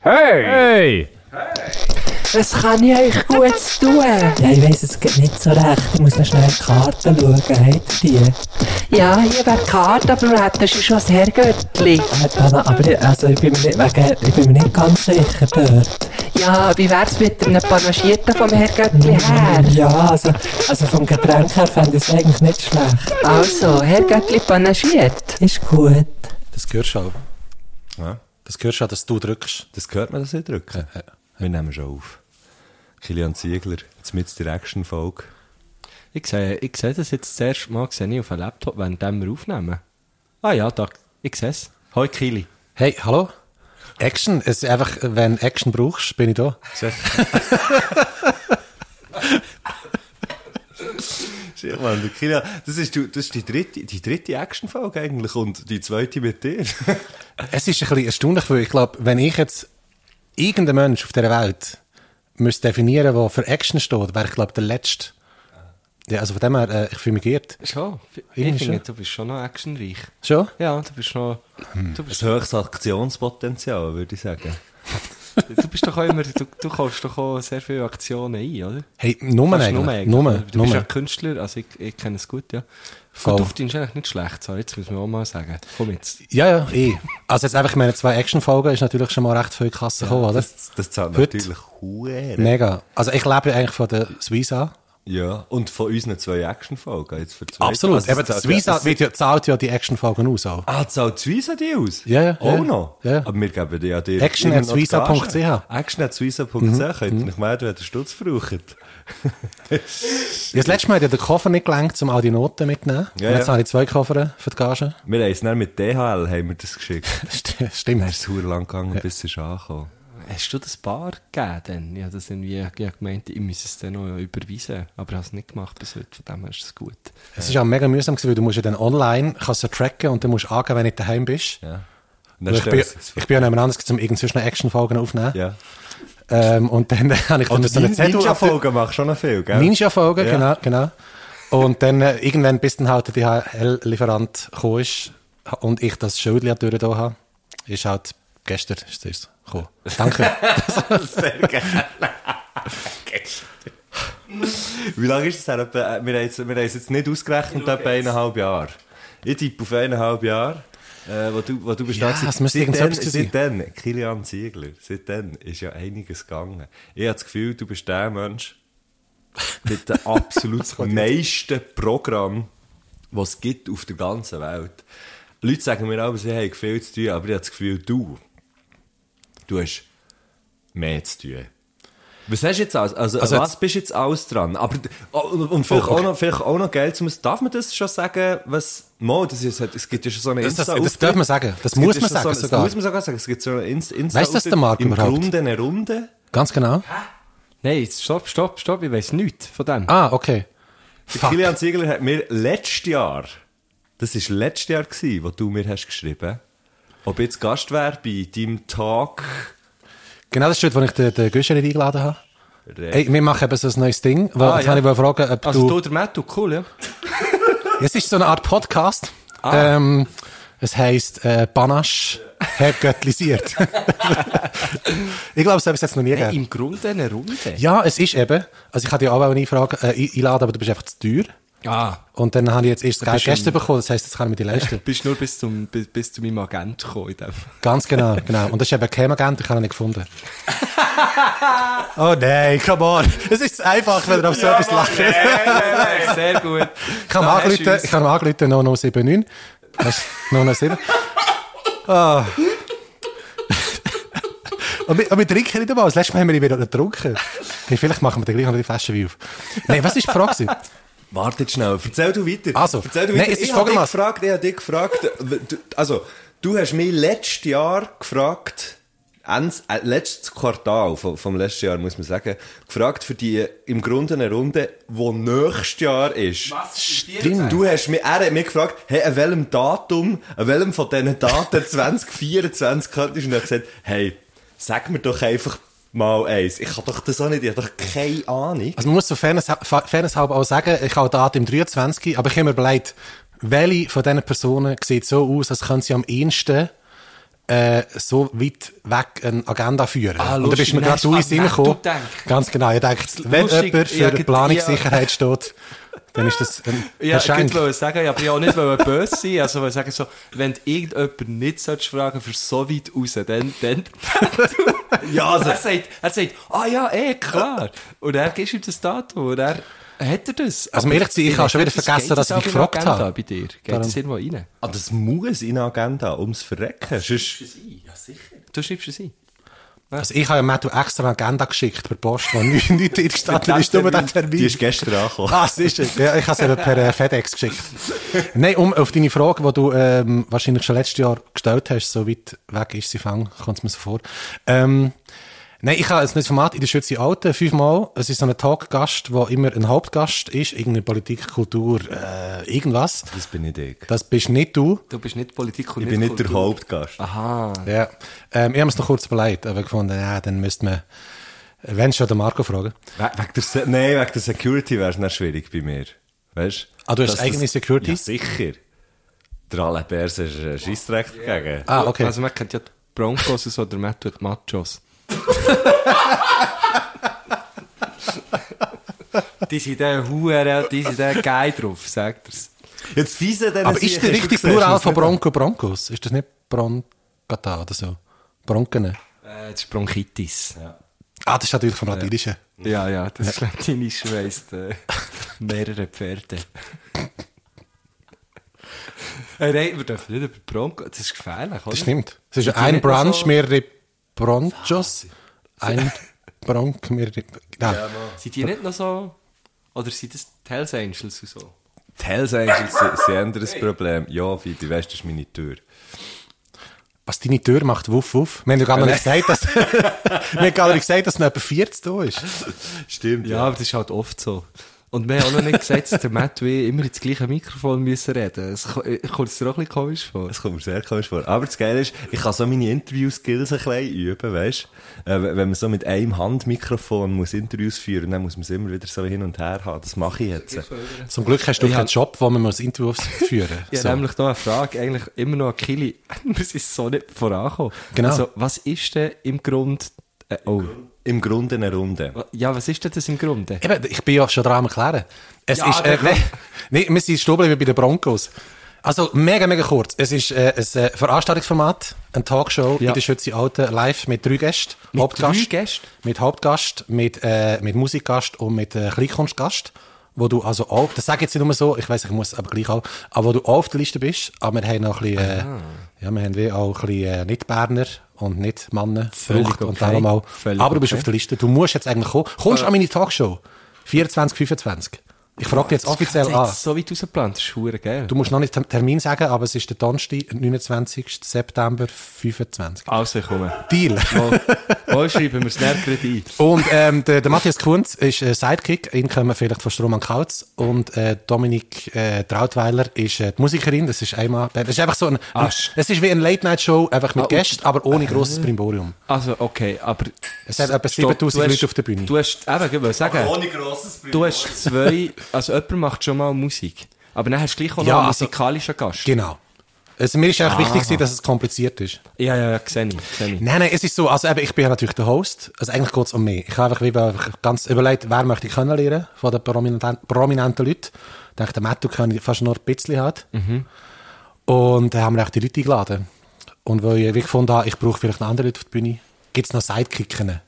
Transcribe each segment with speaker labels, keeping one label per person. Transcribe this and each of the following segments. Speaker 1: Hey!
Speaker 2: Hey!
Speaker 3: Es kann ja euch gut zu tun.
Speaker 4: Ja, ich weiss es geht nicht so recht. Ich muss noch schnell in die Karten schauen. Habt ihr die?
Speaker 3: Ja, hier wäre die Karte, aber du hättest schon das Herrgöttli.
Speaker 4: Äh, Dana, aber ich, also ich, bin mir nicht, wegen, ich bin mir nicht ganz sicher dort.
Speaker 3: Ja, wie wär's mit einem Panagierten vom Herrgöttli her?
Speaker 4: Ja, also, also vom Getränk her fände ich es eigentlich nicht schlecht.
Speaker 3: Also, Herrgöttli panagiert.
Speaker 4: Ist gut.
Speaker 5: Das hörst du auch.
Speaker 1: Ja.
Speaker 5: Das hörst du auch, dass du drückst.
Speaker 1: Das hört man, dass ich drücke. Wir nehmen schon auf. Kilian Ziegler, jetzt mit der Action-Folge.
Speaker 6: Ich sehe, ich sehe das jetzt das erste Mal sehe ich auf einem Laptop, während wir aufnehmen. Ah ja, da, ich sehe es. Hoi Kili.
Speaker 5: Hey, hallo? Action, es ist einfach, wenn du Action brauchst, bin ich da.
Speaker 1: Shit, Mann, der Kilian, das ist, du- das ist die dritte, die dritte Action-Folge eigentlich und die zweite mit dir.
Speaker 5: Es ist ein bisschen erstaunlich, weil ich glaube, wenn ich jetzt irgendein Mensch auf dieser Welt müsste definieren, der für Action steht, wäre ich glaube der Letzte. Ja, also von dem her, äh, ich fühle mich geirrt.
Speaker 6: Schon. Ich
Speaker 5: Irgendwie
Speaker 6: finde,
Speaker 5: schon.
Speaker 6: du bist schon noch actionreich.
Speaker 5: Schon?
Speaker 6: Ja, du bist noch. Du bist,
Speaker 1: Ein höchstes Aktionspotenzial, würde ich sagen.
Speaker 6: du bist doch auch immer. Du, du kaufst doch auch sehr viele Aktionen ein, oder?
Speaker 5: Hey, Nummern
Speaker 6: Fast
Speaker 5: eigentlich.
Speaker 6: nur mehr,
Speaker 5: Nummern,
Speaker 6: Du bist ja
Speaker 5: Nummern.
Speaker 6: Künstler, also ich, ich kenne es gut, ja.
Speaker 5: Voll.
Speaker 6: Gut, du verdienst eigentlich nicht schlecht, so, jetzt müssen wir auch mal sagen. Komm jetzt.
Speaker 5: Ja, ja, eh. Also jetzt einfach, ich meine, zwei Action-Folgen ist natürlich schon mal recht viel Kasse gekommen, oder?
Speaker 1: Das, das zahlt
Speaker 5: Heute.
Speaker 1: natürlich Huren.
Speaker 5: Mega. Also ich lebe ja eigentlich von der Suiza.
Speaker 1: Ja, und von unseren zwei Action-Folgen. Jetzt für zwei.
Speaker 5: Absolut.
Speaker 1: Also,
Speaker 5: Eben,
Speaker 1: das zahlt
Speaker 5: die
Speaker 1: ja-
Speaker 5: Suiza
Speaker 1: das-
Speaker 5: wird ja, zahlt ja die Action-Folgen aus auch.
Speaker 1: Ah, zahlt Suisa die aus?
Speaker 5: Ja, ja,
Speaker 1: Auch
Speaker 5: ja.
Speaker 1: noch?
Speaker 5: Ja.
Speaker 1: Aber wir geben dir ja die...
Speaker 5: Action
Speaker 1: immer
Speaker 5: at
Speaker 1: noch die Gage.
Speaker 5: suiza.ch.
Speaker 1: Action at suiza.ch. Könnt ihr
Speaker 5: Mhm.
Speaker 1: nicht melden, wenn ihr Stutz braucht.
Speaker 5: Ja, das letzte Mal hat ja der Koffer nicht gelangt, um all die Noten mitzunehmen.
Speaker 1: Ja,
Speaker 5: Und jetzt
Speaker 1: ja.
Speaker 5: habe ich zwei Koffer für die Gage.
Speaker 1: Wir haben es dann mit DHL haben wir das geschickt.
Speaker 5: St-
Speaker 1: Es
Speaker 5: Stimmt.
Speaker 1: ist sehr lang gegangen, bis es ist angekommen.
Speaker 6: Hast du das Bar gegeben? Denn? Ja, das irgendwie, ich habe gemeint, ich müsse es dann noch überweisen. Aber ich habe es nicht gemacht bis heute, von dem her ist es gut.
Speaker 5: Es ist auch mega mühsam gewesen, weil du musst ja dann online, kannst du tracken und dann musst du angeben, wenn du daheim bist.
Speaker 1: Ja. Und
Speaker 5: Weil
Speaker 1: dann
Speaker 5: Ich bin,
Speaker 1: stellst du es-
Speaker 5: ich bin ja nebeneinander anders, um irgendwie zwischen Action-Folgen aufzunehmen.
Speaker 1: Ja.
Speaker 5: Ähm, und dann habe ich dann so eine Zettel
Speaker 1: Ninja-Folgen machst du schon noch viel, gell?
Speaker 5: Ninja-Folgen,
Speaker 1: Ja.
Speaker 5: genau, genau. Und dann äh, irgendwann, bis dann halt der DHL-Lieferant gekommen ist und ich das Schildchen durch da habe, ist halt gestern ist es gekommen. Danke.
Speaker 1: Wie lange ist das her? Etwa, äh, Wir haben, jetzt, wir haben es jetzt nicht ausgerechnet, etwa eineinhalb Jahre. Ich tippe auf eineinhalb Jahre, äh, wo du, wo du bist
Speaker 5: Ja,
Speaker 1: da gewesen.
Speaker 5: es müsste
Speaker 1: seitdem,
Speaker 5: irgendetwas sein.
Speaker 1: seitdem, Kilian Ziegler, seitdem ist ja einiges gegangen. Ich habe das Gefühl, du bist der Mensch mit dem absolut meisten Programm, was es gibt auf der ganzen Welt. Leute sagen mir aber, sie haben viel zu tun, aber ich habe das Gefühl, du, du hast mehr zu tun. Was hast du jetzt alles? Also,
Speaker 5: Also
Speaker 1: was
Speaker 5: jetzt-
Speaker 1: bist du jetzt alles dran? Aber, oh, und, und vielleicht,
Speaker 5: Oh, okay.
Speaker 1: auch noch, vielleicht auch noch Geld zum Darf man das schon sagen, was. Mo, das ist, halt- es gibt ja schon so eine
Speaker 5: Das- das- das
Speaker 1: Insta-Auftritt.
Speaker 5: darf man sagen.
Speaker 1: Es
Speaker 5: Das
Speaker 1: gibt
Speaker 5: muss
Speaker 1: ja
Speaker 5: man
Speaker 1: schon
Speaker 5: sagen
Speaker 1: so eine,
Speaker 5: sogar.
Speaker 1: Das muss man sogar sagen. Es gibt so eine Inst- insta
Speaker 5: Weiss das der Marc
Speaker 1: Im
Speaker 5: überhaupt?
Speaker 1: Grunde eine Runde.
Speaker 5: Ganz genau.
Speaker 6: Nein, jetzt stopp, stopp, stopp, ich weiß nichts von dem.
Speaker 5: Ah, okay.
Speaker 1: Der
Speaker 5: Fuck.
Speaker 1: Kilian Ziegler hat mir letztes Jahr, das war letztes Jahr, gewesen, wo du mir hast geschrieben ob ich jetzt Gast wäre bei deinem Talk.
Speaker 5: Genau das ist dort, wo ich den, den Güscheri eingeladen habe. Ey, wir machen eben so ein neues Ding. Wo,
Speaker 6: Ah,
Speaker 5: jetzt
Speaker 6: ja.
Speaker 5: habe ich wollte fragen, ob
Speaker 6: Also
Speaker 5: du...
Speaker 6: du, der Mattu, cool, ja?
Speaker 5: Es ist so eine Art Podcast.
Speaker 6: Ah.
Speaker 5: Ähm, es heisst äh, Panache hergöttlisiert. ich glaube, es habe ich jetzt noch nie
Speaker 6: Nein,
Speaker 5: gegeben.
Speaker 6: im Grunde eine Runde.
Speaker 5: Ja, es ist eben. Also ich hatte ja auch eine Frage äh, ein- einladen, aber du bist einfach zu teuer.
Speaker 6: Ah.
Speaker 5: Und dann habe ich jetzt erst Geld
Speaker 6: bist du
Speaker 5: gestern bekommen. Das heisst, jetzt kann ich mir die leisten.
Speaker 6: Du bist nur bis, zum, bis, bis zu meinem Agent gekommen. In dem.
Speaker 5: Ganz genau, genau. Und das ist eben kein Agent, ich habe ihn nicht gefunden. oh nein, come on. Es ist einfach, wenn er auf so etwas lacht.
Speaker 6: Sehr gut.
Speaker 5: Ich kann ihm
Speaker 6: Da hast du
Speaker 5: anrufen,
Speaker 6: uns.
Speaker 5: ich kann ihm anrufen, 0079. Weißt du, 007. Ah. Und wir, und wir trinken nicht einmal. Das letzte Mal haben wir ihn wieder getrunken. Hey, vielleicht machen wir dann gleich noch die Flasche Wein auf. Nein, was war die Frage? gewesen?
Speaker 1: Wartet schnell, erzähl du weiter.
Speaker 5: Also,
Speaker 1: erzähl du
Speaker 5: nein,
Speaker 1: weiter.
Speaker 5: es ist
Speaker 1: ich habe dich
Speaker 5: folgendermaßen-
Speaker 1: gefragt, ich habe dich gefragt, w- du- also, du hast mich letztes Jahr gefragt, ends, äh, letztes Quartal vom, vom letzten Jahr, muss man sagen, gefragt für die im Grunde eine Runde, die nächstes Jahr ist.
Speaker 5: Stimmt.
Speaker 1: Du hast mich, er hat mich gefragt, hey, an welchem Datum, an welchem von diesen Daten 2024 könntest du? Und er hat gesagt, hey, sag mir doch einfach mal eins. Ich habe doch das auch nicht, ich habe doch keine Ahnung.
Speaker 5: Also man muss so Fairness, fa- Fairness halber auch sagen, ich habe Datum im 23, aber ich habe mir überlegt, welche von diesen Personen sieht so aus, als können sie am ehesten äh, so weit weg eine Agenda führen.
Speaker 6: Ah,
Speaker 5: Und da
Speaker 6: lustig,
Speaker 5: bist du mir gerade
Speaker 6: hast
Speaker 5: durch
Speaker 6: an
Speaker 5: den Sinn
Speaker 6: Netto
Speaker 5: gekommen.
Speaker 6: gedacht.
Speaker 5: Ganz genau. Ich denke, wenn
Speaker 6: Lustig,
Speaker 5: jemand
Speaker 6: ja,
Speaker 5: für
Speaker 6: gut,
Speaker 5: Planungssicherheit steht, dann ist das ein
Speaker 6: Ja,
Speaker 5: ja,
Speaker 6: ich wollte
Speaker 5: Geschenk.
Speaker 6: gerade sagen, ja, aber ich wollte auch nicht wollte böse sein. Also, ich wollte sagen, so, wenn du irgendjemanden nicht solltest fragen für so weit raus, dann. dann
Speaker 1: Ja, also-
Speaker 6: er, sagt, er sagt, ah ja, eh, klar. Und er gibst ihm das Datum. Und er hat er das.
Speaker 5: Also, um ehrlich zu sein, ich habe schon wieder vergessen, dass ich dich gefragt habe.
Speaker 6: Bei dir? Geht
Speaker 5: Darum-
Speaker 6: das irgendwo rein?
Speaker 1: Ah, das muss in eine Agenda, ums Verrecken. Sonst,
Speaker 6: Du schreibst es ein.
Speaker 5: Also ich habe ja Matthew extra eine Agenda geschickt per Post, wo nichts nicht in der Stadt ist, nur der Termin.
Speaker 1: die ist gestern angekommen.
Speaker 5: Ah, das ist es. Ja, ich habe es eben per äh, FedEx geschickt. Nein, um auf deine Frage, die du ähm, wahrscheinlich schon letztes Jahr gestellt hast, so weit weg ist sie fang, kommt es mir so vor. Ähm, nein, ich habe ein neues Format in der Schütze Alten, fünfmal. Es ist so ein Talkgast, der immer ein Hauptgast ist, irgendeine Politik, Kultur, äh, irgendwas.
Speaker 1: Das bin nicht ich.
Speaker 5: Das bist nicht du.
Speaker 6: Du bist nicht Politik und
Speaker 1: Ich bin nicht der
Speaker 6: Kultur.
Speaker 1: Hauptgast.
Speaker 6: Aha.
Speaker 5: Ja. Ähm, ich habe es noch kurz überlegt, aber gefunden, ja, dann müsste man, wenn schon, den Marco fragen.
Speaker 1: We wegen der Se Nein, wegen der Security wäre es nicht schwierig bei mir. Weißt
Speaker 5: Ah, du hast
Speaker 1: Dass
Speaker 5: eigene
Speaker 1: das-
Speaker 5: Security?
Speaker 1: Ja, sicher. Der Alain Berse ist ein Scheissdreck dagegen.
Speaker 5: Ah, okay.
Speaker 6: Also, man kennt ja die Broncos und so, der Matt und die Machos. die sind der Huren, die sind der geil drauf, sagt er's.
Speaker 1: Jetzt fiese denn
Speaker 5: Aber ist der richtige Plural von Bronco Broncos? Ist das nicht Broncata oder so? Bronkene?
Speaker 6: Äh, das ist Bronchitis. Ja,
Speaker 5: Ah, das ist natürlich vom Latinischen.
Speaker 6: ja, das ist latinisch weisst äh, mehrere Pferde. hey, nein, wir dürfen nicht über Broncos, das ist gefährlich, oder?
Speaker 5: Das stimmt. Es
Speaker 6: Die
Speaker 5: ist ein
Speaker 6: nicht nur
Speaker 5: Brunch,
Speaker 6: so-
Speaker 5: mehrere Bronchos. Ein Bronk, mehrere... Nein.
Speaker 6: Sind die nicht noch so, oder sind das die Hells Angels und so?
Speaker 1: Die Hells Angels sind sind ein anderes Problem. Ja, Fibi, weißt du, das ist meine Tür.
Speaker 5: Was deine Tür macht, wuff, wuff. Wir haben ja gar noch nicht gesagt, dass... Wir haben gar nicht gesagt, dass noch etwa 40 da ist.
Speaker 1: Stimmt,
Speaker 6: Ja, aber das ist halt oft so. Und wir haben auch noch nicht gesagt, dass der Matt wie immer ins gleiche Mikrofon müssen reden müssen. Kommt es dir auch ein bisschen komisch vor?
Speaker 1: Das kommt mir sehr komisch vor. Aber das Geile ist, ich kann so meine Interview-Skills ein bisschen üben, weißt du? Äh, wenn man so mit einem Handmikrofon muss Interviews führen dann muss man es immer wieder so hin und her haben. Das mache ich jetzt.
Speaker 5: Zum Glück hast du
Speaker 6: Ja.
Speaker 5: keinen Job, wo man mal ein Interview führen
Speaker 6: Ja,
Speaker 5: so.
Speaker 6: nämlich noch eine Frage, eigentlich immer noch an Kili. Wir sind so nicht vorangekommen.
Speaker 5: Genau.
Speaker 6: Also, was ist denn im Grund... Äh, oh.
Speaker 1: Im Grunde eine Runde.
Speaker 6: Ja, was ist denn das im Grunde?
Speaker 5: Eben, ich bin ja schon dran am Erklären. Es
Speaker 6: Ja,
Speaker 5: ist,
Speaker 6: der
Speaker 5: äh,
Speaker 6: kann-
Speaker 5: nee, wir sind stehen geblieben bei den Broncos. Also, mega, mega kurz. Es ist äh, ein äh, Veranstaltungsformat, eine Talkshow
Speaker 6: Ja.
Speaker 5: in der Schütze Alten, live mit drei Gästen.
Speaker 6: Mit drei Gästen?
Speaker 5: Mit Hauptgast, mit, äh, mit Musikgast und mit äh, Kleinkunstgast. Wo du also auch, das sage ich jetzt nicht nur so, ich weiß, ich muss aber gleich auch, aber wo du auch auf der Liste bist, aber wir haben noch ein bisschen, äh,
Speaker 6: Ah.
Speaker 5: ja, wir haben wie auch ein bisschen äh, Nicht-Berner und Nicht-Mannen
Speaker 6: Völlig
Speaker 5: gebraucht und
Speaker 6: okay.
Speaker 5: dann nochmal.
Speaker 6: Völlig
Speaker 5: Aber du bist
Speaker 6: okay.
Speaker 5: auf der Liste, du musst jetzt eigentlich kommen. Kommst du an meine Talkshow? 24, 25. Ich frage dich jetzt offiziell
Speaker 6: Oh, Das
Speaker 5: an.
Speaker 6: ist so weit rausgeplant, das ist verdammt geil.
Speaker 5: Du musst noch nicht den Termin sagen, aber es ist der Donnerstag, 29. September 25.
Speaker 6: Also, komm.
Speaker 5: Deal.
Speaker 6: Mal, mal schreiben wir es nicht gerade ein.
Speaker 5: Und ähm, der, der Matthias Kunz ist äh, Sidekick, ihn kennen wir vielleicht von Stroman Kautz. Und äh, Dominik äh, Trautweiler ist äh, die Musikerin, das ist einmal... Das ist einfach so ein... ein
Speaker 6: Asch.
Speaker 5: es ist wie eine Late-Night-Show, einfach mit
Speaker 6: Ah, und-
Speaker 5: Gästen, aber ohne grosses Brimborium.
Speaker 6: Also, okay, aber...
Speaker 5: Es hat etwa
Speaker 6: Stopp,
Speaker 5: 7000
Speaker 6: du hast-
Speaker 5: Leute auf der Bühne.
Speaker 6: Du hast... Eben, ich wollte sagen...
Speaker 1: grosses
Speaker 6: Du hast zwei, also jemand macht schon mal Musik. Aber dann hast du gleich auch
Speaker 5: Ja,
Speaker 6: noch einen
Speaker 5: also-
Speaker 6: musikalischen Gast.
Speaker 5: Genau. Also, mir ist
Speaker 6: Ah.
Speaker 5: auch wichtig, gewesen, dass es kompliziert ist.
Speaker 6: Ja, ja, ja, sehe ich, sehe ich.
Speaker 5: Nein, nein, es ist so, also eben, ich bin ja natürlich der Host, also eigentlich geht's um mich. Ich habe einfach, wie bei- einfach ganz überlegt, wer möchte ich kennenlernen von den prominenten, prominenten Leuten. Ich dachte, der Mattu kann ich fast nur ein bisschen halt.
Speaker 1: Mhm.
Speaker 5: Und dann haben wir auch die Leute eingeladen. Und weil ich wie gefunden habe, ich brauche vielleicht noch andere Leute auf die Bühne, gibt's noch Sidekicken.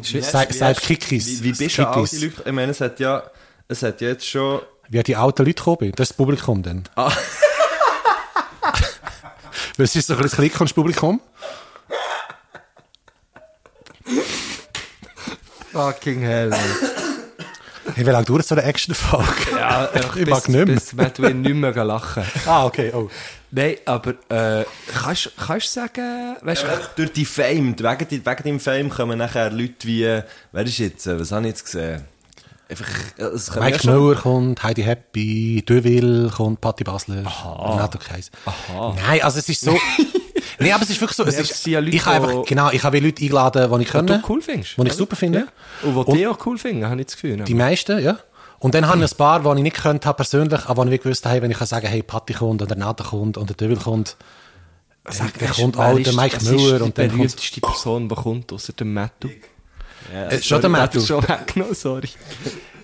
Speaker 5: Side- Sidekickies.
Speaker 1: Wie, wie bist du
Speaker 5: Kickies.
Speaker 1: an all die Leute? Ich meine, es hat ja, es hat ja jetzt schon...
Speaker 5: Wie die alten Leute gekommen sind, das ist das Publikum dann. Ah. weil es ist so ein bisschen Klick und das Publikum.
Speaker 6: Fucking hell.
Speaker 5: Hey, wie lange dauert so eine Action-Folge?
Speaker 6: Ja,
Speaker 5: ich mag nicht mehr.
Speaker 6: Bis Matt will nicht mehr lachen.
Speaker 5: Ah, okay, oh.
Speaker 6: Nein, aber äh, kannst du sagen, weißt
Speaker 5: Äh.
Speaker 6: du,
Speaker 1: Durch die Fame, wegen, die, wegen dem Fame kommen nachher Leute wie... Wer ist jetzt... äh, Was habe ich jetzt gesehen? Einfach... äh, Es kommen ja
Speaker 5: Mike
Speaker 1: schon-
Speaker 5: Knauer kommt, Heidi Happy, Deville kommt, Patti Basler. Aha. Renato Kaiser. Aha. Nein, also es ist so... Nein, aber es ist wirklich so. Es ist,
Speaker 6: Merci an Leute,
Speaker 5: ich habe einfach,
Speaker 6: die-
Speaker 5: genau, ich habe Leute eingeladen, die ich
Speaker 6: was
Speaker 5: kenne.
Speaker 6: du cool findest?
Speaker 5: Die ich
Speaker 6: oder?
Speaker 5: super finde.
Speaker 6: Ja. Und was die auch cool finden, habe ich das Gefühl. ne?
Speaker 5: Die meisten, ja. Und dann habe ich ein paar, die ich nicht könnte, persönlich, aber die ich gewusst habe, wenn ich kann sagen hey, Patti kommt, oder Renato kommt, oder Deville kommt, Sag,
Speaker 6: Wer
Speaker 5: der kommt
Speaker 6: wer
Speaker 5: all
Speaker 6: ist-
Speaker 5: der Mike
Speaker 6: es ist
Speaker 5: Müller und
Speaker 6: die
Speaker 5: dann kommt...
Speaker 6: berühmteste Person, die kommt, außer dem Mattu. Ja,
Speaker 5: Äh, schon
Speaker 6: sorry,
Speaker 5: der Mattu.
Speaker 6: das ist Schon weggenommen, sorry.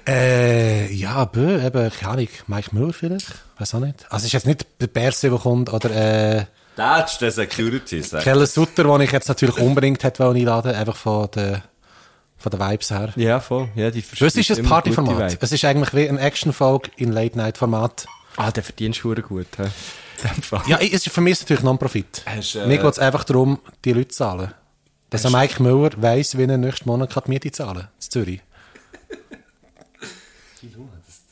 Speaker 5: Äh, ja, bö, eben, keine Ahnung, Mike Müller vielleicht, weiß auch nicht. Also es ist jetzt nicht der Berse, der kommt, oder äh,
Speaker 1: Das ist der Security, sag.
Speaker 5: Kelle Sutter, den ich jetzt natürlich unbedingt hätte wollen einladen einfach von der, von der Vibes her.
Speaker 6: Ja, voll. Ja, die
Speaker 5: Das ist
Speaker 6: immer
Speaker 5: ein
Speaker 6: gute
Speaker 5: Partyformat.
Speaker 6: Vibes.
Speaker 5: Es ist eigentlich wie ein Action-Folge in Late-Night-Format.
Speaker 6: Ah, der verdient schon gut. He. In dem Fall.
Speaker 5: Ja, ich- es ist für mich ist es natürlich Non-Profit.
Speaker 1: Hast, äh,
Speaker 5: Mir geht es einfach darum, die Leute zu zahlen. Dass der Mike Müller weiss, wie er nächsten Monat kann die Miete zahlen kann, in Zürich.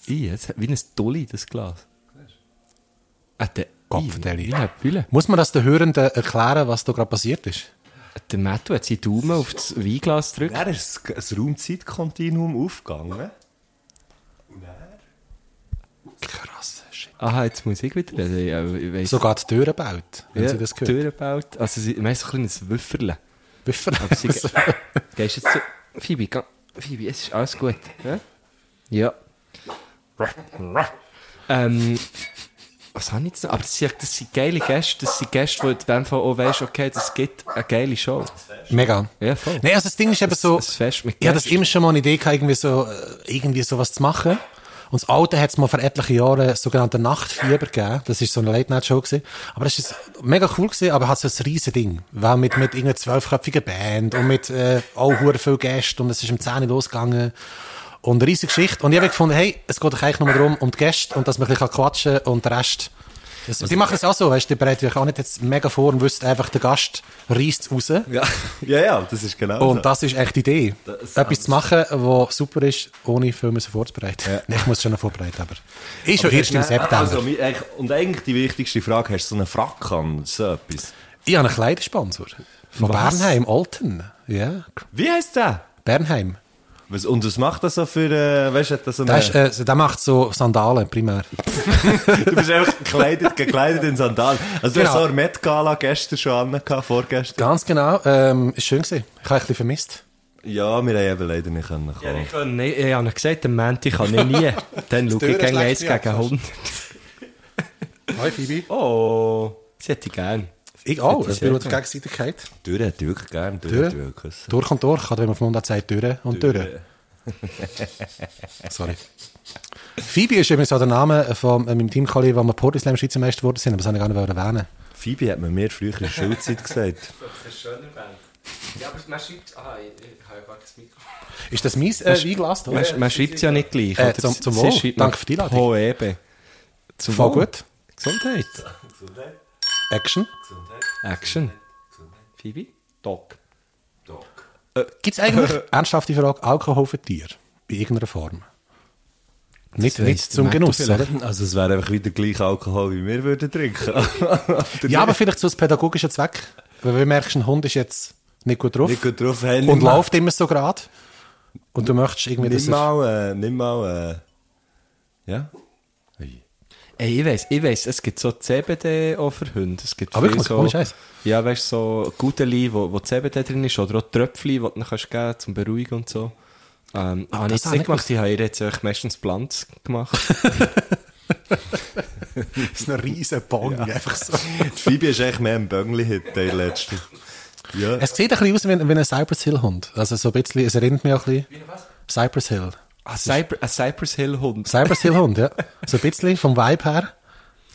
Speaker 6: I, es hat wie ein Dolly, das Glas. Ah, der
Speaker 5: Kopf,
Speaker 6: I,
Speaker 5: der I.
Speaker 6: wie eine Pille.
Speaker 5: Muss man das den Hörenden erklären, was da gerade passiert ist?
Speaker 6: Der Mattu hat seinen Daumen auf das Weinglas gedrückt.
Speaker 1: Dann ist das das Raumzeitkontinuum aufgegangen.
Speaker 5: Krass, shit.
Speaker 6: Aha, jetzt muss ich wieder reden. Ja, ich weiss.
Speaker 5: Sogar die Türen baut, wenn
Speaker 6: ja,
Speaker 5: sie das gehört.
Speaker 6: Türen baut. Also, sie, man ist so ein kleines Wüfferle.
Speaker 5: Büffer.
Speaker 6: Sie
Speaker 5: Also.
Speaker 6: ge- Gehst jetzt zu... Phoebe, geh- Phoebe, es ist alles gut. Ja. ja. ähm, was habe ich jetzt noch? Aber das sind, das sind geile Gäste. Das sind Gäste, die in dem Fall auch weisst, okay, das gibt eine geile Show.
Speaker 5: Mega.
Speaker 6: Ja, voll.
Speaker 5: Nein, also das Ding ist eben so...
Speaker 6: Ein Fest mit
Speaker 5: Ich hatte das
Speaker 6: Gästen.
Speaker 5: immer schon mal eine Idee, gehabt, irgendwie so, äh, irgendwie sowas zu machen. Und das Alte hat es mal vor etlichen Jahren sogenannte Nachtfieber gegeben. Das ist so eine Late-Night-Show gewesen. Aber das ist mega cool gewesen, aber hat so ein riesen Ding. Weil mit, mit irgendeiner zwölfköpfigen Band und mit, äh, auch hure viel Gästen und es ist um 10 Uhr losgegangen. Und eine riesige Geschichte. Und ich habe gefunden, hey, es geht doch eigentlich nur darum, um die Gäste und dass man ein bisschen quatschen kann und den Rest. Das, die machen es auch so, weißt du, die bereiten euch auch nicht jetzt mega vor und wissen einfach, der Gast reisst raus.
Speaker 1: Ja. ja, ja, das ist genau
Speaker 5: Und
Speaker 1: so.
Speaker 5: das ist echt die Idee.
Speaker 1: Das-
Speaker 5: Etwas zu machen, was super ist, ohne viel müssen vorzubereiten.
Speaker 1: Ja.
Speaker 5: Nein, ich muss schon noch vorbereiten, aber. Ist schon
Speaker 1: Aber
Speaker 5: erst im
Speaker 1: hast du-
Speaker 5: September.
Speaker 1: Also, mi- eigentlich- und eigentlich die wichtigste Frage, hast du so einen Frack an, so etwas?
Speaker 5: ich habe einen Kleidersponsor. Von
Speaker 1: Was?
Speaker 5: Bernheim, Olten. Ja,
Speaker 1: Wie heisst der?
Speaker 5: Bernheim.
Speaker 1: Was, und was macht das so für, äh, weißt du, hat das so
Speaker 5: Der,
Speaker 1: eine-
Speaker 5: ist, äh, der macht so Sandalen primär.
Speaker 1: Du bist einfach gekleidet, gekleidet in Sandalen. Also du
Speaker 5: Genau.
Speaker 1: hast so eine Met-Gala gestern schon an, gehabt, vorgestern.
Speaker 5: Ganz genau. Ähm, ist schön gewesen. Ich habe ein bisschen vermisst.
Speaker 1: Ja, wir haben eben leider nicht können kommen.
Speaker 6: Ich habe nicht- ich habe nicht gesagt, am Montag kann ich nie. Dann schaue ich
Speaker 5: Türen
Speaker 6: gegen eins
Speaker 5: schlägt
Speaker 6: gegen
Speaker 5: mich
Speaker 6: 100.
Speaker 5: Hi, Phoebe.
Speaker 6: Oh, das hätte ich gern.
Speaker 5: Ich auch.
Speaker 6: Das
Speaker 5: Es bin
Speaker 6: ist
Speaker 5: unter Gegenseitigkeit.
Speaker 1: Die Türe hat wirklich gern, die Türe
Speaker 5: Türe?
Speaker 1: hat wirklich geküsst.
Speaker 5: Durch und durch. Oder wenn man von unten sagt, Türen und Türen.
Speaker 1: Türe.
Speaker 5: Sorry. Phoebe ist übrigens auch der Name von äh, meinem Teamkollegen, wo wir Portislam Schweizer Meister geworden sind, aber das habe ich gar nicht erwähnen.
Speaker 1: Phoebe hat man mir früher in der Schulzeit gesagt.
Speaker 6: Das ist ein schöner Band. Ja, aber man schreibt... Aha, ich, habe ja gar kein Mikro.
Speaker 5: Ist das mein äh, Weinglas da?
Speaker 6: Man, man schreibt es ja nicht gleich.
Speaker 5: Äh,
Speaker 6: oder?
Speaker 5: zum- zum
Speaker 6: Sie
Speaker 5: Wohl.
Speaker 6: schreibt
Speaker 5: Danke
Speaker 6: noch
Speaker 5: für die Einladung.
Speaker 6: Hoebe. Zum
Speaker 5: Voll
Speaker 6: Wohl.
Speaker 5: gut.
Speaker 6: Gesundheit.
Speaker 5: Action.
Speaker 6: Action. Phoebe? Doc.
Speaker 5: Gibt es eigentlich, ernsthafte Frage, Alkohol für Tiere? In irgendeiner Form? Nicht,
Speaker 6: weiss
Speaker 5: nicht
Speaker 6: der
Speaker 5: zum
Speaker 6: Marco
Speaker 5: Genuss,
Speaker 6: vielleicht.
Speaker 5: oder?
Speaker 1: Also es wäre einfach wieder gleich Alkohol, wie wir würden trinken.
Speaker 5: Ja, aber vielleicht zu einem pädagogischen Zweck. Weil du merkst, ein Hund ist jetzt nicht gut drauf
Speaker 1: Nicht gut drauf, hey,
Speaker 5: und
Speaker 1: nimm mal-
Speaker 5: läuft immer so gerade. Und du möchtest irgendwie, dass
Speaker 1: Nimm
Speaker 5: er...
Speaker 1: mal, äh, nimm mal, äh, ja.
Speaker 6: Ey, ich weiss, ich weiss, es gibt so CBD auch für Hunde. Es gibt
Speaker 5: Ah,
Speaker 6: viel
Speaker 5: wirklich?
Speaker 6: so,
Speaker 5: Ohne Scheiß.
Speaker 6: Ja, weißt du, so Gudeli, wo, wo CBD drin ist, oder auch Tröpfchen, die du kannst geben zum Beruhigen und so. Ähm, ah, habe ich jetzt
Speaker 5: das habe ich
Speaker 6: nicht gemacht, ich habe ihr jetzt eigentlich meistens Pflanz gemacht.
Speaker 5: Das ist ein riesen Bong, einfach so.
Speaker 1: Die Phoebe ist echt mehr ein Böngli heute, in letzter. Ja.
Speaker 5: Es sieht ein bisschen aus wie, wie ein Cypress Hill Hund. Also so ein bisschen, es erinnert mich auch ein bisschen. Cypress
Speaker 6: Ein
Speaker 5: Hill.
Speaker 6: Ah, Cypr- ein Cypress Hill Hund.
Speaker 5: Cypress Hill Hund, ja. So ein bisschen vom Vibe her.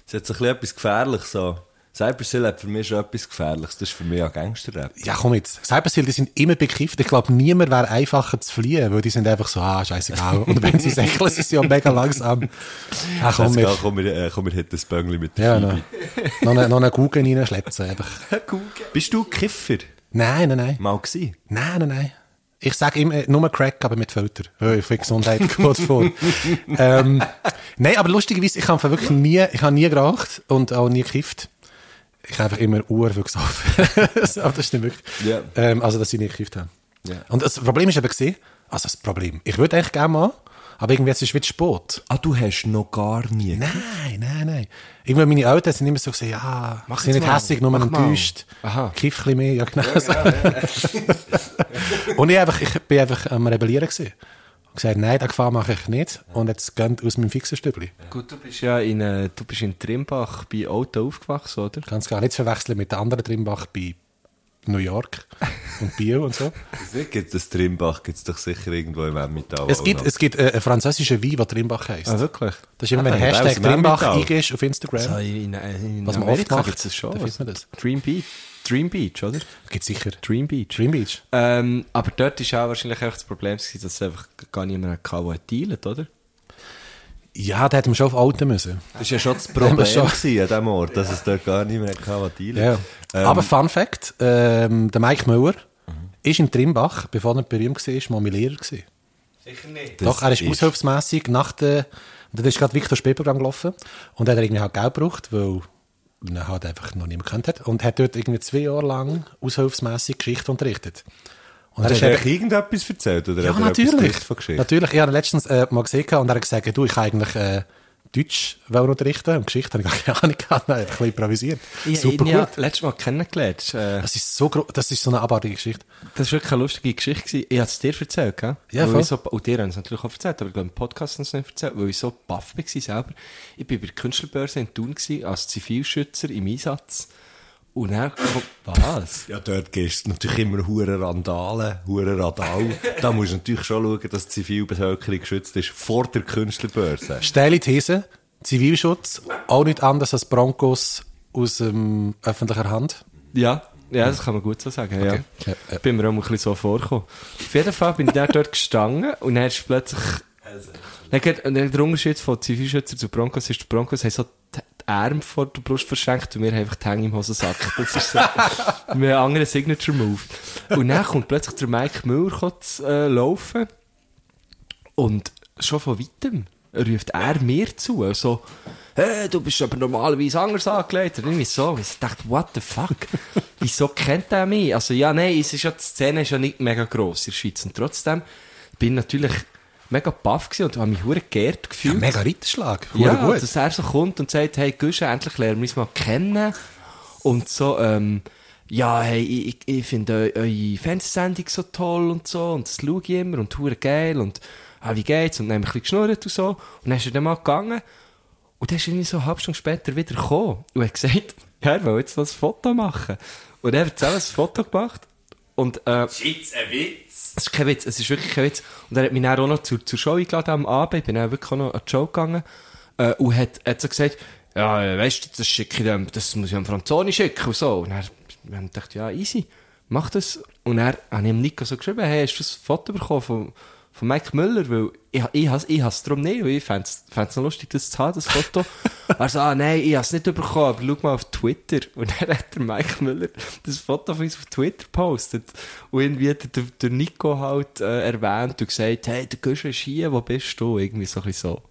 Speaker 1: Es hat so ein bisschen etwas Gefährliches so. Cypress Hill hat für mich schon etwas Gefährliches. Das ist für mich auch Gangster-Rap.
Speaker 5: Ja, komm jetzt. Cypress Hill, die sind immer bekifft. Ich glaube, niemand wäre einfacher zu fliehen, weil die sind einfach so, ah, scheißegal. Und wenn sie säckeln, sind sie ja mega langsam. Ah, komm
Speaker 1: Also,
Speaker 5: mit.
Speaker 1: ja, komm, wir, äh, komm, wir hätten ein Böngli mit der
Speaker 5: Ja,
Speaker 1: Phoebe.
Speaker 5: noch, noch einen noch eine Guggen reinschleppen. Einfach.
Speaker 1: Bist du Kiffer?
Speaker 5: Nein, nein, nein.
Speaker 1: Mal gewesen?
Speaker 5: Nein, nein, nein. Ich sage immer äh, nur Crack, aber mit Filter. Hey, für Gesundheit geht vor. ähm, nein, aber lustigerweise, ich habe wirklich nie, ich habe nie geraucht und auch nie gekifft. Ich habe einfach immer Uhr gesoffen. So, aber das stimmt wirklich.
Speaker 1: Ja.
Speaker 5: Ähm, also, dass ich nie gekifft habe.
Speaker 1: Ja.
Speaker 5: Und das Problem ist eben gesehen, also das Problem, ich würde eigentlich gerne mal, aber irgendwie jetzt ist es wieder Sport.
Speaker 1: Ah, du hast noch gar nie.
Speaker 5: Nein, nein, nein. Irgendwann meine Eltern sind immer so gesagt, ja,
Speaker 6: Mach
Speaker 5: mach sind
Speaker 6: jetzt
Speaker 5: nicht
Speaker 6: mal.
Speaker 5: hässig, nur
Speaker 6: Mach mal.
Speaker 5: enttäuscht.
Speaker 6: Aha.
Speaker 5: Kiff ein bisschen mehr, ja genau. so. Und ich, einfach, ich bin einfach am Rebellieren gewesen. gesagt, nein, den Gefahr mache ich nicht. Und jetzt geht aus meinem Fixerstübli.
Speaker 6: Gut, du bist ja in, äh, du bist in Trimbach bei Auto aufgewachsen, oder?
Speaker 5: Kannst gar nicht verwechseln mit den anderen Trimbach bei New York und Bio und so.
Speaker 1: Gibt es Trimbach, gibt es doch sicher irgendwo im Emmental.
Speaker 5: Es gibt, es gibt äh, einen französischen Wein, der Trimbach heisst.
Speaker 6: Ah, wirklich?
Speaker 5: Das ist immer, wenn
Speaker 1: Ah, der aus
Speaker 5: Hashtag
Speaker 1: dem
Speaker 5: Trimbach
Speaker 1: Emmental.
Speaker 5: eingehst auf Instagram.
Speaker 6: So, in, äh, in
Speaker 5: Was man oft
Speaker 6: Amerika
Speaker 5: macht,
Speaker 6: gibt es schon.
Speaker 5: da findet man das.
Speaker 6: Dream Beach. Dream Beach, oder?
Speaker 5: Gibt sicher.
Speaker 6: Dream Beach.
Speaker 5: Dream Beach.
Speaker 6: Ähm, aber dort war auch wahrscheinlich auch das Problem, gewesen, dass es einfach gar niemand hatte, der teilt, oder?
Speaker 5: Ja, da hätten wir schon auf Alten müssen.
Speaker 1: das ist ja schon das
Speaker 5: haben wir
Speaker 1: Problem
Speaker 5: schon-
Speaker 1: gewesen an diesem Ort, dass es dort gar niemand hatte, die
Speaker 5: Ja.
Speaker 1: Ähm,
Speaker 5: Aber Fun Fact, ähm, der Mike Müller ist in Trimbach, bevor er berühmt war, mal mein Lehrer. Gewesen.
Speaker 1: das
Speaker 5: Doch, er ist, aushilfsmässig nach der... Und dann ist gerade Victor Spielprogramm gelaufen und dann hat er irgendwie halt Geld gebraucht, weil er halt einfach noch niemand gekannt hat und hat dort irgendwie zwei Jahre lang aushilfsmässig Geschichte unterrichtet. Und, er
Speaker 1: Hast
Speaker 5: ist
Speaker 1: du
Speaker 5: eben-
Speaker 1: euch irgendetwas erzählt? Oder
Speaker 5: Ja,
Speaker 1: hat er etwas
Speaker 5: natürlich.
Speaker 1: gewusst von Geschichte?
Speaker 5: Natürlich, ich habe ihn letztens äh, mal gesehen und er hat gesagt, du, ich kann eigentlich äh, Deutsch wollen unterrichten und Geschichte habe ich gar keine Ahnung gehabt, Nein, einfach ein bisschen improvisiert. Super
Speaker 6: Ich habe
Speaker 5: gut.
Speaker 6: ihn letztes Mal kennengelernt. Äh,
Speaker 5: Das ist so gro- das ist so eine abartige Geschichte.
Speaker 6: Das war wirklich eine lustige Geschichte. gewesen. Ich habe es dir erzählt, gell?
Speaker 5: Ja,
Speaker 6: Weil
Speaker 5: voll.
Speaker 6: ich so, und dir haben es natürlich auch erzählt, aber ich glaube, im Podcast haben sie es nicht erzählt, weil ich so baff war selber. Ich war bei der Künstlerbörse in Thun gewesen, als Zivilschützer im Einsatz. Und dann kommt, was?
Speaker 1: Ja, dort gehst du natürlich immer hure Randale, hure Radau. da musst du natürlich schon schauen, dass die Zivilbevölkerung geschützt ist vor der Künstlerbörse.
Speaker 5: Steile These, Zivilschutz, auch nicht anders als Broncos aus ähm, öffentlicher Hand.
Speaker 6: Ja, ja, das kann man gut so sagen, ja.
Speaker 5: Ja, ja.
Speaker 6: Bin mir auch mal ein bisschen so vorgekommen. Auf jeden Fall bin ich dann dort gestanden und dann ist plötzlich, dann, geht- und dann der Unterschied von Zivilschützer zu Broncos ist, die Broncos haben so die die Arme vor der Brust verschenkt und wir haben einfach die Hänge im Hosensack. Das ist so, wir haben einen anderen Signature Move. Und dann kommt plötzlich der Mike Müller kurz, äh, laufen und schon von weitem ruft er mir zu, so, hey, du bist aber normalerweise anders angelegt. Und irgendwie so. Und ich dachte, what the fuck? Wieso kennt er mich? Also, ja, nein, es ist ja, die Szene ist ja nicht mega gross in der Schweiz. Und trotzdem bin ich natürlich mega baff gewesen und habe mich hure geehrt
Speaker 5: Ja,
Speaker 6: gefühlt.
Speaker 5: mega Ritterschlag,
Speaker 6: Ja,
Speaker 5: ja, gut.
Speaker 6: dass er so kommt und sagt, hey, Guschen, endlich lernen wir uns mal kennen. Und so, ähm, ja, hey, ich, ich, ich finde eu, eure Fernsehsendung so toll und so, und das schaue ich immer und hure geil und, ah, wie geht's? Und dann haben wir ein bisschen geschnurrt und so. Und dann ist er dann mal gegangen. Und dann ist irgendwie so eine halbe Stunde später wieder gekommen und hat gesagt, ja, er will jetzt noch ein Foto machen. Und er hat zusammen ein Foto gemacht. Und, äh, es ist kein Witz, es ist wirklich kein Witz. Und er hat mich dann auch noch zur, zur Show eingeladen am Abend, ich bin dann wirklich auch noch an die Show gegangen äh, und hat, hat so gesagt, ja, äh, weißt du, das schicke ich dem, das muss ich dem Franzoni schicken und so. Und er haben gedacht, ja, easy, mach das. Und er habe ich ihm Nico so geschrieben, hey, hast du das Foto bekommen von, von Mike Müller? Weil ich, ich, has- ich has es darum nicht, weil ich fände es noch lustig, das zu haben, das Foto. er so, ah, nein, ich habe es nicht bekommen, aber schau mal auf Twitter. Und dann hat der Mike Müller das Foto von uns auf Twitter gepostet. Und irgendwie hat der, der Nico halt äh, erwähnt und gesagt, hey, der Guschen ist hier, wo bist du? Irgendwie so ein bisschen so.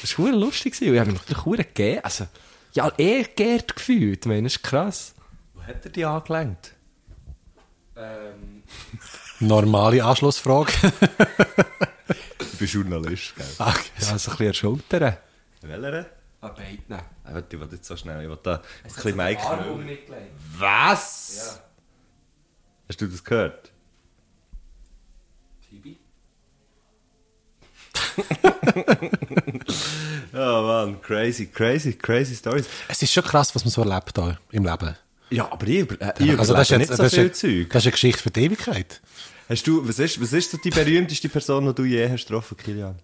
Speaker 6: Das war verdammt lustig. gewesen. Ich habe mich natürlich verdammt gegeben. Also, ja, eher geehrt gefühlt. Ich meine, das ist krass. Wo hat er die angelenkt? Ähm,
Speaker 5: Normale Anschlussfrage.
Speaker 1: Du bist Journalist, gell?
Speaker 5: Ach,
Speaker 6: ja, so ein bisschen an die Schulter.
Speaker 1: Welcher?
Speaker 6: An beiden.
Speaker 1: Ich will- Ah, ich will jetzt so schnell, ich will da ein bisschen Mike Müller.
Speaker 6: mitgelegt.
Speaker 1: Was? Hast du das gehört? Oh Mann, crazy, crazy, crazy stories.
Speaker 5: es ist schon krass, was man so erlebt hier im Leben.
Speaker 1: Ja, aber ich, über- äh, ich
Speaker 5: also das ist,
Speaker 1: überlebe
Speaker 5: jetzt,
Speaker 1: nicht so
Speaker 5: das,
Speaker 1: viel
Speaker 5: ist,
Speaker 1: Zeug.
Speaker 5: eine- das ist eine Geschichte für die Ewigkeit.
Speaker 1: Hast du, was ist, was ist so die berühmteste Person, die du je hast getroffen, Kilian?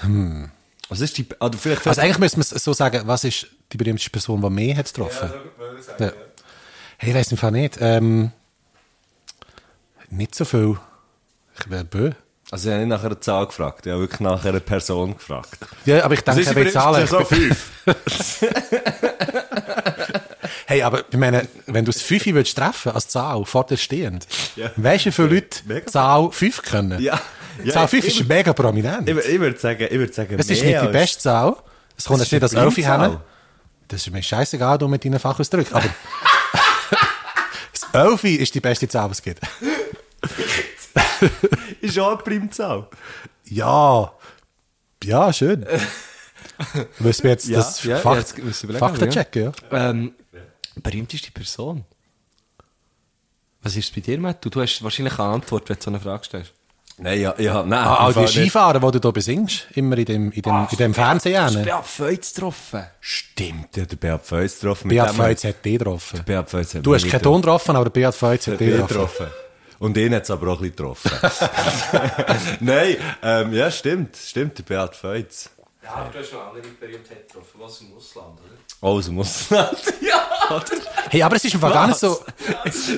Speaker 1: Hm. Was ist die, also vielleicht,
Speaker 5: Hm. Also eigentlich müsste man es so sagen, was ist die berühmteste Person, die mehr hat getroffen? Ja. Hey, ich weiss im Fall nicht. Ähm, nicht so viel. Ich wäre bö.
Speaker 1: also ich habe nicht nach einer Zahl gefragt, ich habe wirklich nach einer Person gefragt. Also,
Speaker 5: Ja, aber ich
Speaker 1: Was
Speaker 5: denke,
Speaker 1: ist die
Speaker 5: ich will zahlen. Ich
Speaker 1: berühmteste
Speaker 5: bin-
Speaker 1: Person?
Speaker 5: Hey, aber ich meine, wenn du das 5 willst treffen als Zahl, vor dir stehend, weißt du, wie viele Leute
Speaker 1: Mega.
Speaker 5: Zahl 5 können?
Speaker 1: Ja. Ja,
Speaker 5: Zahl 5
Speaker 1: ich-
Speaker 5: ist mega prominent.
Speaker 1: Ich, wür- ich würde sagen, ich würde sagen,
Speaker 5: Es ist
Speaker 1: mehr
Speaker 5: nicht die
Speaker 1: als-
Speaker 5: beste Zahl. Es kommt
Speaker 1: Das
Speaker 5: jetzt
Speaker 1: ist
Speaker 5: nicht als
Speaker 1: eine
Speaker 5: 11 hin.
Speaker 1: Primzahl.
Speaker 5: Das ist mir scheißegal, du mit deinen Fachausdrücken. Aber das 11 ist die beste Zahl, die es gibt.
Speaker 1: Ist auch eine Primzahl.
Speaker 5: Ja. Ja, schön. Müssen wir jetzt
Speaker 6: Ja,
Speaker 5: das
Speaker 6: ja,
Speaker 5: Fakt,
Speaker 6: jetzt müssen wir überlegen,
Speaker 5: Fakten
Speaker 6: ja.
Speaker 5: checken, ja.
Speaker 6: Ähm, berühmteste Person? Was ist es bei dir, Matt? Du, du hast wahrscheinlich eine Antwort, wenn du so eine Frage stellst.
Speaker 1: Nein, ja, ja, nein.
Speaker 5: Ah, all
Speaker 1: im Fall
Speaker 5: die
Speaker 1: also nicht.
Speaker 5: Skifahrer, die du da besingst, immer in dem, in dem, in dem Fernsehen.
Speaker 6: Das ist
Speaker 5: hin.
Speaker 6: Beat Feuz getroffen.
Speaker 1: Stimmt, ja, der Beat Feuz getroffen.
Speaker 5: Beat
Speaker 1: Mit dem-
Speaker 5: Feuz hat dich getroffen.
Speaker 1: Beat Feuz hat
Speaker 5: Du hast
Speaker 1: mich
Speaker 5: keinen Ton getroffen, aber Beat Feuz
Speaker 1: Hat
Speaker 5: hat dich
Speaker 1: ihn
Speaker 5: getroffen.
Speaker 1: getroffen. Und ihn hat es aber auch ein bisschen getroffen. Nein, ähm, ja, stimmt, stimmt, der Beat Feuz.
Speaker 6: Ja, aber du hast noch andere Berühmtheit getroffen, was im Ausland, oder?
Speaker 1: Oh, aus dem Ausland.
Speaker 5: Hey, aber es ist einfach gar nicht so...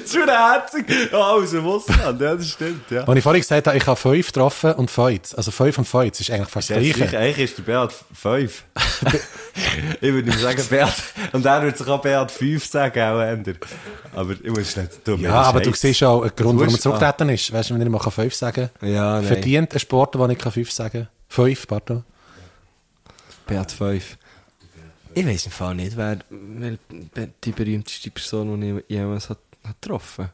Speaker 1: Zu herzig. Ja, aus dem Ausland, ja, das stimmt, ja.
Speaker 5: Als ich vorhin gesagt habe, ich habe fünf getroffen und Feuz. Also fünf und Feuz ist eigentlich fast das
Speaker 1: Ja,
Speaker 5: Gleiche.
Speaker 1: sicher, eigentlich ist der Beat 5. ich würde ihm sagen, Beat. Und er würde sich auch Beat 5 sagen, auch ändern. Aber ich muss schnell tun. mir
Speaker 5: Ja,
Speaker 1: das
Speaker 5: aber du
Speaker 1: heiß.
Speaker 5: siehst auch einen Grund, warum er
Speaker 1: musst-
Speaker 5: zurückgetreten ist. Weißt du, wenn ich mal fünf sagen kann.
Speaker 1: Ja, nein.
Speaker 5: Verdient ein Sport, den ich kann fünf sagen kann. Fünf, pardon.
Speaker 6: Beat 5. Ich weiß im Fall nicht, wer, wer die berühmteste Person, die ich jemals hat, hat getroffen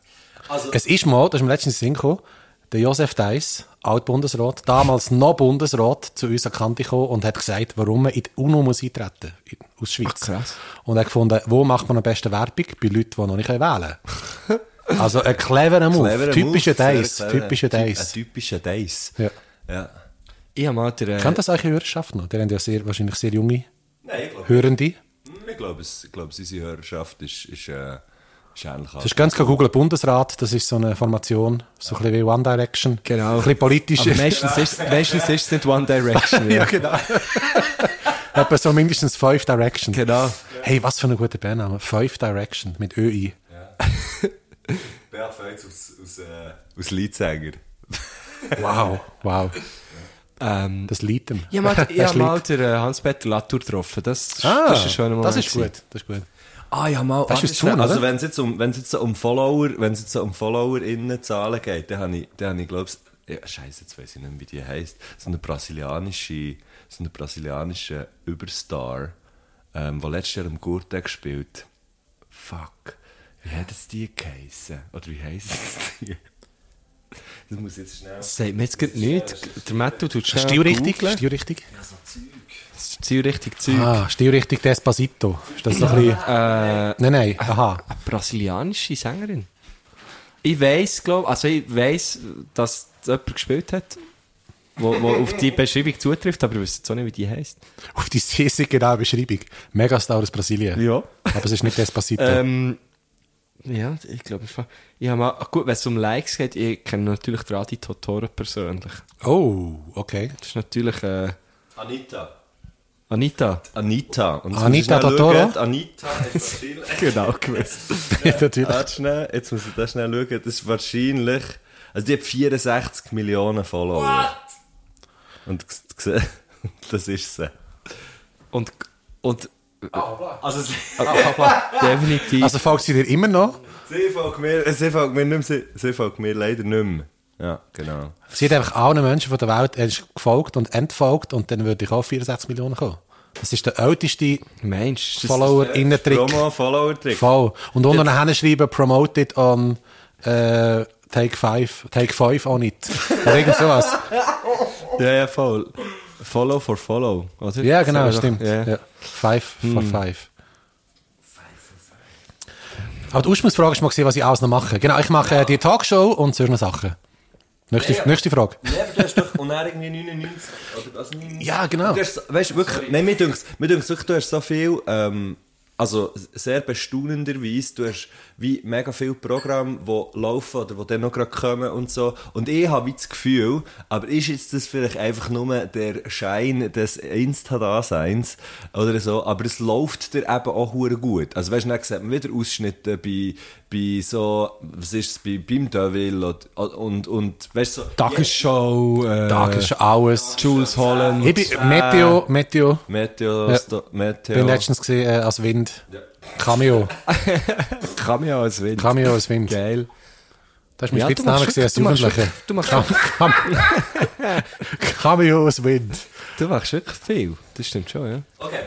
Speaker 6: habe.
Speaker 5: Es ist mal, das ist mir letztens in den Sinn gekommen, der Josef Deiss, Altbundesrat, damals noch Bundesrat, zu uns an die Kante gekommen und hat gesagt, warum er in die UNO muss eintreten in- aus Schweiz.
Speaker 6: Ach, krass.
Speaker 5: Und er hat gefunden, wo macht man am besten Werbung? Bei Leuten, die noch nicht wählen können. Also ein cleverer Move.
Speaker 1: Cleverer
Speaker 5: typischer
Speaker 1: Move, sehr
Speaker 5: Deiss.
Speaker 1: cleverer.
Speaker 5: Typischer
Speaker 1: Typ-
Speaker 5: Deiss.
Speaker 1: Ein typischer Deiss.
Speaker 5: Ja.
Speaker 1: ja.
Speaker 6: Ich habe mal den, äh,
Speaker 5: Kennt das eure Hörerschaft noch? Die haben ja sehr, wahrscheinlich sehr junge
Speaker 1: Nein, ich glaube,
Speaker 5: Hörende.
Speaker 1: ich glaube, es- ich glaube, unsere Hörerschaft ist, ist, äh, ist ähnlich.
Speaker 5: Das ist ganz kein Google Bundesrat, das ist so eine Formation, so ein bisschen wie One Direction.
Speaker 6: Genau.
Speaker 5: Ein bisschen politisch.
Speaker 6: aber meistens ist, meistens ist es nicht One Direction. ja.
Speaker 5: genau. Etwa so mindestens Five Direction.
Speaker 6: Genau.
Speaker 5: Hey, was für ein guter Bandname. Five Direction mit ÖI.
Speaker 1: Beat Feitz aus, aus, äh, aus Leadsänger.
Speaker 5: Wow, wow.
Speaker 6: Ähm,
Speaker 5: Das Lied. dem.
Speaker 6: ich habe mal, ich
Speaker 5: Das
Speaker 6: habe mal
Speaker 5: Lied.
Speaker 6: den äh, Hans-Peter Latour getroffen. Das, ist-
Speaker 5: Ah,
Speaker 6: das ist ein schöner Moment.
Speaker 5: Das ist
Speaker 6: gewesen.
Speaker 5: gut. Das ist gut.
Speaker 1: Ah, ja, mal.
Speaker 5: Das ist aus Thun,
Speaker 1: also,
Speaker 5: oder?
Speaker 1: wenn es jetzt um, wenn es jetzt so um Follower, wenn es jetzt so um Follower-Innen-Zahlen geht, dann habe ich, dann habe ich, glaub's, ja, Scheiße, jetzt weiß ich nicht mehr, wie die heisst. So eine brasilianische, so eine brasilianische Überstar, ähm, die letztes Jahr im Gurten gespielt. Fuck. Wie hat es die geheissen? Oder wie heisst es die? Das muss ich jetzt schnell.
Speaker 6: Das sagt mir jetzt gerade nicht. Der Matto tut schnell
Speaker 5: Stilrichtig.
Speaker 6: googeln.
Speaker 5: Stilrichtig.
Speaker 6: Stilrichtig Zeug.
Speaker 5: Ah, Stilrichtig Despacito. Ist das so ein bisschen...
Speaker 6: Äh,
Speaker 5: Nein, nein. Aha.
Speaker 6: Eine brasilianische Sängerin. Ich weiß, glaube also ich weiß, dass jemand gespielt hat, wo, wo auf die Beschreibung zutrifft, aber ich weiß jetzt auch nicht, wie die heißt.
Speaker 5: Auf die sehr, sehr genaue Beschreibung. Megastar aus Brasilien.
Speaker 6: Ja.
Speaker 5: Aber es ist nicht Despacito.
Speaker 6: Ähm, ja, ich glaube, ich, ich habe mal, ach gut, wenn es um Likes geht, ich kenne natürlich den Adi Totoro persönlich.
Speaker 5: Oh, okay.
Speaker 6: Das ist natürlich äh,
Speaker 1: Anita.
Speaker 6: Anita.
Speaker 1: Anita. Und jetzt
Speaker 5: Anita
Speaker 1: muss ich schnell
Speaker 5: Totoro?
Speaker 1: schauen. Anita ist
Speaker 6: Genau, gewusst.
Speaker 5: Ja, natürlich.
Speaker 1: Ah, schnell, jetzt muss ich das schnell schauen. Das ist wahrscheinlich. Also, die hat 64 Millionen Follower. Und g- g- das ist sie.
Speaker 6: Und, und
Speaker 1: Also, sie,
Speaker 6: definitiv.
Speaker 5: Also folgt sie dir immer noch?
Speaker 1: sie, folgt mir, sie folgt mir nicht mehr, sie, sie folgt mir leider nicht mehr. Ja, genau.
Speaker 5: Sie hat einfach allen Menschen von der Welt er ist gefolgt und entfolgt und dann würde ich auch 64 Millionen kommen. Das ist der älteste
Speaker 6: Mensch, das- äh,
Speaker 5: Follower-Innen-Trick.
Speaker 1: Promo-Follower-Trick.
Speaker 5: Voll. Und unten nachher schreiben, promoted on äh, Take 5, Take 5 on it. Oder irgend sowas.
Speaker 6: Ja, ja, voll. Follow for follow, oder?
Speaker 5: Ja, genau,
Speaker 6: Sagen wir doch, ja.
Speaker 5: stimmt.
Speaker 6: Hm.
Speaker 5: Ja. Five for five. Aber die Ursprungsfrage war mal, was ich alles noch mache. Genau, ich mache äh, die Talkshow und solche Sachen. Nächste, nächste Frage.
Speaker 1: Nee, aber du hast doch, und dann irgendwie 99, oder also 99.
Speaker 5: Ja, genau.
Speaker 1: Du hast, so- weißt du, wirklich, nein, mir dünkt's, mir dünkt's wirklich, du hast so viel, ähm, also sehr bestaunenderweise, du hast wie mega viele Programme, die laufen oder die dann noch gerade kommen und so. Und ich habe wie das Gefühl, aber ist jetzt das vielleicht einfach nur der Schein des Insta-Daseins oder so, aber es läuft dir eben auch hure gut. Also weißt du, dann sieht man wieder Ausschnitte bei, bei so, was ist es, bei, beim Deville und, und, und weißt du, so,
Speaker 6: Tagesshow, äh,
Speaker 5: Tag ist schon alles.
Speaker 6: Jules Holland. Äh,
Speaker 5: Ich bin, Meteo, Meteo.
Speaker 1: Meteo,
Speaker 5: Ja.
Speaker 1: Sto- Meteo.
Speaker 5: Bin letztens gesehen äh, als Wind. Cameo.
Speaker 6: Cameo als Wind.
Speaker 5: Cameo als Wind.
Speaker 6: Geil.
Speaker 5: Das war mein
Speaker 6: Ja, du
Speaker 5: Spitzname
Speaker 6: machst
Speaker 5: gewesen als
Speaker 6: wirklich- du machst
Speaker 5: Jugendlicher.
Speaker 6: wirklich- du machst
Speaker 5: Cam- Cam- Cameo als Wind.
Speaker 6: Du machst wirklich viel. Das stimmt schon, ja.
Speaker 1: Okay.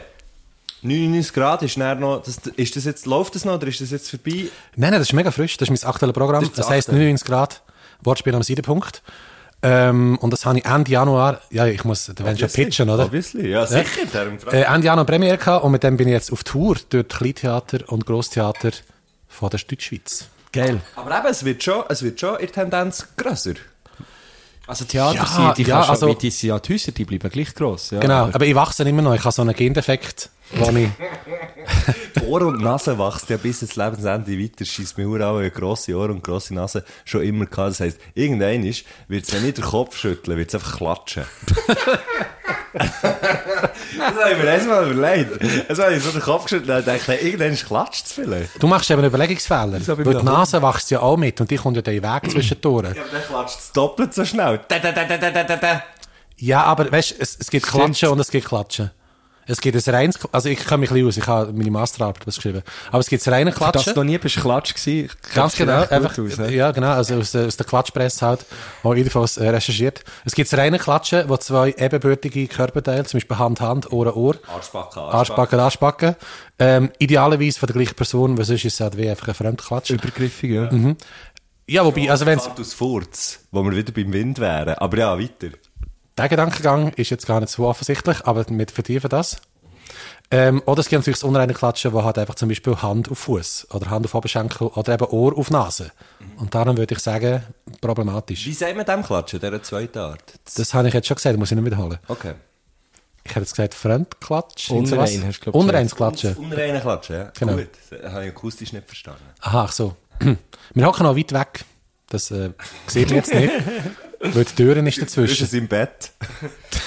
Speaker 1: 99 Grad ist dann noch, das, ist das jetzt, läuft das noch oder ist das jetzt vorbei?
Speaker 5: Nein, nein, das ist mega frisch. Das ist mein aktuelles Programm.
Speaker 1: Das ist
Speaker 5: Das,
Speaker 1: das
Speaker 5: heisst
Speaker 1: aktuelle.
Speaker 5: 99 Grad. Wortspiel am Seidenpunkt. Ähm, und das habe ich Ende Januar, ja, ich muss, da werden schon pitchen, oder?
Speaker 1: Obviously, ja, sicher. darum frage
Speaker 5: Äh, Ende Januar Premiere gehabt und mit dem bin ich jetzt auf Tour durch die Kleintheater und Grosstheater von der Deutschschweiz.
Speaker 6: Geil.
Speaker 1: ich. Aber eben, es wird schon, es wird schon in der Tendenz grösser.
Speaker 6: Also Theater
Speaker 5: Ja,
Speaker 6: sind, die,
Speaker 5: ja,
Speaker 6: kannst du-
Speaker 5: also-
Speaker 6: wie die, sind ja die Häuser, die bleiben gleich gross. Ja,
Speaker 5: Genau,
Speaker 6: aber-
Speaker 5: aber ich wachse immer noch. Ich habe so einen Gendefekt, wo ich...
Speaker 1: Ohr und Nase wächst ja bis ins Lebensende weiter. Scheiss mir auch eine grosse Ohr und grosse Nase schon immer gehabt. Das heisst, irgendein ist, wird es, wenn ich den Kopf schüttle, wird es einfach klatschen. das habe ich mir erstmal überlegt. Also, wenn ich so den Kopf geschüttelt habe, dachte ich, irgendwann klatscht es vielleicht.
Speaker 5: Du machst eben einen Überlegungsfehler.
Speaker 6: habe ich
Speaker 5: Weil die
Speaker 6: mir
Speaker 5: Nase wächst ja auch mit und die kommt ja den Weg zwischendurch.
Speaker 1: Ja, aber dann klatscht es doppelt so schnell. Da, da, da, da, da, da, da.
Speaker 5: Ja, aber weißt es, es gibt Klatschen und es gibt Klatschen. Es gibt ein reines... Kl- Also ich komme mich ein bisschen aus, ich habe meine Masterarbeit was geschrieben. Aber es gibt das reine
Speaker 6: Dass du
Speaker 5: Klatschen.
Speaker 6: noch nie bist Klatsch gewesen.
Speaker 5: Ganz
Speaker 6: kennst du
Speaker 5: genau,
Speaker 6: recht gut
Speaker 5: einfach,
Speaker 6: aus, ne?
Speaker 5: ja genau, also aus, der- aus der Klatschpresse halt, wo jedenfalls äh, recherchiert. Es gibt das reine Klatschen, wo zwei ebenbürtige Körperteile, zum Beispiel Hand, Hand, Ohr, Ohr,
Speaker 1: Arschbacken, Arschbacken.
Speaker 5: Arschbacken, Arschbacken, ähm, idealerweise von der gleichen Person, weil sonst ist es halt wie einfach ein Fremdklatsch.
Speaker 6: Übergriffig, ja.
Speaker 5: Mhm. Ja, wobei, also wenn's,
Speaker 1: Arschbacken. aus Furz, wo wir wieder beim Wind wären. Aber ja, weiter.
Speaker 5: der Gedankengang ist jetzt gar nicht so offensichtlich, aber wir vertiefen das. Ähm, oder es gibt natürlich das unreine Klatschen, wo halt einfach zum Beispiel Hand auf Fuß oder Hand auf Oberschenkel oder eben Ohr auf Nase. Und darum würde ich sagen, problematisch.
Speaker 1: Wie sagt man dem Klatschen, dieser zweiten Art?
Speaker 5: Das habe ich jetzt schon gesagt, muss ich nicht wiederholen.
Speaker 1: Okay.
Speaker 5: ich hätte jetzt gesagt, Fremdklatsch.
Speaker 6: Unrein,
Speaker 5: irgend sowas.
Speaker 6: hast du, glaub ich,
Speaker 5: Unreines
Speaker 1: Das
Speaker 5: Klatschen.
Speaker 1: unreine Klatschen, ja.
Speaker 5: Genau.
Speaker 1: Gut, das habe ich akustisch nicht verstanden.
Speaker 5: Aha, ach so. Wir hocken noch weit weg. Das äh, sieht man jetzt nicht. weil die Türen ist
Speaker 1: Ist
Speaker 5: dazwischen.
Speaker 1: es im Bett?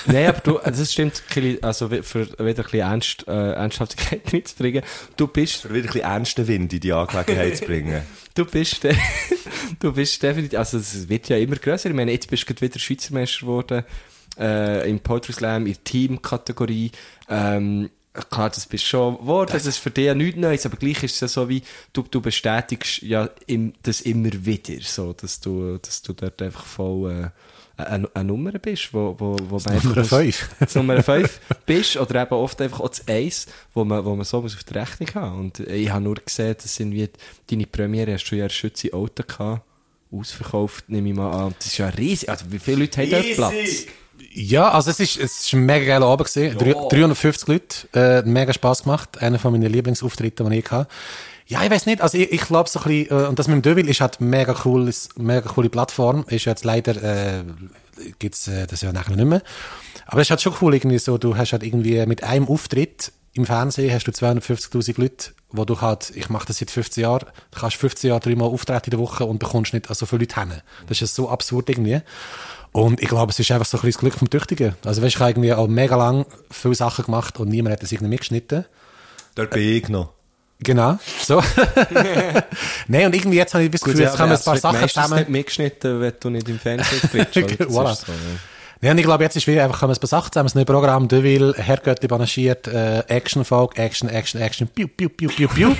Speaker 6: Nein, aber du, also das stimmt, Kili, also wi- für wieder ein bisschen Ernst, äh, Ernsthaftigkeit reinzubringen. Du bist,
Speaker 1: Für wieder ein bisschen ernsten Wind in die Angelegenheit zu bringen.
Speaker 6: du bist, de- du bist definitiv, also es wird ja immer grösser. Ich meine, jetzt bist du gerade wieder Schweizer Meister geworden, äh, im Poetry Slam, in der Team-Kategorie. Ähm, klar, das bist du schon geworden, das ist für dich ja nichts Neues, aber gleich ist es ja so wie, du, du bestätigst ja im, das immer wieder, so, dass du, dass du dort einfach voll, äh, eine, eine Nummer bist, wo, wo, wo man einfach
Speaker 5: Nummer
Speaker 6: muss-
Speaker 5: fünf.
Speaker 6: als Nummer 5 bist oder eben oft einfach auch das Eis, wo man, wo man so muss auf die Rechnung haben Und ich habe nur gesehen, das sind wie deine Premiere, hast du ja in Schütze Auto gehabt, ausverkauft, nehme ich mal an. Das ist ja riesig. Also wie viele Leute haben dort Platz?
Speaker 5: Ja, also es ist, es ist ein mega geiler Abend gewesen. Drei- 350 Leute. Äh, mega Spass gemacht. Einer von meinen Lieblingsauftritten, den ich hatte. Ja, ich weiß nicht. Also ich, ich glaube so ein bisschen, äh, und das mit dem Deville ist halt mega cool, mega coole Plattform. Ist jetzt leider, äh, gibt's äh, das ja nachher nicht mehr. Aber es ist halt schon cool irgendwie so, du hast halt irgendwie mit einem Auftritt im Fernsehen hast du 250'000 Leute, wo du halt, ich mache das seit 15 Jahren, du kannst 15 Jahre dreimal auftreten in der Woche und bekommst nicht an so viele Leute hin. Das ist ja so absurd irgendwie. Und ich glaube, es ist einfach so ein bisschen das Glück vom Tüchtigen. Also weißt, du, ich habe irgendwie auch mega lang viele Sachen gemacht und niemand hat das irgendwie mitgeschnitten.
Speaker 1: Dort bin ich noch.
Speaker 5: Genau, so. Nein, und irgendwie jetzt habe ich das Gefühl, jetzt kann man ein paar Sachen zusammen...
Speaker 6: nicht mitgeschnitten, wenn du nicht im Fernsehen trittst. oder? Das ist
Speaker 5: Voilà.
Speaker 6: so, ja.
Speaker 5: Ja, und ich glaube, jetzt ist wieder einfach, kann man ein paar Sachen zusammen, das neue Programm, Deville, Herrgöttli banaschiert, äh, Action Folk, Action, Action, Action, piu, piu, piu, piu, piu.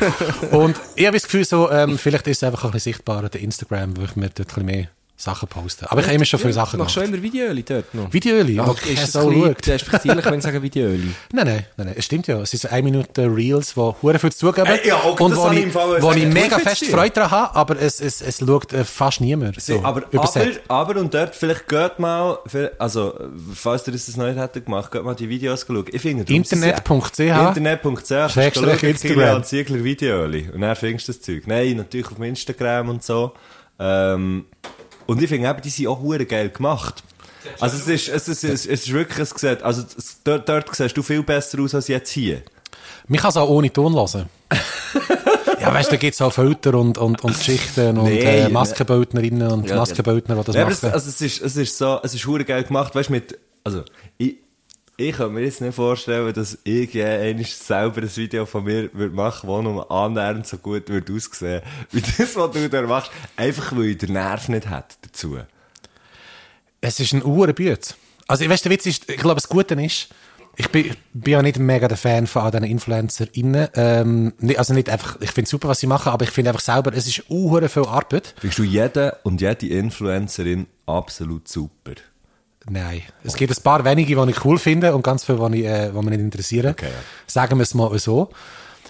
Speaker 5: und ich habe das Gefühl so, ähm, vielleicht ist es einfach ein bisschen sichtbarer, der Instagram, wo ich mir dort ein bisschen mehr Sachen poste. Aber ich habe immer schon viele
Speaker 6: Ja,
Speaker 5: Sachen
Speaker 6: Machst du
Speaker 5: gemacht.
Speaker 6: schon immer Videoli dort noch?
Speaker 5: Videoöli,
Speaker 6: Ja,
Speaker 5: ja,
Speaker 6: ist
Speaker 5: okay,
Speaker 6: das
Speaker 5: so
Speaker 6: ein bisschen
Speaker 5: schaut.
Speaker 6: despektierlich, wenn ich sage Videoli?
Speaker 5: Nein, nein, nein, nein, es stimmt ja. Es sind so 1 Minute Reels, die hure viel zugeben.
Speaker 1: Ey, Äh, ja, okay,
Speaker 5: und
Speaker 1: das
Speaker 5: wo
Speaker 1: habe
Speaker 5: ich,
Speaker 1: ich im Fall
Speaker 5: wo
Speaker 1: gesagt.
Speaker 5: ich
Speaker 1: Du
Speaker 5: mega
Speaker 1: findest
Speaker 5: fest
Speaker 1: sie?
Speaker 5: Freude daran habe, aber es, es, es schaut äh, fast niemand. So,
Speaker 1: aber, aber,
Speaker 5: übersetzt.
Speaker 1: aber und dort, vielleicht geht mal, vielleicht- also, äh, falls ihr das noch nicht hättet gemacht, geht mal die Videos schauen. Ich finde, darum sind sie-
Speaker 5: Internet.ch.
Speaker 1: Internet.ch. kannst du
Speaker 5: Schrägstrich
Speaker 1: schauen,
Speaker 5: Instagram.
Speaker 1: Kilian Ziegler Videoli. Und dann findest du das Zeug. Nein, natürlich auf dem Instagram und so. Ähm, und ich finde eben, die sind auch hure geil gemacht. Also es ist, es ist, es ist, es ist wirklich, es sieht, also es, dort, dort siehst du viel besser aus als jetzt hier.
Speaker 5: Man kann es auch ohne Ton hören. ja, weißt du, da gibt es auch Filter und, und, und Geschichten und
Speaker 1: Nee,
Speaker 5: äh,
Speaker 1: ne.
Speaker 5: Maskenbildnerinnen und
Speaker 1: Ja,
Speaker 5: Maskenbildner, die das
Speaker 1: Ja, aber es,
Speaker 5: machen.
Speaker 1: also es ist, es ist so, es ist hure geil gemacht, weißt du, mit, also, ich, ich kann mir jetzt nicht vorstellen, dass ich je einmal selber ein Video von mir würde machen würde, das nur annähernd so gut würde aussehen, wie das, was du da machst, einfach weil ich den Nerv nicht hätte dazu.
Speaker 5: Es ist ein Uhrenbüt. Also, weißt du, der Witz ist, ich glaube, das Gute ist, ich bin, bin ja nicht mega der Fan von all diesen InfluencerInnen. Ähm, nicht- also nicht einfach, ich finde super, was sie machen, aber ich finde einfach selber, es ist uhren viel Arbeit.
Speaker 1: Findest du jeden und jede Influencerin absolut super?
Speaker 5: Nein. Es gibt ein paar wenige, die ich cool finde und ganz viele, die, ich, äh, die mich nicht interessieren.
Speaker 1: Okay, ja.
Speaker 5: Sagen wir es mal so.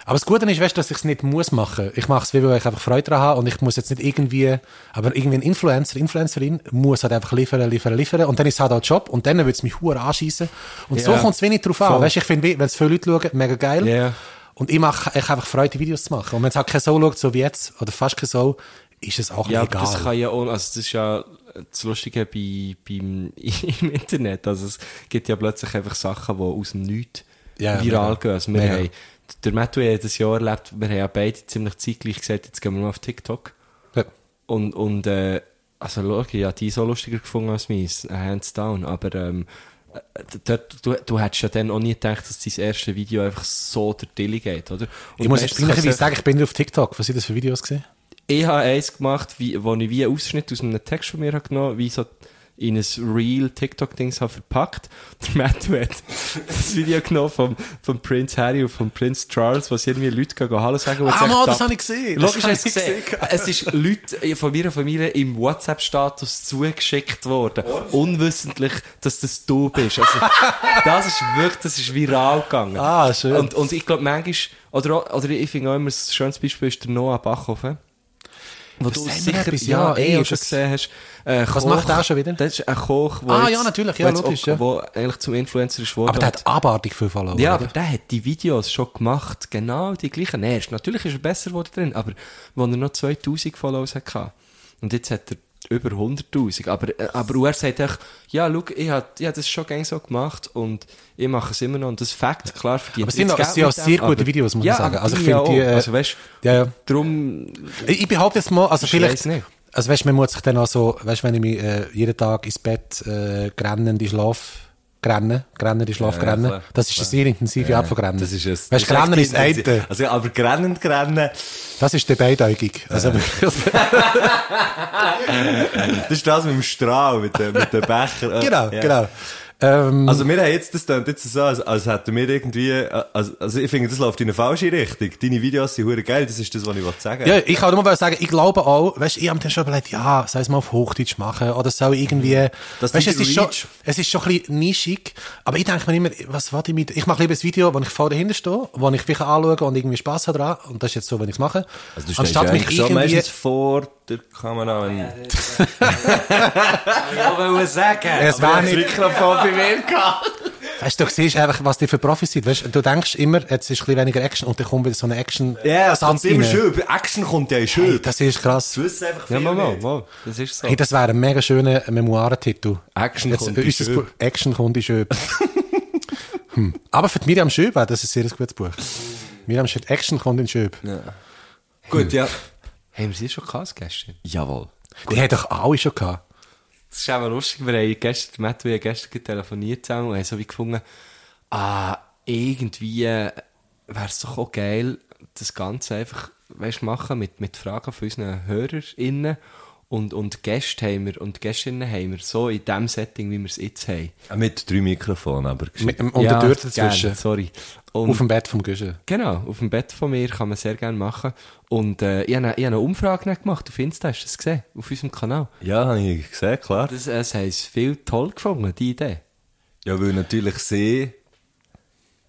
Speaker 5: Aber das Gute ist, weißt, du, dass ich es nicht muss machen. Ich mache es, weil ich einfach Freude daran habe und ich muss jetzt nicht irgendwie, aber irgendwie ein Influencer, Influencerin muss halt einfach liefern, liefern, liefern und dann ist es halt auch Job und dann wird es mich hure anschießen und so
Speaker 6: Ja.
Speaker 5: kommt es wenig drauf an.
Speaker 6: Voll.
Speaker 5: Weißt, du, ich finde, wenn es viele Leute schauen, mega geil.
Speaker 6: Ja.
Speaker 5: Und ich mache ich habe einfach Freude, Videos zu machen. Und wenn es halt keine Soul schaut, so wie jetzt, oder fast keine Soul, ist es auch
Speaker 6: Ja, aber
Speaker 5: egal.
Speaker 6: das kann ja auch, also das ist ja das Lustige bei, beim, im Internet. Also es gibt ja plötzlich einfach Sachen, die aus dem Nichts
Speaker 5: Ja,
Speaker 6: viral
Speaker 5: mega.
Speaker 6: gehen. Also wir
Speaker 5: Mega.
Speaker 6: haben, der Matthew hat das Jahr erlebt, wir haben ja beide ziemlich zeitgleich gesagt, jetzt gehen wir mal auf TikTok.
Speaker 5: Ja.
Speaker 6: Und, und äh, also schau, ich habe die so lustiger gefunden als meins, hands down. Aber ähm, äh, dort, du, du hättest ja dann auch nie gedacht, dass dein erstes Video einfach so der Dilly geht, oder? Und
Speaker 5: Ich muss
Speaker 6: meistens
Speaker 5: jetzt peinlicherweise
Speaker 6: kann's ja-
Speaker 5: sagen, ich bin nicht auf TikTok. Was sind das für Videos gesehen?
Speaker 6: ich habe eins gemacht, wie, wo ich wie einen Ausschnitt aus einem Text von mir habe genommen habe, wie so in ein real TikTok-Dings habe verpackt. Der Matthew hat das Video genommen vom, vom Prince Harry und vom Prince Charles, wo sie irgendwie Leute gehen, gehen Hallo sagen. und
Speaker 5: Ah,
Speaker 6: sagen,
Speaker 5: Mann,
Speaker 6: da-
Speaker 5: das habe ich gesehen. Das
Speaker 6: Logisch,
Speaker 5: habe
Speaker 6: hast du
Speaker 5: ich
Speaker 6: gesehen.
Speaker 5: gesehen.
Speaker 6: Es ist Leute äh, von meiner Familie im WhatsApp-Status zugeschickt worden. Unwissentlich, dass das du bist. Also, das ist wirklich, das ist viral gegangen.
Speaker 5: Ah, schön.
Speaker 6: Und, und ich glaube, manchmal, oder, auch- oder ich finde auch immer, ein schönes Beispiel ist der Noah Bachhofen. Wo
Speaker 5: Das
Speaker 6: du
Speaker 5: sagt mir
Speaker 6: sicher
Speaker 5: etwas.
Speaker 6: ja,
Speaker 5: Ja, ey,
Speaker 6: eh auch
Speaker 5: ist
Speaker 6: schon
Speaker 5: das-
Speaker 6: gesehen hast. Äh,
Speaker 5: Was macht er schon wieder?
Speaker 6: Das ist ein Koch, der
Speaker 5: Ah, ja, natürlich, ja,
Speaker 6: der jetzt
Speaker 5: logisch,
Speaker 6: auch,
Speaker 5: ja.
Speaker 6: wo eigentlich zum Influencer ist worden.
Speaker 5: Aber der
Speaker 6: und-
Speaker 5: hat abartig viel Follower.
Speaker 6: ja,
Speaker 5: oder?
Speaker 6: aber der hat die Videos schon gemacht, genau die gleichen. Nee, ist, natürlich ist er besser geworden drin, aber wo er noch 2000 Follows hatte. Und jetzt hat er über 100.000. Aber, äh, aber er sagt echt, ja, schau, ich habe ich hab das schon gerne so gemacht und ich mache es immer noch. Und das Fakt, klar, verdient
Speaker 5: Aber es sind
Speaker 6: jetzt
Speaker 5: auch-
Speaker 6: Geld
Speaker 5: es sind auch
Speaker 6: mit dem,
Speaker 5: sehr gute
Speaker 6: aber-
Speaker 5: Videos, muss
Speaker 6: ja,
Speaker 5: ich sagen.
Speaker 6: aber
Speaker 5: Also ich
Speaker 6: die ja
Speaker 5: finde die,
Speaker 6: auch.
Speaker 5: äh,
Speaker 6: also weißt,
Speaker 5: ja, ja.
Speaker 6: drum,
Speaker 5: Ich, ich behaupte jetzt mal, also
Speaker 6: Ich weiss
Speaker 5: vielleicht,
Speaker 6: nicht.
Speaker 5: also weißt, man muss sich dann auch so, weißt, wenn ich mich äh, jeden Tag ins Bett äh, grennen, die Schlaf grennen, grennen, die Schlaf
Speaker 1: Ja,
Speaker 5: grennen,
Speaker 1: klar,
Speaker 5: das ist eine sehr intensive Art von grennen.
Speaker 1: Das ist es.
Speaker 5: Weißt, grennen ist das eine,
Speaker 1: Also, aber grennend, grennen,
Speaker 5: das ist der Beidäugig. Also,
Speaker 1: das ist das mit dem Strahl, mit dem, mit dem Becher. äh,
Speaker 5: genau,
Speaker 1: ja.
Speaker 5: genau. Ähm,
Speaker 1: Also wir haben jetzt, das klingt jetzt so, als, als hätten wir irgendwie, äh, also, also ich finde, das läuft in eine falsche Richtung. Deine Videos sind hure geil, das ist das, was ich wollte sagen
Speaker 5: Ja, ich kann nur mal sagen, ich glaube auch, weißt, ich habe mir dann schon überlegt, ja, soll ich es mal auf Hochdeutsch machen oder soll ich irgendwie,
Speaker 1: Dass
Speaker 5: weißt,
Speaker 1: die
Speaker 5: es ist,
Speaker 1: Mhm. Reach-
Speaker 5: schon, es ist schon ein bisschen nischig, aber ich denke mir immer, was will ich mit, ich mache lieber ein Video, wo ich voll dahinter stehe, wo ich wirklich anschaue und irgendwie Spass habe dran und das ist jetzt so, wenn ich es mache,
Speaker 1: Also du stehst ja eigentlich schon meistens vor der Kamera. wenn-
Speaker 5: es wäre
Speaker 1: Aber ich hab
Speaker 5: nicht,
Speaker 1: Mikrofon bei mir gehabt.
Speaker 5: weißt, du siehst einfach, was die für Profis sind, weißt, du denkst immer, jetzt ist ein bisschen weniger Action und dann kommt wieder so eine Action,
Speaker 1: Ja, es
Speaker 5: Satz
Speaker 1: kommt immer
Speaker 5: rein.
Speaker 1: schön. Bei Action kommt ja schön.
Speaker 5: Hey, das ist krass.
Speaker 1: das wissen einfach
Speaker 6: ja,
Speaker 1: viele
Speaker 6: mal, mal,
Speaker 1: nicht.
Speaker 6: mal, das ist so.
Speaker 5: Hey, das wäre ein mega schöner Memoirentitel.
Speaker 6: Action
Speaker 5: Jetzt,
Speaker 6: Kunde
Speaker 5: äh, unser
Speaker 6: Schöb.
Speaker 5: Buch- Action Kunde Schöb. hm. Aber für die Miriam Schöb wäre das ein sehr gutes Buch. Miriam Schöb, Action Kunde Schöb.
Speaker 1: Gut, ja.
Speaker 6: Haben wir sie schon gehabt gestern?
Speaker 1: Jawohl.
Speaker 5: Die hat doch alle schon gehabt.
Speaker 6: Das ist auch lustig, wir haben gestern, Matt und ich haben gestern telefoniert zusammen und haben so wie gefunden, ah, irgendwie wäre es doch auch geil, das Ganze einfach, weißt machen mit, mit Fragen von unseren HörerInnen und, und Gäste haben wir, und Gästinnen haben wir, so in dem Setting, wie wir es jetzt haben.
Speaker 1: Mit drei Mikrofonen, aber
Speaker 5: Mit, und der Tür dazwischen.
Speaker 6: gerne, sorry. Und
Speaker 5: Auf dem Bett vom Güschen.
Speaker 6: Genau, auf dem Bett von mir kann man sehr gerne machen. Und äh, ich habe eine, ich habe eine Umfrage dann gemacht auf Insta, hast du das gesehen? Auf unserem Kanal.
Speaker 1: Ja, habe ich gesehen, klar.
Speaker 6: Das, äh, das haben es viel toll gefunden, die Idee.
Speaker 1: Ja, weil natürlich sie...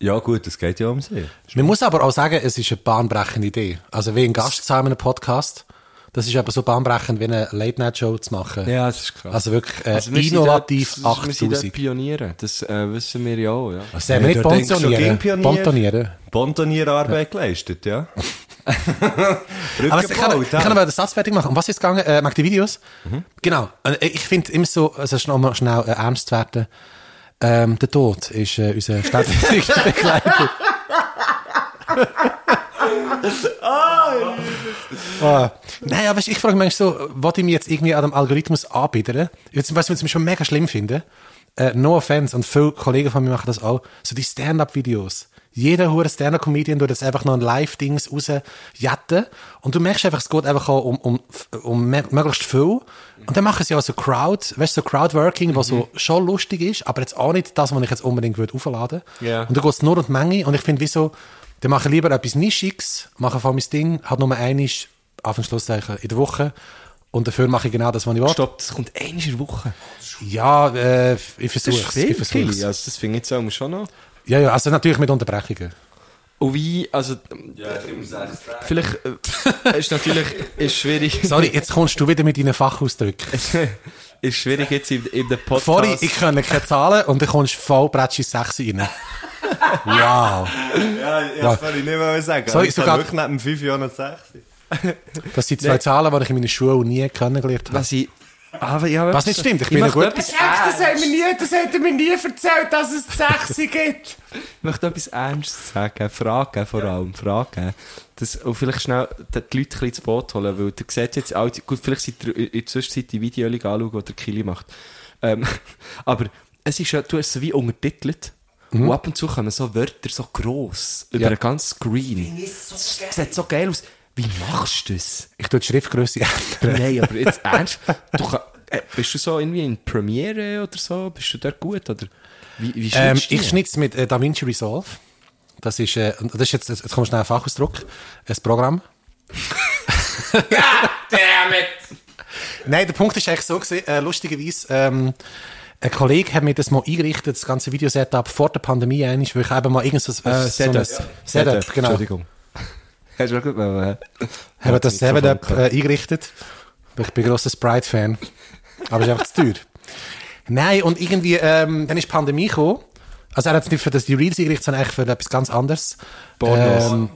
Speaker 1: Ja gut, es geht ja um sie.
Speaker 5: Man muss aber auch sagen, es ist eine bahnbrechende Idee. Also wie ein Gast zusammen einen Podcast. Das ist aber so bahnbrechend wie eine Late-Night-Show zu machen.
Speaker 6: Ja, das ist krass.
Speaker 5: Also wirklich äh,
Speaker 6: wir sind
Speaker 5: innovativ
Speaker 6: dort- Wir sind dort
Speaker 5: 8000.
Speaker 6: Pioniere, das äh, wissen wir ja auch. Ja.
Speaker 5: Das haben wir nicht
Speaker 1: Dort denkst du schon gegen
Speaker 5: bontonieren.
Speaker 1: Pionier.
Speaker 5: Bontonieren.
Speaker 1: Bontonierarbeit geleistet, ja.
Speaker 5: Aber es- ich kann, ich
Speaker 1: Brückenbaut,
Speaker 5: kann
Speaker 1: ja.
Speaker 5: aber den Satz fertig machen. Um was ist es gegangen? Äh, mag die Videos? Genau. Äh, Ich finde immer so, also schnell mal schnell äh, ernst zu werden. Ähm, der Tod ist äh, unser statistischer Begleiter. Ah. Nein, aber ich frage mich manchmal so, was ich mich jetzt irgendwie an dem Algorithmus anbiedere. Jetzt, was ich zum Beispiel mega schlimm finde, äh, no offense, und viele Kollegen von mir machen das auch, so die Stand-Up-Videos. Jeder hure Stand-Up-Comedian tut jetzt einfach noch ein Live-Dings rausjetten. Und du merkst einfach, es geht einfach auch um, um, um me- möglichst viel. Und dann machen sie auch so Crowd, weißt du, so Crowdworking, was so schon lustig ist, aber jetzt auch nicht das, was ich jetzt unbedingt würde aufladen
Speaker 6: Ja.
Speaker 5: Und da geht es nur um die Menge. Und ich finde, wieso, dann mache ich lieber etwas Nischiges, mache vor mein Ding, hat nur einmal auf den Schlusszeichen in der Woche. Und dafür mache ich genau das, was ich will.
Speaker 6: Stopp, das kommt einmal in der Woche.
Speaker 5: Ja, äh, ich versuche es. Ich versuche
Speaker 6: viel. Also, das finde ich jetzt auch schon noch.
Speaker 5: Ja, ja, also natürlich mit Unterbrechungen.
Speaker 6: Und wie, also... Ja, Vielleicht äh, ist natürlich ist schwierig...
Speaker 5: Sorry, jetzt kommst du wieder mit deinen Fachausdrücken.
Speaker 6: ist schwierig jetzt in, in den Podcast...
Speaker 5: Sorry, ich kann keine Zahlen und dann kommst du voll Bretschis 6 rein. Wow.
Speaker 1: Ja, ich wollte nicht mehr sagen.
Speaker 5: Sorry,
Speaker 1: ich
Speaker 5: sogar-
Speaker 1: kann wirklich neben dem 5 Jahren 6.
Speaker 5: Das sind zwei Zahlen, die ich in meiner Schule nie kennengelernt habe.
Speaker 6: Was ich. Ah, Aber, ja,
Speaker 5: Was nicht stimmt, ich bin ein
Speaker 6: möchte
Speaker 5: guter-
Speaker 6: etwas
Speaker 5: das
Speaker 6: Ernstes-
Speaker 5: hat mir nie, das hat er mir nie erzählt, dass es 6 gibt.
Speaker 6: Ich möchte etwas Ernstes sagen, Fragen vor allem, Fragen. Das, und vielleicht schnell die Leute ein bisschen ins Boot holen, weil ihr seht jetzt auch, gut, vielleicht seid ihr in der Zwischenzeit die Videolink anschauen, die der Kili macht. Ähm, aber es ist ja, du hast es wie untertitelt. Und ab und zu kommen so Wörter so gross über
Speaker 5: Mhm. Ja.
Speaker 6: einen ganzen Screen. Das sieht so geil aus. Wie machst du das?
Speaker 5: Ich tue die Schriftgröße ändern.
Speaker 6: Nein, aber jetzt ernst. Du kann, äh, bist du so irgendwie in Premiere oder so? Bist du dort gut? Oder wie, wie
Speaker 5: Ähm,
Speaker 6: schnittst du
Speaker 5: ich
Speaker 6: die?
Speaker 5: schnitte es mit äh, DaVinci Resolve. Das ist, äh, und das ist jetzt, jetzt kommt schnell ein Fachausdruck, ein Programm. Nein, der Punkt ist eigentlich so gewesen, äh, lustigerweise, ähm, ein Kollege hat mir das mal eingerichtet, das ganze Videosetup vor der Pandemie eigentlich, weil ich eben mal irgendwas,
Speaker 6: Äh, Setup.
Speaker 5: So ein, Setup, genau.
Speaker 6: Entschuldigung. Hast du auch gut wollen, hä?
Speaker 5: Haben das
Speaker 6: Mikrofon
Speaker 5: Setup äh, eingerichtet. Weil ich bin grosser Sprite-Fan. Aber es ist einfach zu teuer. Nein, und irgendwie, ähm, dann ist die Pandemie gekommen. Also er hat es nicht für das die Reels eingerichtet, sondern eigentlich für etwas ganz anderes.
Speaker 6: Pornos.
Speaker 5: Ähm,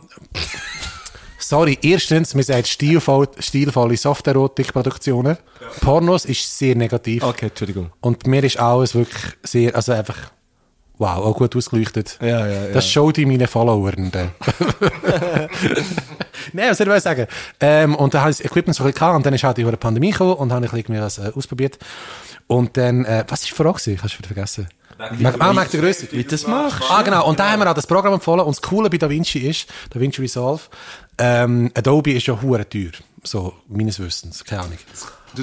Speaker 5: sorry, erstens, man sagt stilvoll, stilvolle Soft-Erotik-Produktionen. Pornos ist sehr negativ.
Speaker 6: Okay, Entschuldigung.
Speaker 5: Und mir ist alles wirklich sehr, also einfach, wow, auch gut ausgeleuchtet.
Speaker 6: Ja, ja, ja.
Speaker 5: Das schaut in meinen Followern. dann. Nein, was soll ich sagen? Ähm, und dann habe ich das Equipment so ein bisschen gehabt, und dann ist halt die hure Pandemie gekommen und dann habe ich mir das äh, ausprobiert. Und dann, äh, was war die Frage? gewesen? Ich habe es wieder vergessen. Mag, ah, mag der Größe.
Speaker 6: Wie du das machst?
Speaker 5: Ah, genau. Und da haben wir auch das Programm empfohlen. Und das Coole bei DaVinci ist, DaVinci Resolve, ähm, Adobe ist ja hure teuer. So, meines Wissens. Keine Ahnung.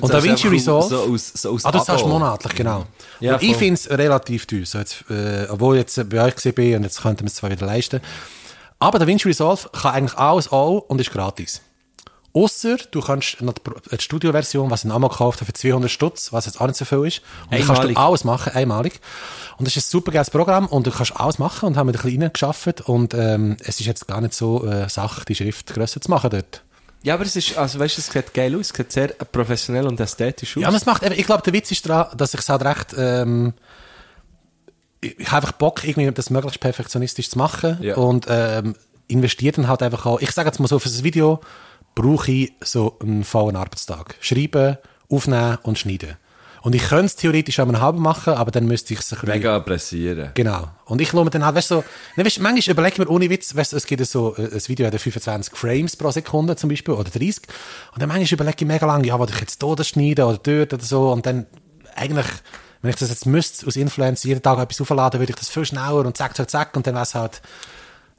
Speaker 5: und DaVinci Resolve.
Speaker 1: So aus, so aus
Speaker 5: Ah, du zahlst
Speaker 1: Abo.
Speaker 5: monatlich, genau.
Speaker 6: Ja,
Speaker 5: und ich
Speaker 6: voll.
Speaker 5: finde es relativ teuer. So jetzt, äh, obwohl ich jetzt äh, bei euch gewesen bin und jetzt könnten wir es zwar wieder leisten. Aber der DaVinci Resolve kann eigentlich alles auch und ist gratis. Ausser du kannst noch die Pro- die Studio-Version, was ich einmal gekauft habe, für 200 Stutz, was jetzt auch nicht so viel ist. Und dann kannst
Speaker 6: Einmalig.
Speaker 5: du alles machen, einmalig. Und das ist ein super geiles Programm und du kannst alles machen und haben mit ein bisschen reingeschafft. Und ähm, es ist jetzt gar nicht so äh, Sache, die Schrift grösser zu machen dort.
Speaker 6: Ja, aber es ist, also weißt du, es sieht geil aus, es sieht sehr professionell und ästhetisch aus.
Speaker 5: Ja, aber es macht, eben- ich glaube, der Witz ist daran, dass ich es halt recht, ähm, ich, ich habe einfach Bock, irgendwie das möglichst perfektionistisch zu machen
Speaker 1: Ja.
Speaker 5: und ähm, investiere dann halt einfach auch, ich sage jetzt mal so, für das Video brauche ich so einen vollen Arbeitstag. Schreiben, aufnehmen und schneiden. Und ich könnte es theoretisch an einem halben machen, aber dann müsste ich es ein bisschen...
Speaker 1: Mega pressieren.
Speaker 5: Genau. Und ich schaue mir dann halt, weißt du, so, ne, weißt, du, manchmal überlege ich mir ohne Witz, weißt du, es gibt so äh, ein Video, hat 25 Frames pro Sekunde zum Beispiel oder 30. Und dann manchmal überlege ich mega lange, ja, was ich jetzt hier das schneiden oder dort oder so. Und dann eigentlich, wenn ich das jetzt müsste, aus Influencer jeden Tag etwas aufladen, würde ich das viel schneller und zack, zack, zack. Und dann wäre es halt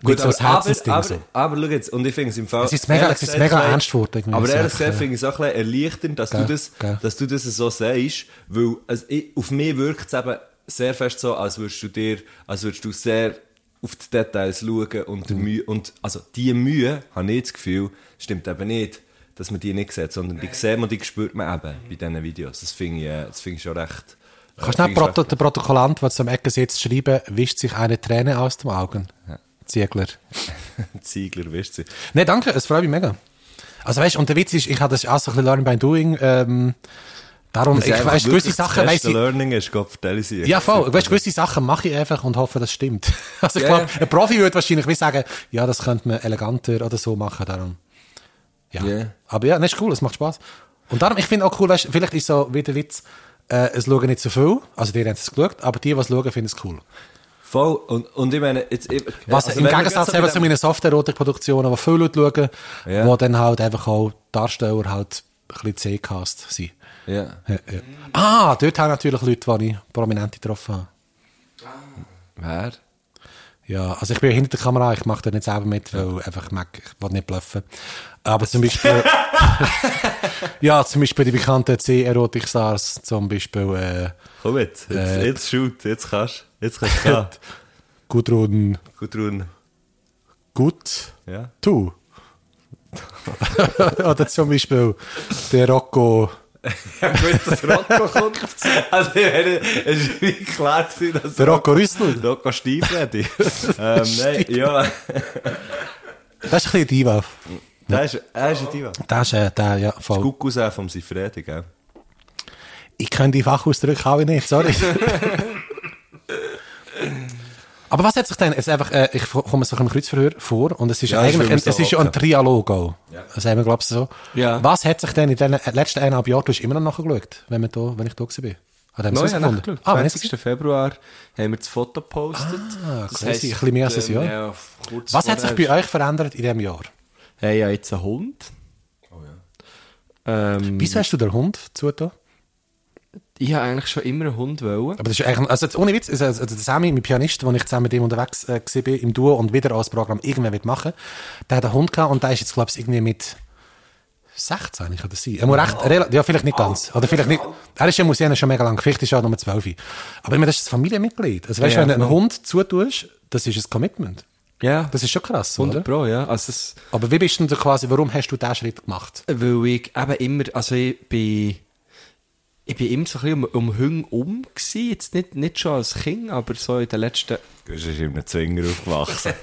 Speaker 1: Gut,
Speaker 5: nicht so ein Herzensding.
Speaker 1: aber,
Speaker 5: so.
Speaker 1: aber schau jetzt, und ich finde es im Fall...
Speaker 5: Es ist mega-
Speaker 1: ehrlich
Speaker 5: es ist
Speaker 1: gesagt,
Speaker 5: mega
Speaker 1: vielleicht-
Speaker 5: ernst geworden, irgendwie.
Speaker 1: Aber
Speaker 5: Es ist
Speaker 1: ehrlich
Speaker 5: echt,
Speaker 1: gesagt
Speaker 5: äh,
Speaker 1: finde ich es auch ein bisschen erleichternd, dass,
Speaker 5: Gell,
Speaker 1: du das,
Speaker 5: gell.
Speaker 1: dass du das so sagst, weil also ich, auf mich wirkt es eben sehr fest so, als würdest du dir, als würdest du sehr auf die Details schauen und,
Speaker 5: Mhm.
Speaker 1: die Mühe, und also die Mühe, habe ich das Gefühl, stimmt eben nicht, dass man die nicht sieht, sondern die sieht man, die spürt man eben bei diesen Videos. Das finde ich, äh, das finde ich schon recht... äh,
Speaker 5: Kannst
Speaker 1: finde
Speaker 5: du nicht
Speaker 1: ich schon
Speaker 5: Proto der Protokollant, der zum Ecken sitzt, schreiben, wischt sich eine Träne aus dem Augen. Ziegler.
Speaker 1: recht- Ziegler, weißt du.
Speaker 5: Nein, danke, es freut mich mega. Also weißt du, und der Witz ist, ich habe das auch so ein bisschen Learn by Doing. Ähm, darum, ich
Speaker 1: einfach
Speaker 5: weiss, gewisse
Speaker 1: wirklich das
Speaker 5: Sachen weiss
Speaker 1: beste
Speaker 5: ich...
Speaker 1: Learning ist, Gott, vertelle sie.
Speaker 5: Ja, voll. Weißt, gewisse Sachen mache ich einfach und hoffe, das stimmt. Also ich
Speaker 1: Ja,
Speaker 5: glaube, ein Profi würde wahrscheinlich wie sagen, ja, das könnte man eleganter oder so machen, darum. Ja.
Speaker 1: Ja.
Speaker 5: Aber ja, das ist cool, es macht Spaß. Und darum, ich finde auch cool, weißt, vielleicht ist so wie der Witz, äh, es schauen nicht so viel, also die haben es geschaut, aber die, die es schauen, finden es cool.
Speaker 1: Voll, und, und ich meine, jetzt... Ich,
Speaker 5: Was
Speaker 1: also
Speaker 5: im
Speaker 1: wenn wir
Speaker 5: Gegensatz
Speaker 1: gerade
Speaker 5: eben
Speaker 1: mit
Speaker 5: zu meinen Soft-Erotik-Produktionen, wo viele Leute schauen,
Speaker 1: Ja.
Speaker 5: wo dann halt einfach auch die Darsteller halt ein bisschen C-Cast sind.
Speaker 1: dem- Ja.
Speaker 5: Ja, ja. Ah, dort haben natürlich Leute, die ich prominente getroffen habe.
Speaker 1: Wer?
Speaker 5: Ja, also ich bin hinter der Kamera, ich mache da nicht selber mit, weil einfach, ich, mag, ich will nicht bluffen. Aber zum Beispiel, ja, zum Beispiel die bekannten C-Erotik-Stars, zum Beispiel äh,
Speaker 1: Komm jetzt, jetzt,
Speaker 5: Äh,
Speaker 1: jetzt shoot, jetzt kannst du. Jetzt kannst du gehen.
Speaker 5: Gudrun
Speaker 1: Gudrun,
Speaker 5: Gut.
Speaker 1: ja.
Speaker 5: Du. Oder zum Beispiel der Rocco.
Speaker 1: Ich wusste, dass Rocco kommt. Also, ich meine, es ist wie klar, gewesen, dass
Speaker 5: Der Rocco Rüssel.
Speaker 1: Rocco Stiefredi. ähm, nein, ja.
Speaker 5: Das ist ein bisschen Diva.
Speaker 1: Der ist, er ist ein Diva.
Speaker 5: Das ist äh, der, ja, voll.
Speaker 1: Gut Cousin vom Sifredi, gell?
Speaker 5: Ich kenne die Fachausdrücke auch nicht, sorry. Aber was hat sich denn, es ist einfach, äh, ich komme so ein Kreuzverhör vor und es ist
Speaker 1: Ja, das
Speaker 5: eigentlich,
Speaker 1: will
Speaker 5: ein,
Speaker 1: man so
Speaker 5: es ist ja ein
Speaker 1: hocken.
Speaker 5: Trialog auch. sagen wir, glaube ich, so.
Speaker 6: Ja.
Speaker 5: Was hat sich denn in den letzten eineinhalb Jahren, du hast immer noch nachgeschaut, wenn, wir da, wenn ich da war? Hat er
Speaker 6: Neu,
Speaker 5: es
Speaker 6: ja,
Speaker 5: gefunden?
Speaker 6: nachgeschaut.
Speaker 5: Ah, wenn ich's
Speaker 6: 20. Februar haben wir das Foto gepostet. ähm,
Speaker 5: Ah, crazy. Ein bisschen mehr als ein Jahr.
Speaker 6: ja, kurz
Speaker 5: Was hat sich
Speaker 6: vorher-
Speaker 5: bei euch verändert in diesem Jahr?
Speaker 6: Hey, ja, jetzt einen Hund. Oh ja. Ähm,
Speaker 5: Wieso hast du den Hund zugetan?
Speaker 6: ich habe eigentlich schon immer einen Hund wollen.
Speaker 5: Aber das ist eigentlich, also jetzt ohne Witz, also, also der Sammy, mein Pianist, wo ich zusammen mit ihm unterwegs äh, war, bin, im Duo und wieder als Programm irgendwann wird machen, der hat einen Hund gehabt und der ist jetzt, glaube ich, irgendwie mit 16, kann das sein? Er muss recht, rela- ja, vielleicht nicht ganz. Oder vielleicht nicht, er ist ja muss ja schon mega lang, vielleicht ist er auch nur 12. Aber ich meine, das ist ein Familienmitglied. Also weißt du,
Speaker 6: Ja,
Speaker 5: wenn du einen
Speaker 6: voll.
Speaker 5: Hund zutust, das ist ein Commitment.
Speaker 6: Ja,
Speaker 5: Das ist schon krass,
Speaker 6: 100
Speaker 5: oder?
Speaker 6: Pro, ja. Also es,
Speaker 5: Aber wie bist du denn quasi, warum hast du diesen Schritt gemacht?
Speaker 6: weil ich eben immer, also ich bin, ich bin immer so ein bisschen um, um Hüng um gewesen. Jetzt nicht, nicht schon als Kind, aber so in den letzten...
Speaker 1: Du bist in einem Zwinger aufgewachsen.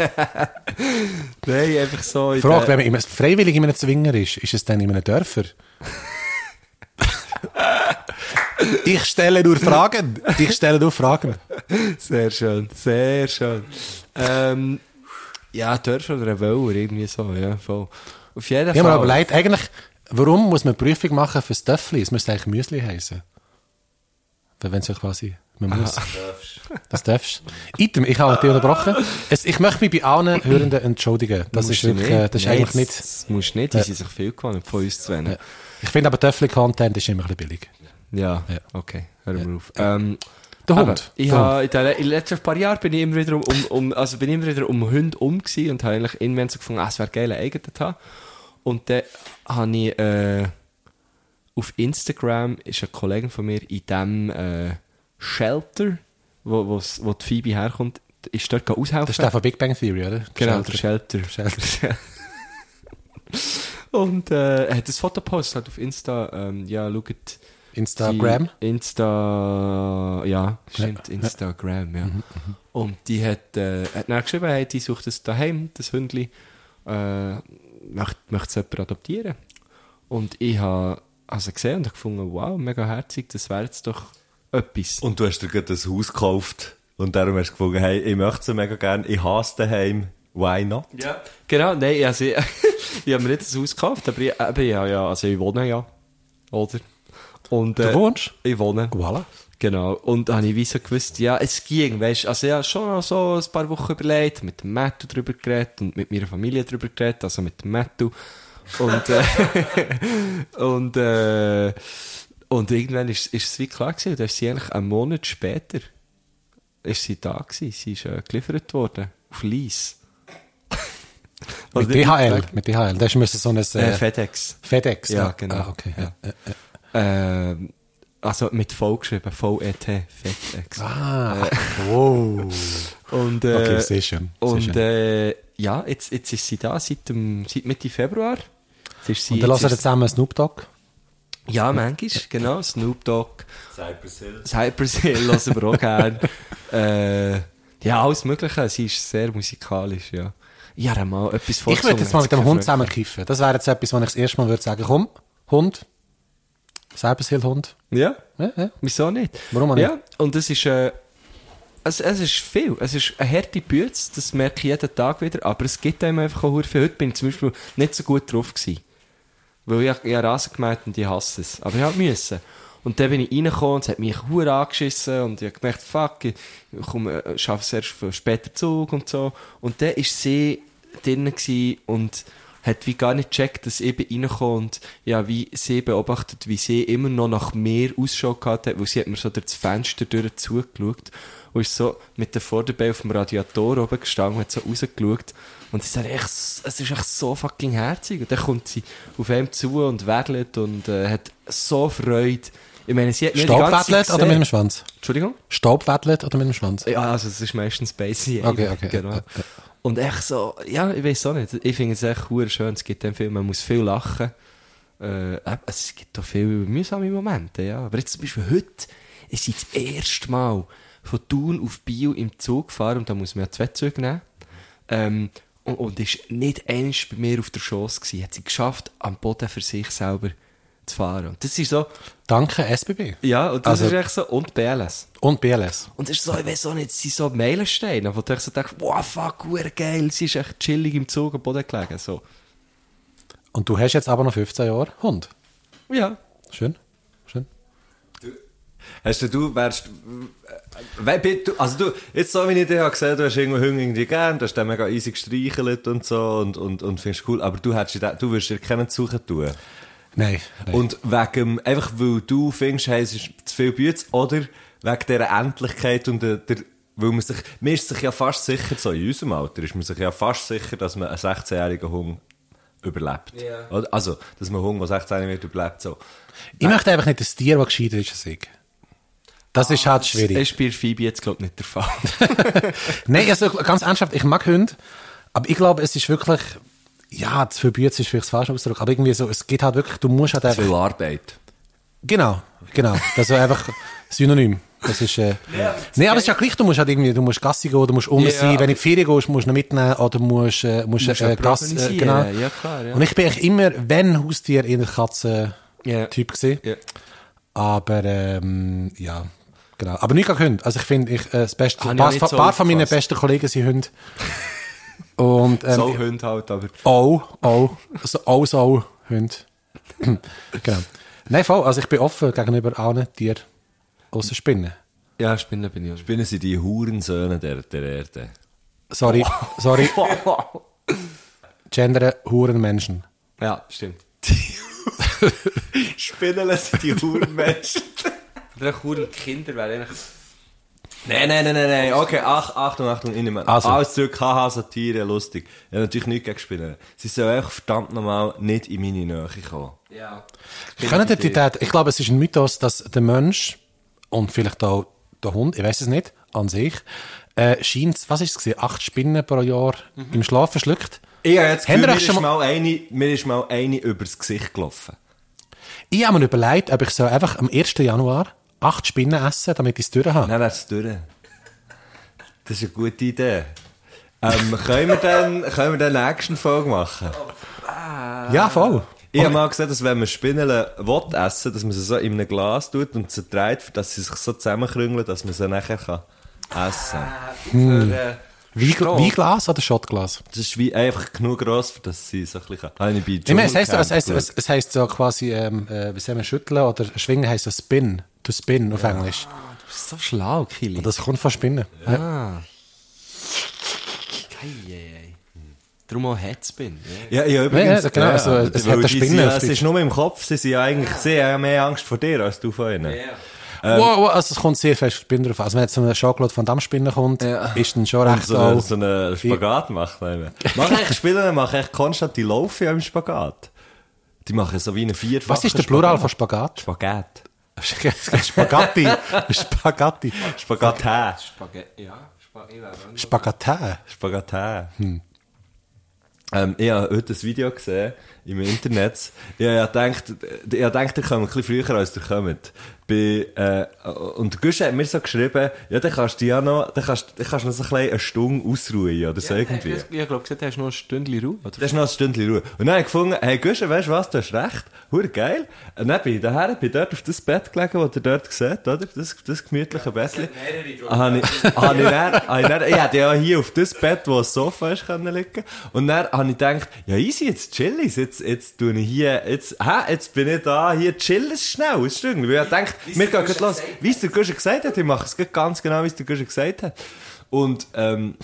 Speaker 6: Nein, einfach so in
Speaker 5: Frage,
Speaker 6: den...
Speaker 5: wenn man im- freiwillig in einem Zwinger ist, ist es dann in einem Dörfer? ich stelle nur Fragen. Ich stelle nur Fragen.
Speaker 6: Sehr schön, sehr schön. Ähm, ja, Dörfer oder ein Wöller, irgendwie so, ja, voll. Auf jeden Fall.
Speaker 5: Ich habe mir überlegt, eigentlich, warum muss man Prüfung machen fürs Töffli? Es müsste eigentlich Müsli heißen. Wenn es ja quasi, man muss. Das darfst Item, ich habe dich unterbrochen. Es, ich möchte mich bei allen Hörenden entschuldigen. Das
Speaker 6: Musst
Speaker 5: ist,
Speaker 6: du
Speaker 5: wirklich, äh, das ist
Speaker 6: Nein,
Speaker 5: eigentlich
Speaker 6: Das,
Speaker 5: nicht...
Speaker 6: das musst du nicht, die sind sich viel gewohnt von uns zu wenig.
Speaker 5: Ich finde aber Töffli-Content ist immer ein bisschen billig.
Speaker 6: Ja,
Speaker 5: Ja.
Speaker 6: okay, hören wir auf. Ähm,
Speaker 5: Der
Speaker 6: eben,
Speaker 5: Hund.
Speaker 6: Ich
Speaker 5: Der Hund.
Speaker 6: habe in den le- in den letzten paar Jahren bin ich immer wieder um, um, um also bin ich immer wieder um Hunde um gsi und habe eigentlich irgendwann so gefunden, ah, es wäre geil, einen eigenen zu haben. Und dann habe ich äh, auf Instagram ist ein Kollege von mir in dem äh, Shelter, wo, wo's- wo die Phoebe herkommt, ist dort aushelfen.
Speaker 5: Das ist der von Big Bang Theory, oder?
Speaker 6: Genau,
Speaker 5: Das
Speaker 6: der
Speaker 5: ist-
Speaker 6: Shelter. Und äh, er hat ein Foto gepostet halt auf Insta. Ähm, ja, schaut.
Speaker 5: Instagram.
Speaker 6: Die Insta. Ja, stimmt, Instagram, ja.
Speaker 5: Mhm,
Speaker 6: Und die hat, äh, hat dann geschrieben, hey, die sucht das daheim, das Hündli. Äh, möchte, möchte es jemand adoptieren. Und ich habe also gesehen und hab gefunden, wow, mega herzig, das wäre jetzt doch etwas.
Speaker 1: Und du hast dir gerade ein Haus gekauft und darum hast du gefunden, hey, ich möchte es mega gerne, ich hasse daheim, why not?
Speaker 6: Ja, genau. Nein, also ich, ich habe mir nicht das Haus gekauft, aber ich, aber ja, ja, also ich wohne ja. Oder? Und, äh,
Speaker 5: Du wohnst?
Speaker 6: Ich wohne.
Speaker 5: Voilà.
Speaker 6: Genau. Und da habe ich wie so gewusst, ja, es ging, weißt Also ich habe schon noch so ein paar Wochen überlegt, mit dem Mattu drüber geredet und mit meiner Familie drüber geredet, also mit dem Mattu. Und, äh, und, äh, und irgendwann ist, ist es wie klar gewesen, und dann ist sie eigentlich einen Monat später ist sie da gewesen. Sie ist äh, geliefert worden. Auf Lies.
Speaker 5: Mit E. DHL. Mit DHL. Das müsste so ein
Speaker 6: Also Äh,
Speaker 5: äh,
Speaker 6: FedEx.
Speaker 5: FedEx.
Speaker 6: Ja,
Speaker 5: ah,
Speaker 6: genau.
Speaker 5: Ah, okay. Ja.
Speaker 6: Ähm, also mit V geschrieben, V-E-T, FedEx.
Speaker 5: Ah, wow.
Speaker 6: Und, äh,
Speaker 5: Okay, sehr schön. Sehr
Speaker 6: Und
Speaker 5: schön.
Speaker 6: äh, ja, jetzt, jetzt ist sie da seit, dem, seit Mitte Februar. Jetzt ist sie,
Speaker 5: Und dann
Speaker 6: jetzt
Speaker 5: lassen wir
Speaker 6: ist,
Speaker 5: zusammen Snoop Dogg.
Speaker 6: ja, manchmal, genau. Snoop Dogg,
Speaker 1: Cypress Hill.
Speaker 6: Cypress Hill hören wir auch gerne. Äh, ja, alles Mögliche. Sie ist sehr musikalisch, ja. Ich habe ihr mal etwas
Speaker 5: Ich würde jetzt mal mit dem Hund
Speaker 6: zusammen
Speaker 5: zusammen kiffen. Das wäre jetzt etwas, wo ich das erste Mal würde sagen, komm, Hund. Selbsthill-Hund.
Speaker 6: Ja,
Speaker 5: Ja, ja.
Speaker 6: wieso nicht?
Speaker 5: Warum auch
Speaker 6: Ja, und es ist, äh, es, es ist viel. Es ist eine harte Bütze, das merke ich jeden Tag wieder, aber es gibt einem einfach auch sehr viel. Heute bin ich zum Beispiel nicht so gut drauf gewesen. Weil ich, ich habe Rasen gemäht und ich hasse es. Aber ich halt müssen. Und dann bin ich reingekommen und es hat mich hure angeschissen und ich habe gemerkt, fuck, ich komme, äh, schaffe es erst für später Zug und so. Und dann war sie drinnen gewesen und hat wie gar nicht gecheckt, dass ich bin reingekommen und ja, wie sie beobachtet, wie sie immer noch nach mir Ausschau gehabt hat, weil sie hat mir so durch das Fenster durch zugeschaut und ist so mit dem Vorderbein auf dem Radiator oben gestanden und hat so rausgeschaut und sie sagt, echt, es ist echt so fucking herzig. Und dann kommt sie auf einem zu und wedelt und äh, hat so Freude. Ich meine, sie hat mir die ganze Zeit
Speaker 5: Staubwettlet oder mit
Speaker 6: gesehen-
Speaker 5: dem Schwanz?
Speaker 6: Entschuldigung?
Speaker 5: Staubwettlet oder mit dem Schwanz?
Speaker 6: Ja, also es ist meistens Spacey.
Speaker 5: Okay, okay.
Speaker 6: Genau.
Speaker 5: Äh, äh.
Speaker 6: Und echt so, ja, ich weiß auch nicht. Ich finde es echt hure schön. Es gibt den Film, man muss viel lachen. Äh, eben, es gibt auch viele mühsame Momente, ja. Aber jetzt zum Beispiel heute ist sie das erste Mal von Thun auf Biel im Zug gefahren und da muss man ja zwei Züge nehmen. Ähm, und, und ist nicht einst bei mir auf der Chance gewesen. Hat sie geschafft, am Boden für sich selber zu fahren. Und das ist so,
Speaker 5: Danke, SBB.
Speaker 6: ja, und das
Speaker 5: Also-
Speaker 6: ist echt so, und BLS.
Speaker 5: Und BLS.
Speaker 6: Und es ist so, ich weiß auch nicht, es sind so Meilensteine, wo du echt so denkst, wow, fuck, hure geil, sie ist echt chillig im Zug am Boden gelegen, so.
Speaker 5: Und du hast jetzt aber noch 15 Jahre Hund.
Speaker 6: Ja.
Speaker 5: Schön. Schön.
Speaker 1: Hast du, du wärst. Wer bist du? Also, du, jetzt so wie ich dich habe gesehen du hast irgendwo Hunger irgendwie gern, du hast den mega easy gestreichelt und so und, und, und findest cool, aber du, hättest, dir- du würdest dir keinen suchen tun.
Speaker 5: Nein. nein.
Speaker 1: Und wegen, dem- einfach weil du findest, hey, es ist zu viel Bütz, oder wegen dieser Endlichkeit und der, der weil man sich, man ist sich ja fast sicher, so in unserem Alter ist man sich ja fast sicher, dass man einen 16-jährigen Hund überlebt.
Speaker 6: Ja.
Speaker 1: Oder? Also, dass man einen Hund, der 16 wird, überlebt, so.
Speaker 5: ich möchte einfach nicht ein Tier, das gescheiter ist als ich. Das ist halt schwierig.
Speaker 6: Das ist bei Phoebe jetzt, glaube ich, nicht der Fall.
Speaker 5: Äh, Nein, also ganz ernsthaft, ich mag Hunde, aber ich glaube, es ist wirklich, ja, zu viel Bütze ist vielleicht das falsche Ausdruck, aber irgendwie so, es geht halt wirklich, du musst halt
Speaker 1: Zu
Speaker 5: einfach,
Speaker 1: viel Arbeit.
Speaker 5: genau, genau, das ist einfach synonym. Das ist, äh, nee, aber es ist ja gleich, du musst halt irgendwie, du musst Gassi gehen, du musst um
Speaker 6: Ja,
Speaker 5: sein, wenn du in die Ferien gehst, musst du ihn mitnehmen, oder du musst, äh, musst,
Speaker 6: Musst
Speaker 5: äh,
Speaker 6: jemanden
Speaker 5: Gas, äh,
Speaker 6: organisieren,
Speaker 5: genau.
Speaker 6: ja, klar, ja.
Speaker 5: Und ich bin eigentlich immer, wenn Haustier, eher Katzen-Typ
Speaker 6: Ja.
Speaker 5: gewesen.
Speaker 6: Ja.
Speaker 5: Aber ähm, ja, genau. Aber nicht gegen Hunde. Also ich finde, ich, äh, das beste,
Speaker 6: Habe
Speaker 5: ein
Speaker 6: ich auch
Speaker 5: paar,
Speaker 6: Ah, nicht so
Speaker 5: paar von meinen
Speaker 6: aufgefasst.
Speaker 5: besten Kollegen sind Hunde. Und ähm,
Speaker 1: So Hunde halt, aber.
Speaker 5: auch, auch, also auch so Hunde. genau. Nein, voll. Also ich bin offen gegenüber allen Tieren, außer Spinnen.
Speaker 6: ja, Spinnen bin ich auch.
Speaker 1: Spinnen sind die Hurensöhne der, der Erde.
Speaker 5: Sorry, sorry, Gender, Huren, Menschen.
Speaker 6: Ja, stimmt.
Speaker 1: Spinnen sind die Hurenmenschen.
Speaker 6: Oder Huren Kinder wäre eigentlich...
Speaker 1: Nein, nein, nein, nein, nein. Okay, ach, Achtung, Achtung, ich nehme
Speaker 5: Also.
Speaker 1: alles zurück. Haha, Satire, lustig. Ich habe natürlich nichts gegen Spinnen. Sie sollen einfach verdammt nochmal nicht in meine Nähe kommen.
Speaker 6: Ja.
Speaker 5: Können die Identität, ich glaube, es ist ein Mythos, dass der Mensch und vielleicht auch der Hund, ich weiß es nicht, an sich, äh, scheint, was ist es gewesen, acht Spinnen pro Jahr im Schlaf verschluckt.
Speaker 1: Ich habe jetzt das
Speaker 5: Habt ihr
Speaker 1: Gefühl, mir,
Speaker 5: euch schon
Speaker 1: ist mal eine, mir ist mal eine übers Gesicht gelaufen.
Speaker 5: Ich habe mir überlegt, ob ich so einfach am 1. Januar acht Spinnen essen, damit ich es durch habe.
Speaker 1: Dann wär's es durch. Das ist eine gute Idee. Ähm, können wir dann, können wir dann eine Action-Folge machen?
Speaker 5: Ja, voll.
Speaker 1: Ich habe mal gesehen, dass wenn man Spinnen will essen, dass man sie so in einem Glas tut und zertreibt, dass sie sich so zusammenkrüngeln, dass man sie nachher kann essen kann.
Speaker 5: Mm.
Speaker 6: äh,
Speaker 5: Wie, Weinglas oder Schottglas?
Speaker 1: Das ist wie einfach genug gross, für dass sie so ein bisschen... kann. Habe ich bei
Speaker 5: Ich meine, es heisst,
Speaker 1: Dschungelcamp
Speaker 5: es heisst,
Speaker 1: geschaut.
Speaker 5: es, es heisst so quasi, ähm, äh, wie sagen wir, schütteln oder schwingen heisst so spin, to spin auf Englisch.
Speaker 6: So schlau, Ah. Kili.
Speaker 5: Und das kommt von Spinnen. Ja.
Speaker 6: Eieiei. Darum auch Headspin. Ja.
Speaker 1: Ja, ja, übrigens. äh,
Speaker 5: ja, genau, also, es- es
Speaker 1: weil
Speaker 5: hat eine
Speaker 1: die
Speaker 5: Spinne
Speaker 1: sind
Speaker 5: auf
Speaker 1: Ja, es
Speaker 5: Deutsch.
Speaker 1: ist nur im Kopf, sie sind ja eigentlich, sie haben mehr Angst vor dir als du vor ihnen.
Speaker 6: Ähm,
Speaker 5: wow, wow, also es kommt sehr fest von Spinnen drauf an. Also wenn jetzt so eine Schokolade von Dammspinnen kommt, ist dann schon recht
Speaker 1: So, eine,
Speaker 5: alt.
Speaker 1: so einen Spagat macht man. Mach echt Spinner, mach echt konstant, die laufen ja im Spagat. Die machen so wie eine Vierfache.
Speaker 5: Was ist der Plural von Spagat?
Speaker 1: Spagat?
Speaker 5: Spagatti. Spagatti.
Speaker 1: Spagat her.
Speaker 6: Spaghetti, ja. Spaghetti wäre auch nicht.
Speaker 5: Spagatää.
Speaker 1: Spagat her. Hm. Ähm, ich habe heute ein Video gesehen im Internet. Ich habe gedacht, ich habe gedacht, ihr kommt ein bisschen früher, als ihr kommt. Bei, äh, und der Gusch hat mir so geschrieben, ja, dann kannst du ja noch, dann kannst, dann kannst du noch so ein bisschen eine Stunde ausruhen oder so irgendwie.
Speaker 6: Ich glaube, du hast noch ein Stündchen Ruhe. Oder?
Speaker 1: Das ist noch ein Stündchen Ruhe. Und dann habe ich gefunden, hey Guschen, weißt du was, du hast recht, hure geil. Und dann bin ich daher, bin dort auf das Bett gelegen, das ihr dort seht, oder? Das, das gemütliche Bettchen. Habe ich, habe ich dann, habe ich dann, ich hätte ja hier auf das Bett, wo das Sofa ist, können liegen. Und dann habe ich gedacht, ja easy, jetzt chill ich, jetzt, jetzt tue ich hier, jetzt, hä, jetzt bin ich da, hier chill es schnell, ein Stündchen. Weil ich dachte, wir gehen gleich los. Wie es der Guschen gesagt hat, ich mache es gleich ganz genau, wie es der Guschen gesagt hat. Und, ähm,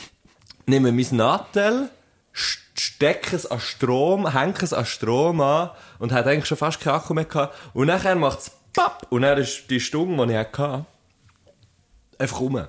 Speaker 1: nehme mein Nattel, st- stecke es an Strom, hänge es an Strom an und hat eigentlich schon fast keinen Akku mehr gehabt. Und nachher macht es papp und dann ist die Stunde, die ich hatte, einfach rum.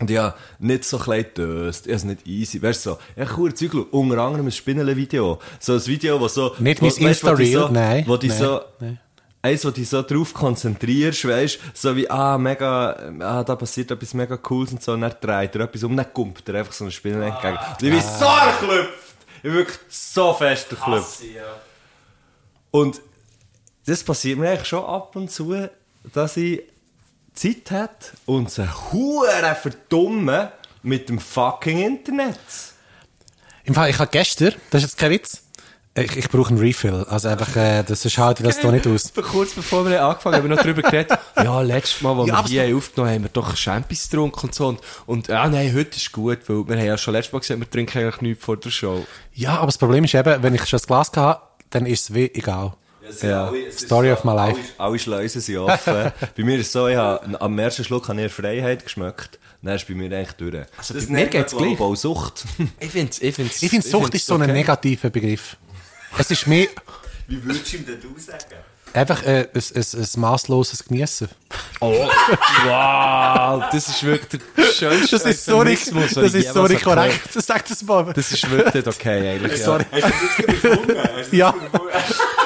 Speaker 1: Und ja, nicht so klein döst, ich hab's nicht easy, weißt du so, ich hab cool Zeug geschaut. unter anderem ein Spinnenle-Video. So ein Video, wo so...
Speaker 5: Nicht
Speaker 1: wo,
Speaker 5: mein
Speaker 1: weißt du, wo die
Speaker 5: Insta-Reel,
Speaker 1: so,
Speaker 5: nein,
Speaker 1: Wo die
Speaker 5: nein,
Speaker 1: so...
Speaker 5: nein.
Speaker 1: Eins, wo du dich so drauf konzentrierst, weißt so wie, ah, mega, ah, da passiert etwas mega Cooles und so, und dann dreht er etwas um, dann gumpt er einfach so eine Spinne entgegen. Und ich bin so erklüpft! Ich bin wirklich so fest erklüpft. Und das passiert mir eigentlich schon ab und zu, dass ich Zeit hat und sie Huren verdummen mit dem fucking Internet.
Speaker 5: Im Fall, ich habe gestern, das ist jetzt kein Witz, Ich, ich brauche einen Refill. Also einfach, äh, das ist halt das hier nicht aus.
Speaker 6: Kurz bevor wir angefangen haben, haben wir noch darüber geredet. Ja, letztes Mal, als
Speaker 5: Ja,
Speaker 6: wir
Speaker 5: aber
Speaker 6: hier haben aufgenommen haben, haben wir doch Champis getrunken und so. Und, und ah, nein, heute ist gut, weil wir haben ja schon letztes Mal gesagt, wir trinken eigentlich nichts vor der Show.
Speaker 5: Ja, aber das Problem ist eben, wenn ich schon das Glas hatte, dann ist es wie egal.
Speaker 1: Ja.
Speaker 5: Story of my life.
Speaker 1: Alle, alle Schleusen sind offen. bei mir ist es so, ich habe, am ersten Schluck habe ich Freiheit geschmeckt. Dann ist bei mir eigentlich durch. Also
Speaker 6: bei mir geht's gleich.
Speaker 1: Auch Sucht.
Speaker 6: Ich finde ich find's,
Speaker 5: Ich finde, Sucht
Speaker 6: find's
Speaker 5: ist so ein
Speaker 6: okay.
Speaker 5: negativer Begriff. Es ist mehr
Speaker 1: Wie würdest du ihm denn du sagen?
Speaker 5: einfach äh, ein, ein, ein maßloses Geniessen.
Speaker 6: Oh, wow, das ist wirklich der schönste
Speaker 5: Das ist so nicht,
Speaker 6: Euphemismus, den
Speaker 5: das
Speaker 6: ich
Speaker 5: ist so
Speaker 6: jemals
Speaker 5: nicht
Speaker 6: habe gehört.
Speaker 5: korrekt. Sag das mal.
Speaker 6: Das ist wirklich nicht okay, eigentlich. Ja.
Speaker 5: Sorry.
Speaker 1: Hast du das gefunden? Hast du
Speaker 5: Ja.
Speaker 1: das gefunden?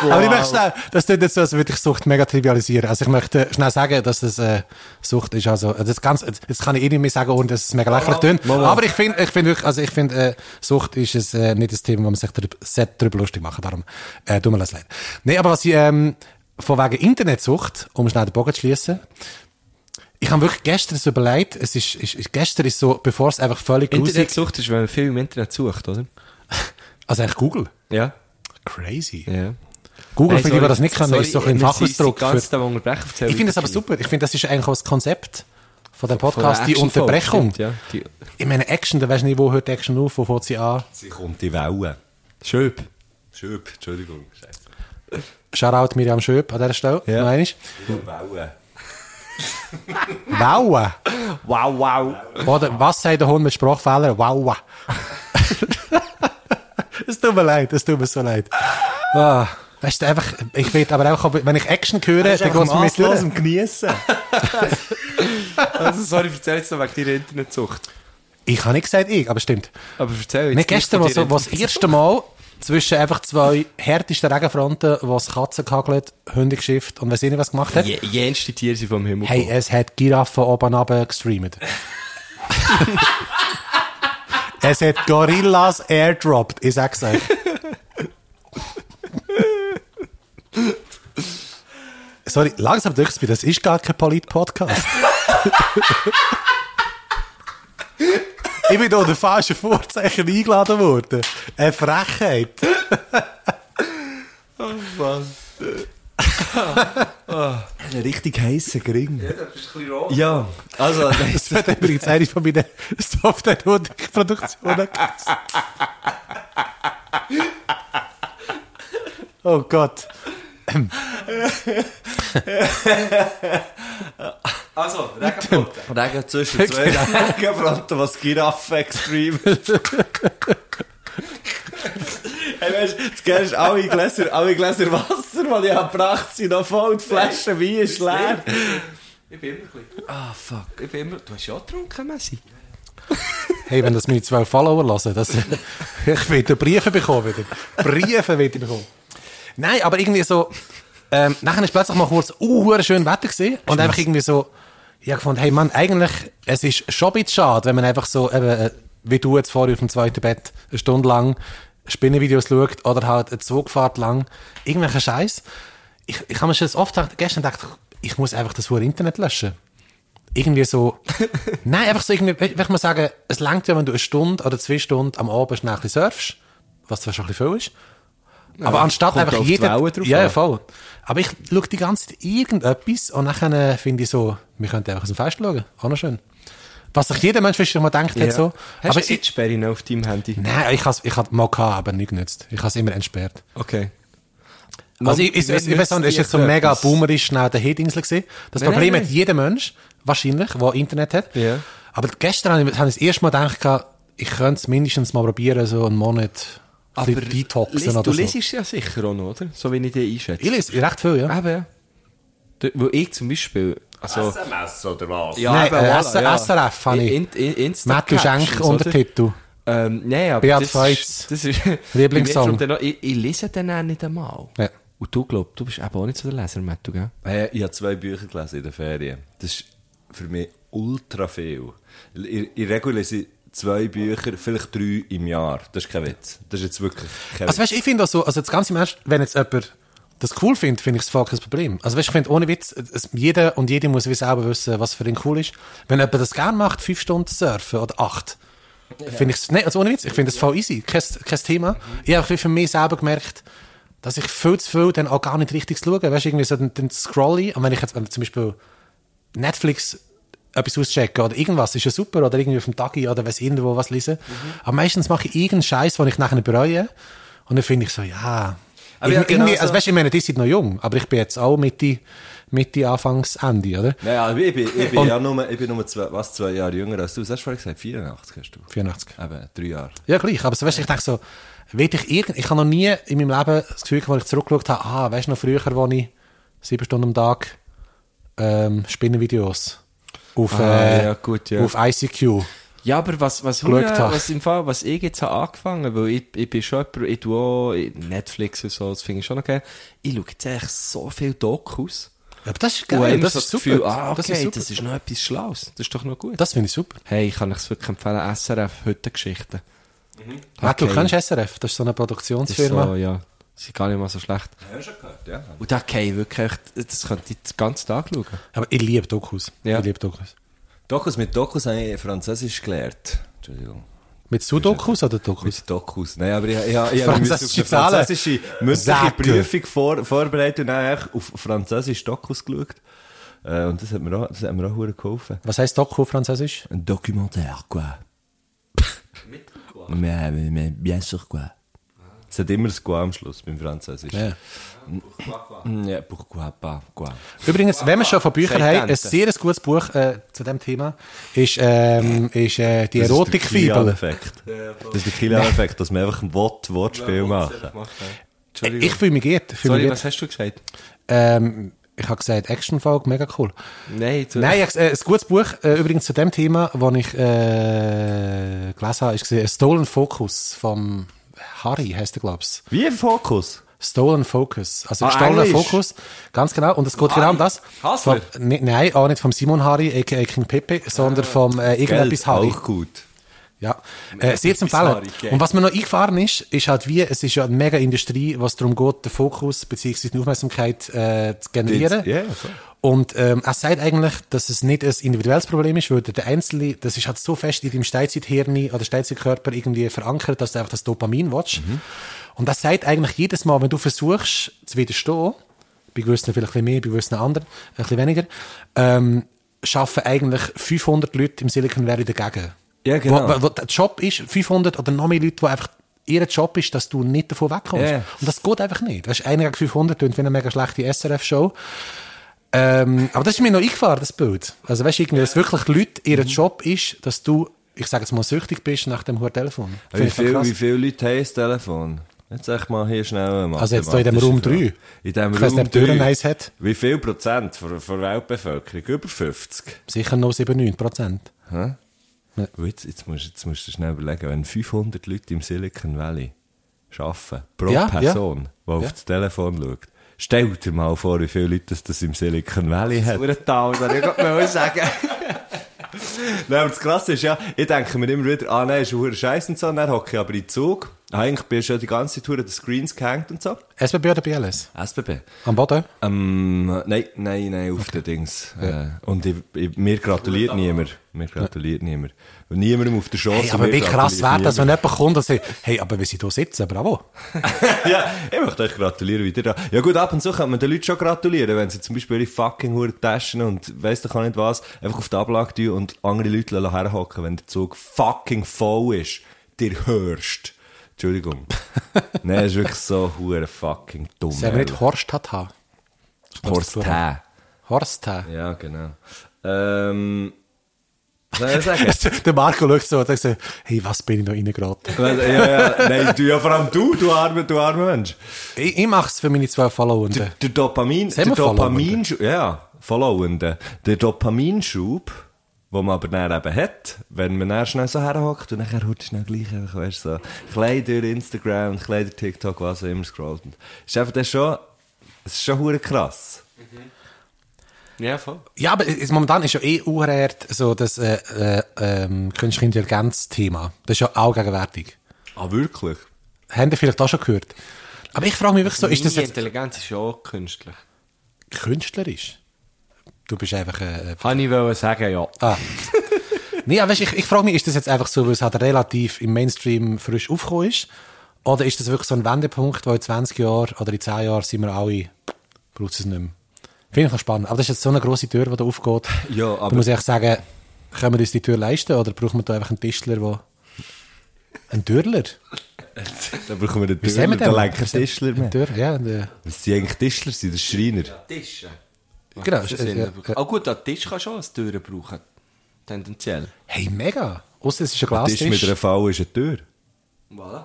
Speaker 5: Aber ich möchte schnell, das tut jetzt so, als würde ich Sucht mega trivialisieren. Also ich möchte schnell sagen, dass das äh, Sucht ist. Also äh, das Ganze, das kann ich eh nicht mehr sagen, ohne dass es mega lächerlich tönt. Aber ich finde, ich finde wirklich, also ich finde, äh, Sucht ist es, äh, nicht das Thema, wo man sich drüber, sollte drüber lustig machen Darum, äh, tut mir das leid. Nee, aber was ich, ähm, von wegen Internetsucht, um schnell den Bogen zu schließen. Ich habe wirklich gestern so überlegt, es ist, ist, ist gestern ist so, bevor es einfach völlig grusig,
Speaker 6: Internetsucht ist, wenn man viel im Internet sucht, oder?
Speaker 5: also eigentlich Google.
Speaker 6: Ja.
Speaker 5: Crazy.
Speaker 6: ja.
Speaker 5: Google,
Speaker 6: Nein,
Speaker 5: für die, die das nicht können, ist so ein bisschen
Speaker 6: wir sind- sind
Speaker 5: Fachausdruck
Speaker 6: den
Speaker 5: für
Speaker 6: ganzen Tag am Unterbrechen auf der
Speaker 5: Ich finde das aber
Speaker 6: Wiki.
Speaker 5: super. Ich finde, das ist eigentlich auch das Konzept
Speaker 6: Von
Speaker 5: von dem
Speaker 6: der
Speaker 5: Podcast, die
Speaker 6: Action-Folge,
Speaker 5: Unterbrechung.
Speaker 6: stimmt, Ja, die
Speaker 5: Ich meine, Action, da weisst du nicht, wo hört Action auf, wo fängt sie an.
Speaker 1: Sie kommt die Welle.
Speaker 6: Schöp.
Speaker 1: Schöp, Entschuldigung. Scheiße.
Speaker 5: Shoutout Miriam Schöp an dieser Stelle.
Speaker 6: Ja.
Speaker 5: Noch einmal.
Speaker 1: Welle.
Speaker 5: Wow.
Speaker 6: Wow, wow.
Speaker 5: Oder was sagt der Hund mit Sprachfehlern? Wow. Es tut mir leid, es tut mir so leid. Ah. Weißt du, einfach, ich will aber auch, wenn ich Action höre, dann geht es mir mit durch.
Speaker 1: Geniessen.
Speaker 6: Also, sorry, erzähl jetzt noch wegen deiner Internetsucht.
Speaker 5: Ich habe nicht gesagt, ich, aber stimmt.
Speaker 6: Aber erzähl jetzt.
Speaker 5: Nicht gestern, was, was das erste Mal zwischen einfach zwei härtesten Regenfronten, was Katzen gehagelt, Hunde geschifft und weiss ich nicht, was gemacht hat.
Speaker 6: Je, jenste Tiere sind vom Himmel.
Speaker 5: Hey,
Speaker 6: gekommen.
Speaker 5: es hat Giraffen oben runter gestreamt. es hat Gorillas airdropped, ich sag's euch. Sorry, langsam durchs das ist gar kein Polit-Podcast. ich bin unter falschen Vorzeichen eingeladen worden. Eine Frechheit.
Speaker 1: Ein richtig heißer Gring. Ja, das ist ein bisschen Ja, also, nein,
Speaker 5: Das wird übrigens eine von meinen Software-Produktionen gewesen. Oh Gott.
Speaker 6: also, Regenbogen.
Speaker 1: Regen zwischen zwei Regenfronten, was Giraffe extrem. hey, weißt du, du gehst alle Gläser, alle Gläser Wasser, die ich habe gebracht sind noch voll, die Flasche Wein ist leer.
Speaker 6: Ich bin immer ein bisschen. Ah, fuck. Ich bin immer. Du hast ja auch getrunken, Messi.
Speaker 5: Hey, wenn das meine zwei Follower lassen, das, ich werde Briefe bekommen wieder. Briefe werde ich bekommen. Nein, aber irgendwie so, ähm, nachher ist plötzlich mal kurz uh, schön Wetter gewesen und einfach irgendwie so, ich habe gefunden, hey Mann, eigentlich, es ist schon ein bisschen schade, wenn man einfach so, eben, äh, wie du jetzt vorher auf dem zweiten Bett, eine Stunde lang Spinnenvideos schaut oder halt eine Zugfahrt lang, irgendwelchen Scheiß. Ich, ich habe mir schon oft gedacht, gestern gedacht, ich muss einfach das hure Internet löschen irgendwie so, nein, einfach so irgendwie, wenn ich mal sagen, es langt ja, wenn du eine Stunde oder zwei Stunden am Abend schnell ein bisschen surfst, was zwar schon ein bisschen viel ist, aber anstatt
Speaker 6: kommt
Speaker 5: einfach
Speaker 6: auf die
Speaker 5: jeden,
Speaker 6: Wellen drauf
Speaker 5: ja, ja,
Speaker 6: an.
Speaker 5: voll. Aber ich schaue die ganze Zeit irgendetwas und nachher äh, finde ich so, wir könnten einfach aus dem Fenster schauen, auch noch schön. Was sich jeder Mensch wahrscheinlich mal denkt, hat so,
Speaker 6: Hast du
Speaker 5: aber ich,
Speaker 6: Zeitsperre noch auf deinem Handy?
Speaker 5: nein, ich habe ich hab mal gehabt, aber nicht genützt. Ich habe es immer entsperrt.
Speaker 6: Okay.
Speaker 5: Also ich, ich, ich, ich weiß auch nicht, ist jetzt so mega boomerisch schnell der Hedingsel gewesen. Das
Speaker 6: Nein,
Speaker 5: Problem
Speaker 6: nein,
Speaker 5: hat
Speaker 6: nein.
Speaker 5: jeder Mensch, wahrscheinlich, der Internet hat.
Speaker 6: Ja.
Speaker 5: Aber gestern habe ich, habe ich das erste Mal gedacht, gehabt, ich könnte es mindestens mal probieren, so einen Monat ein
Speaker 6: Aber
Speaker 5: bisschen detoxen
Speaker 6: liest-
Speaker 5: oder
Speaker 6: du
Speaker 5: so.
Speaker 6: liest es ja sicher auch noch, oder? So wie ich dich einschätze.
Speaker 5: Ich lese recht viel, ja.
Speaker 6: Eben, ja. Da- Weil ich zum Beispiel. Also,
Speaker 1: SMS oder was?
Speaker 6: ja,
Speaker 5: Nein,
Speaker 6: eben,
Speaker 5: äh,
Speaker 6: voilà,
Speaker 5: S- SRF habe ich.
Speaker 6: In, in, Insta
Speaker 5: Matthew
Speaker 6: Captions,
Speaker 5: Schenk
Speaker 6: oder?
Speaker 5: Untertitel.
Speaker 6: Ähm, nein, aber
Speaker 5: Beat
Speaker 6: das,
Speaker 5: Feitz.
Speaker 6: ist, das ist...
Speaker 5: Lieblingssong.
Speaker 6: Ich, ich, ich lese den auch nicht einmal.
Speaker 5: Ja.
Speaker 6: Und du glaubst, du bist eben auch nicht so der Leser, Matthew, gell?
Speaker 1: Hey, ich habe zwei Bücher gelesen in den Ferien. Das ist für mich ultra viel. In, in Regel lese ich zwei Bücher, vielleicht drei im Jahr. Das ist kein Witz. Das ist jetzt wirklich kein
Speaker 5: Also
Speaker 1: Witz.
Speaker 5: weißt, ich finde auch so, also das ganze Mensch, wenn jetzt jemand das cool findet, finde ich es voll kein Problem. Also weißt, ich finde ohne Witz, es, jeder und jede muss wie selber wissen, was für ihn cool ist. Wenn jemand das gerne macht, fünf Stunden surfen oder acht, Finde ich, nee, also ohne Witz, ich finde das voll easy. Kein, kein Thema. Ich habe ein bisschen für mich selber gemerkt, dass ich viel zu viel dann auch gar nicht richtig schaue. Weißt du, irgendwie so dann, dann scroll ich. Und wenn ich jetzt wenn ich zum Beispiel Netflix etwas auschecke oder irgendwas, ist ja super. Oder irgendwie auf dem Tagi oder weiß irgendwo was lese.
Speaker 1: Mhm.
Speaker 5: Aber meistens mache ich irgendeinen Scheiß, den ich nachher bereue. Und dann finde ich so,
Speaker 1: Aber
Speaker 5: ja. Aber
Speaker 1: ja, genau
Speaker 5: irgendwie, also,
Speaker 1: so.
Speaker 5: weißt du, ich meine, die sind noch jung, aber ich bin jetzt auch Mitte, Mitte Anfangs, Ende, oder?
Speaker 1: Naja, also ich bin, ich bin
Speaker 5: Und-
Speaker 1: ja nur, ich bin nur zwei, was, zwei Jahre jünger als du. Was hast du vorhin gesagt? 84 hast du.
Speaker 5: 84.
Speaker 1: Eben, drei Jahre.
Speaker 5: Ja, gleich. Aber so, weißt, du, ich denke so, will ich irgend, ich habe noch nie in meinem Leben das Gefühl, gehabt, wo ich zurückgeschaut habe, ah, weißt du noch früher, wo ich sieben Stunden am Tag ähm, Spinnenvideos auf,
Speaker 1: Ah,
Speaker 5: äh,
Speaker 1: ja, gut, ja.
Speaker 5: auf ICQ.
Speaker 6: Ja, aber was, was,
Speaker 5: Geschaut
Speaker 6: hure-
Speaker 5: hast.
Speaker 6: was im Fall, was ich jetzt habe angefangen, weil ich, ich bin schon jemand, ich tue auch Netflix und so, das finde ich schon okay. Ich schaue jetzt echt so viele Dokus.
Speaker 5: Ja, aber das ist
Speaker 6: und
Speaker 5: geil,
Speaker 6: habe
Speaker 5: das
Speaker 6: so
Speaker 5: ist
Speaker 6: das
Speaker 5: super.
Speaker 6: Gefühl, ah, okay,
Speaker 5: das
Speaker 6: das
Speaker 5: ist
Speaker 6: ist,
Speaker 5: super.
Speaker 6: noch etwas Schlaues. Das ist doch noch gut.
Speaker 5: Das finde ich super.
Speaker 6: Hey, ich kann euch wirklich empfehlen, SRF Hüttengeschichten.
Speaker 5: Ah, Du
Speaker 6: Okay.
Speaker 5: kennst SRF, das ist so eine
Speaker 6: Das ist
Speaker 5: Produktionsfirma.
Speaker 6: so, ja. Sie gar nicht mal so schlecht.
Speaker 1: Ja, schon gehört, ja.
Speaker 6: Und da kann ich wirklich, echt- das könnte ich den ganzen Tag schauen.
Speaker 5: Aber ich liebe Dokus.
Speaker 6: Ja.
Speaker 5: Ich liebe Dokus.
Speaker 1: Dokus, mit Dokus habe ich Französisch gelernt. Entschuldigung.
Speaker 5: Mit Sudokus oder Dokus?
Speaker 1: Mit Dokus. Nein, aber ich, ich, ich, ich
Speaker 5: Französische
Speaker 1: mich auf eine
Speaker 5: Zahlen.
Speaker 1: französische mündliche
Speaker 5: Säckel.
Speaker 1: Prüfung vor, vorbereitet und dann eigentlich auf Französisch Dokus geschaut. Äh, und das hat mir auch, das hat mir auch hure geholfen.
Speaker 5: Was heisst Doku auf Französisch?
Speaker 1: Ein Dokumentaire, quoi. mais, mais, mais, bien sûr, quoi. Es hat immer das Quoi am Schluss beim Französisch.
Speaker 5: Ja.
Speaker 1: Ja, pourquoi pas, quoi.
Speaker 5: Übrigens, wenn wir schon von Büchern
Speaker 1: Sei
Speaker 5: haben, ein
Speaker 1: Tante.
Speaker 5: sehr gutes Buch äh, zu dem Thema ist, ähm, ist äh, die
Speaker 1: Das ist der
Speaker 5: Erotikfibel.
Speaker 1: Kilian-Effekt. Das ist der Kilian-Effekt, dass man einfach ein Wort- Wortspiel Äh, machen.
Speaker 5: Ich fühle mich gut. Fühl
Speaker 6: Sorry,
Speaker 5: mich
Speaker 6: was
Speaker 5: gut.
Speaker 6: hast du gesagt?
Speaker 5: Ähm, ich habe gesagt, Actionfolge, mega cool.
Speaker 6: Nein, du-
Speaker 5: Nein, ich, äh, ein gutes Buch äh, übrigens zu dem Thema, das ich äh, gelesen habe, ist gewesen, Stolen Focus vom Harry, heißt er, glaube ich.
Speaker 1: Wie im Fokus.
Speaker 5: Stolen Focus. Also
Speaker 1: Ah,
Speaker 5: gestohlener
Speaker 1: Englisch.
Speaker 5: Fokus. Ganz genau. Und es geht genau um das.
Speaker 6: Hasler?
Speaker 5: Vom, ne, nein, auch nicht vom Simon Harry, a.k.a. King Pepe, sondern
Speaker 1: Ah,
Speaker 5: vom äh, irgendetwas
Speaker 1: Geld,
Speaker 5: Harry.
Speaker 1: auch gut.
Speaker 5: Ja, äh, sehr zu empfehlen.
Speaker 1: Harry, gell.
Speaker 5: Und was mir noch eingefahren ist, ist halt wie, es ist ja eine mega Industrie, was darum geht, den Fokus bzw. die Aufmerksamkeit äh, zu generieren.
Speaker 1: Ja, voll.
Speaker 5: Und ähm, er sagt eigentlich, dass es nicht ein individuelles Problem ist, weil der Einzelne, das ist halt so fest in deinem Steinzeithirn oder Steinzeitkörper irgendwie verankert, dass du einfach das Dopamin willst.
Speaker 1: Mhm.
Speaker 5: Und das sagt eigentlich jedes Mal, wenn du versuchst zu widerstehen, bei gewissen vielleicht ein bisschen mehr, bei gewissen anderen ein bisschen weniger, ähm, schaffen eigentlich 500 Leute im Silicon Valley dagegen.
Speaker 1: Ja, genau.
Speaker 5: Wo, wo, wo der Job ist, 500 oder noch mehr Leute, die einfach ihr Job ist, dass du nicht davon wegkommst.
Speaker 1: Ja.
Speaker 5: Und das geht einfach nicht. Weißt, einer gegen 500 klingt wie eine mega schlechte SRF-Show. Ähm, aber das ist mir noch eingefahren, das Bild. Also weißt du, irgendwie, dass wirklich Leute, ihr
Speaker 1: Mhm.
Speaker 5: Job ist, dass du, ich sage jetzt mal, süchtig bist nach dem Telefon.
Speaker 1: Wie, viel,
Speaker 5: krass.
Speaker 1: wie viele Leute haben das Telefon? Jetzt sag mal hier schnell mal.
Speaker 5: Also jetzt da in dem Raum drei.
Speaker 1: In dem
Speaker 5: Ich weiss
Speaker 1: Raum
Speaker 5: nicht, ob die Dürren
Speaker 1: 3.
Speaker 5: eins hat.
Speaker 1: Wie viel Prozent von von der Weltbevölkerung? Über 50.
Speaker 5: Sicher noch 97 Prozent.
Speaker 1: Und Jetzt, jetzt, musst, jetzt musst du schnell überlegen, wenn 500 Leute im Silicon Valley arbeiten, pro
Speaker 5: Ja, ja.
Speaker 1: Person, die auf
Speaker 5: Ja.
Speaker 1: das Telefon schaut, stell dir mal vor, wie viele Leute das, das im Silicon Valley hat.
Speaker 6: Hure Tal, das wollte ich gerade sagen.
Speaker 1: Nein, aber das Krasse ist ja, ich denke mir immer wieder, ah nein, ist ein Scheiß und so, und dann hocke ich aber in den Zug. Ah, Eigentlich bin ich schon die ganze Tour an den Screens gehängt und so.
Speaker 5: SBB oder BLS?
Speaker 1: SBB.
Speaker 5: Am Boden?
Speaker 1: Ähm, nein, nein, nein, auf den Dings. Äh, und ich, ich, mir gratuliert niemand. Mir gratuliert niemand. Und Niemandem auf der Chance.
Speaker 5: Hey, aber wie krass wäre das, wenn jemand kommt und sagt, hey, aber wir sind hier sitzen, bravo.
Speaker 1: ja, ich möchte euch gratulieren wieder da. Ja gut, ab und zu kann man den Leuten schon gratulieren, wenn sie zum Beispiel ihre fucking hure Taschen und weiss doch auch nicht was, einfach auf die Ablage tun und andere Leute lassen herhocken, wenn der Zug fucking voll ist. Dir hörst. Entschuldigung. Nein, das ist wirklich so hure fucking dumm.
Speaker 5: Sagen wir
Speaker 1: ehrlich.
Speaker 5: nicht Horst hat H.
Speaker 1: Horst Tää.
Speaker 5: Horst H.
Speaker 1: Ja, nou. genau. Ähm, was soll ich sagen?
Speaker 5: Der Marco schaut so und sagt, hey, was bin ich da reingeraten?
Speaker 1: Was- ja, ja, nein, du, ja, vor allem du, du armer, du armer Mensch.
Speaker 5: Ich, ich mache es für meine zwei Followenden.
Speaker 1: Der Dopamin, der
Speaker 5: Sehen wir
Speaker 1: Dopaminschub, ja, Followende. Der Dopaminschub, den man aber dann eben hat, wenn man dann schnell so herhockt und nachher hört schnell gleich einfach, weißt du, so, klein durch Instagram, ein bisschen durch TikTok, was auch immer scrollt. Ist einfach das schon, es ist schon hure krass.
Speaker 6: Ja, voll.
Speaker 5: Ja, aber es- momentan ist ja eh urhart so das äh, äh, ähm, künstliche Intelligenz-Thema. Das ist ja allgegenwärtig.
Speaker 1: Ah, wirklich?
Speaker 5: Habt ihr vielleicht auch schon gehört? Aber ich frage mich wirklich so, ist das jetzt
Speaker 6: Intelligenz ist ja auch künstlich.
Speaker 5: künstlerisch? Du bist einfach... Äh, äh,
Speaker 6: Kann ich wollen sagen, ja.
Speaker 5: ah. Nee, ja, weißt, ich, ich frage mich, ist das jetzt einfach so, weil es halt relativ im Mainstream frisch aufgekommen ist? Oder ist das wirklich so ein Wendepunkt, wo in 20 Jahren oder in 10 Jahren sind wir alle, braucht es es nicht mehr? Finde ich noch spannend. Aber das ist jetzt so eine grosse Tür, die da aufgeht.
Speaker 1: Ja,
Speaker 5: Da
Speaker 1: aber-
Speaker 5: muss ich echt sagen, können wir uns die Tür leisten oder brauchen wir da einfach einen Tischler, der... Ein Türler?
Speaker 1: Da brauchen wir einen
Speaker 5: Wie
Speaker 1: Türler,
Speaker 5: sehen wir
Speaker 1: da
Speaker 5: den?
Speaker 1: lenkt kein Tischler
Speaker 5: Ein
Speaker 1: mehr.
Speaker 5: Tür, ja, ein, äh,
Speaker 1: Was sind eigentlich Tischler? Sind das Schreiner?
Speaker 6: Tische.
Speaker 5: Genau,
Speaker 6: Das
Speaker 5: es-
Speaker 6: ist
Speaker 5: es-
Speaker 6: ja,
Speaker 5: ja.
Speaker 6: Auch gut, an Tisch kannst du auch eine Tür brauchen. Tendenziell.
Speaker 5: Hey, mega! Außer es ist ein
Speaker 1: Tisch mit
Speaker 5: Glastisch.
Speaker 1: einer V ist eine Tür.
Speaker 6: Voilà.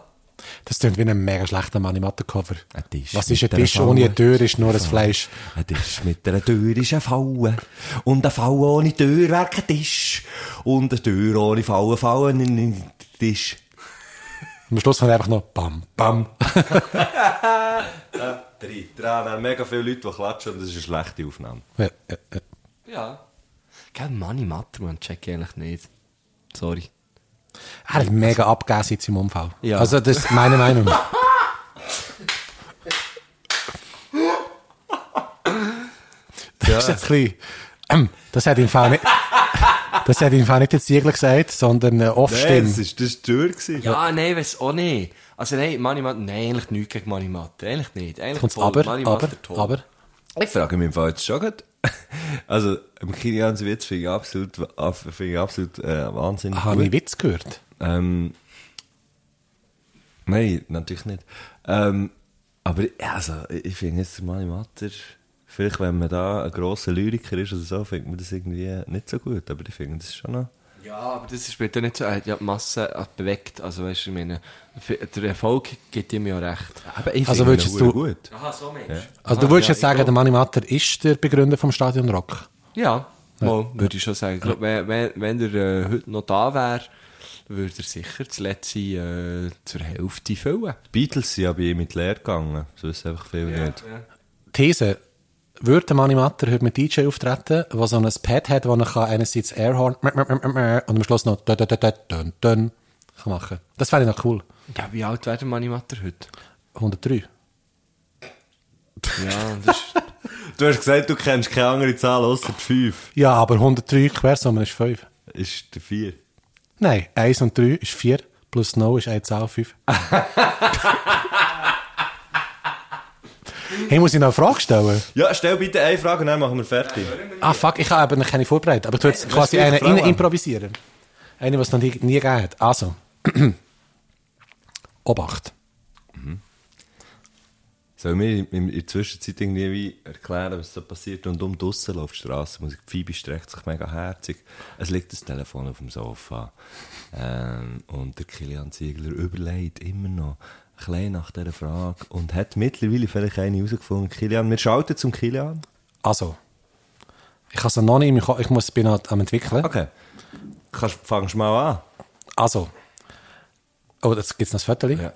Speaker 5: Das klingt wie ein mega schlechter Mann im Mattencover.
Speaker 1: Ein Tisch
Speaker 5: Was ist ein
Speaker 1: mit einer
Speaker 5: Tisch ohne eine
Speaker 1: Falle.
Speaker 5: Tür, ist nur ein Fleisch.
Speaker 1: Ein Tisch mit einer Tür ist ein Falle. Und ein Falle ohne Tür wäre kein Tisch. Und eine Tür ohne Falle, Falle in den Tisch.
Speaker 5: Am Schluss kommt einfach noch Bam, Bam.
Speaker 1: Drei, drei, wir haben mega viele Leute, die klatschen und das ist eine schlechte Aufnahme.
Speaker 5: Ja, ja, ja.
Speaker 6: Ja. Gell, Money Matter, man, check ich eigentlich nicht. Sorry.
Speaker 5: Er hat mega abgegeben jetzt im Unfall.
Speaker 6: Ja.
Speaker 5: Also, das ist meine Meinung. Das ist jetzt ein bisschen, ähm, das hat im Fall nicht, das hat im Fall nicht der Ziegler gesagt, sondern äh,
Speaker 1: Nein, das
Speaker 5: Off-Stimme.
Speaker 1: ist, das ist die Tür. Gewesen.
Speaker 6: Ja, nein, weiß auch nicht. Also nein, Money Matter, nein, eigentlich nichts gegen Money Matter. Eigentlich nicht. Eigentlich
Speaker 5: Kommt's
Speaker 6: voll.
Speaker 5: aber,
Speaker 6: Money
Speaker 5: aber,
Speaker 6: Matter, toll.
Speaker 5: aber.
Speaker 1: Ich frage mich im Fall jetzt schon gut. Also, im Kilians Witz finde ich absolut, finde ich absolut äh, wahnsinnig
Speaker 5: Habe
Speaker 1: gut.
Speaker 5: ich Witz gehört?
Speaker 1: Ähm, nein, natürlich nicht. Ähm, aber ich- also, ich ich finde jetzt Mani Matter, vielleicht wenn man da ein grosser Lyriker ist oder so, findet man das irgendwie nicht so gut. Aber ich finde das
Speaker 5: Also
Speaker 1: schon noch.
Speaker 6: Ja, aber das ist bitte nicht so, er hat ja die Masse äh, bewegt. Also weißt du, ich meine, für- der Erfolg gibt ihm ja recht.
Speaker 1: Aber ich
Speaker 5: Also
Speaker 1: finde
Speaker 5: würdest
Speaker 1: ihn
Speaker 5: du-
Speaker 1: gut.
Speaker 6: Aha, so Mensch.
Speaker 5: Also du würdest jetzt sagen, der Manni Matter ist der Begründer vom Stadion Rock.
Speaker 6: Ja, mal, würde ich schon sagen. Ich glaub, wenn, wenn, wenn er äh, heute noch da wäre, würde er sicher das letzte äh, zur Hälfte füllen.
Speaker 1: Die Beatles sind ja bei ihm mit leer gegangen. Das wissen einfach viele nicht.
Speaker 5: These. Würde der Manni Matter heute mit DJ auftreten, der so ein Pad hat, wo er kann einerseits Airhorn mäh, mäh, mäh, mäh, mäh, und am Schluss noch dö, dö, dö, dö, dön, dön, kann machen Das fände ich noch cool.
Speaker 6: Ja, wie alt wäre der Mani Matter heute?
Speaker 5: 103.
Speaker 6: Ja, das ist...
Speaker 1: Du hast gesagt, du kennst keine andere Zahl außer die 5.
Speaker 5: Ja, aber 103 Quersumme ist 5.
Speaker 1: Ist die 4.
Speaker 5: Nein, 1 und 3 ist 4, plus 0 ist 1 Zahl 5. hey, muss ich noch eine Frage stellen?
Speaker 1: Ja, stell bitte eine Frage und dann machen wir fertig.
Speaker 5: Ah, fuck, ich habe eben keine vorbereitet. Aber ich tue jetzt quasi
Speaker 1: gleich,
Speaker 5: eine
Speaker 1: Frau
Speaker 5: rein
Speaker 1: an.
Speaker 5: improvisieren. Eine, die es noch nie, nie gegeben hat. Also. Obacht.
Speaker 1: Soll mir in, in der Zwischenzeit irgendwie wie erklären, was da passiert? Und um draussen läuft die Strassenmusik. Die Phoebe streckt sich mega herzig. Es liegt das Telefon auf dem Sofa. Ähm, und der Kilian Ziegler überlegt immer noch klein nach dieser Frage und hat mittlerweile vielleicht eine herausgefunden. Kilian, wir schalten zum Kilian.
Speaker 5: Also. Ich habe es noch nicht, im Ko- ich muss, bin noch am entwickeln.
Speaker 1: Okay. Kannst, fangst mal an.
Speaker 5: Also. Oh, jetzt gibt es noch ein Foto.
Speaker 1: Ja.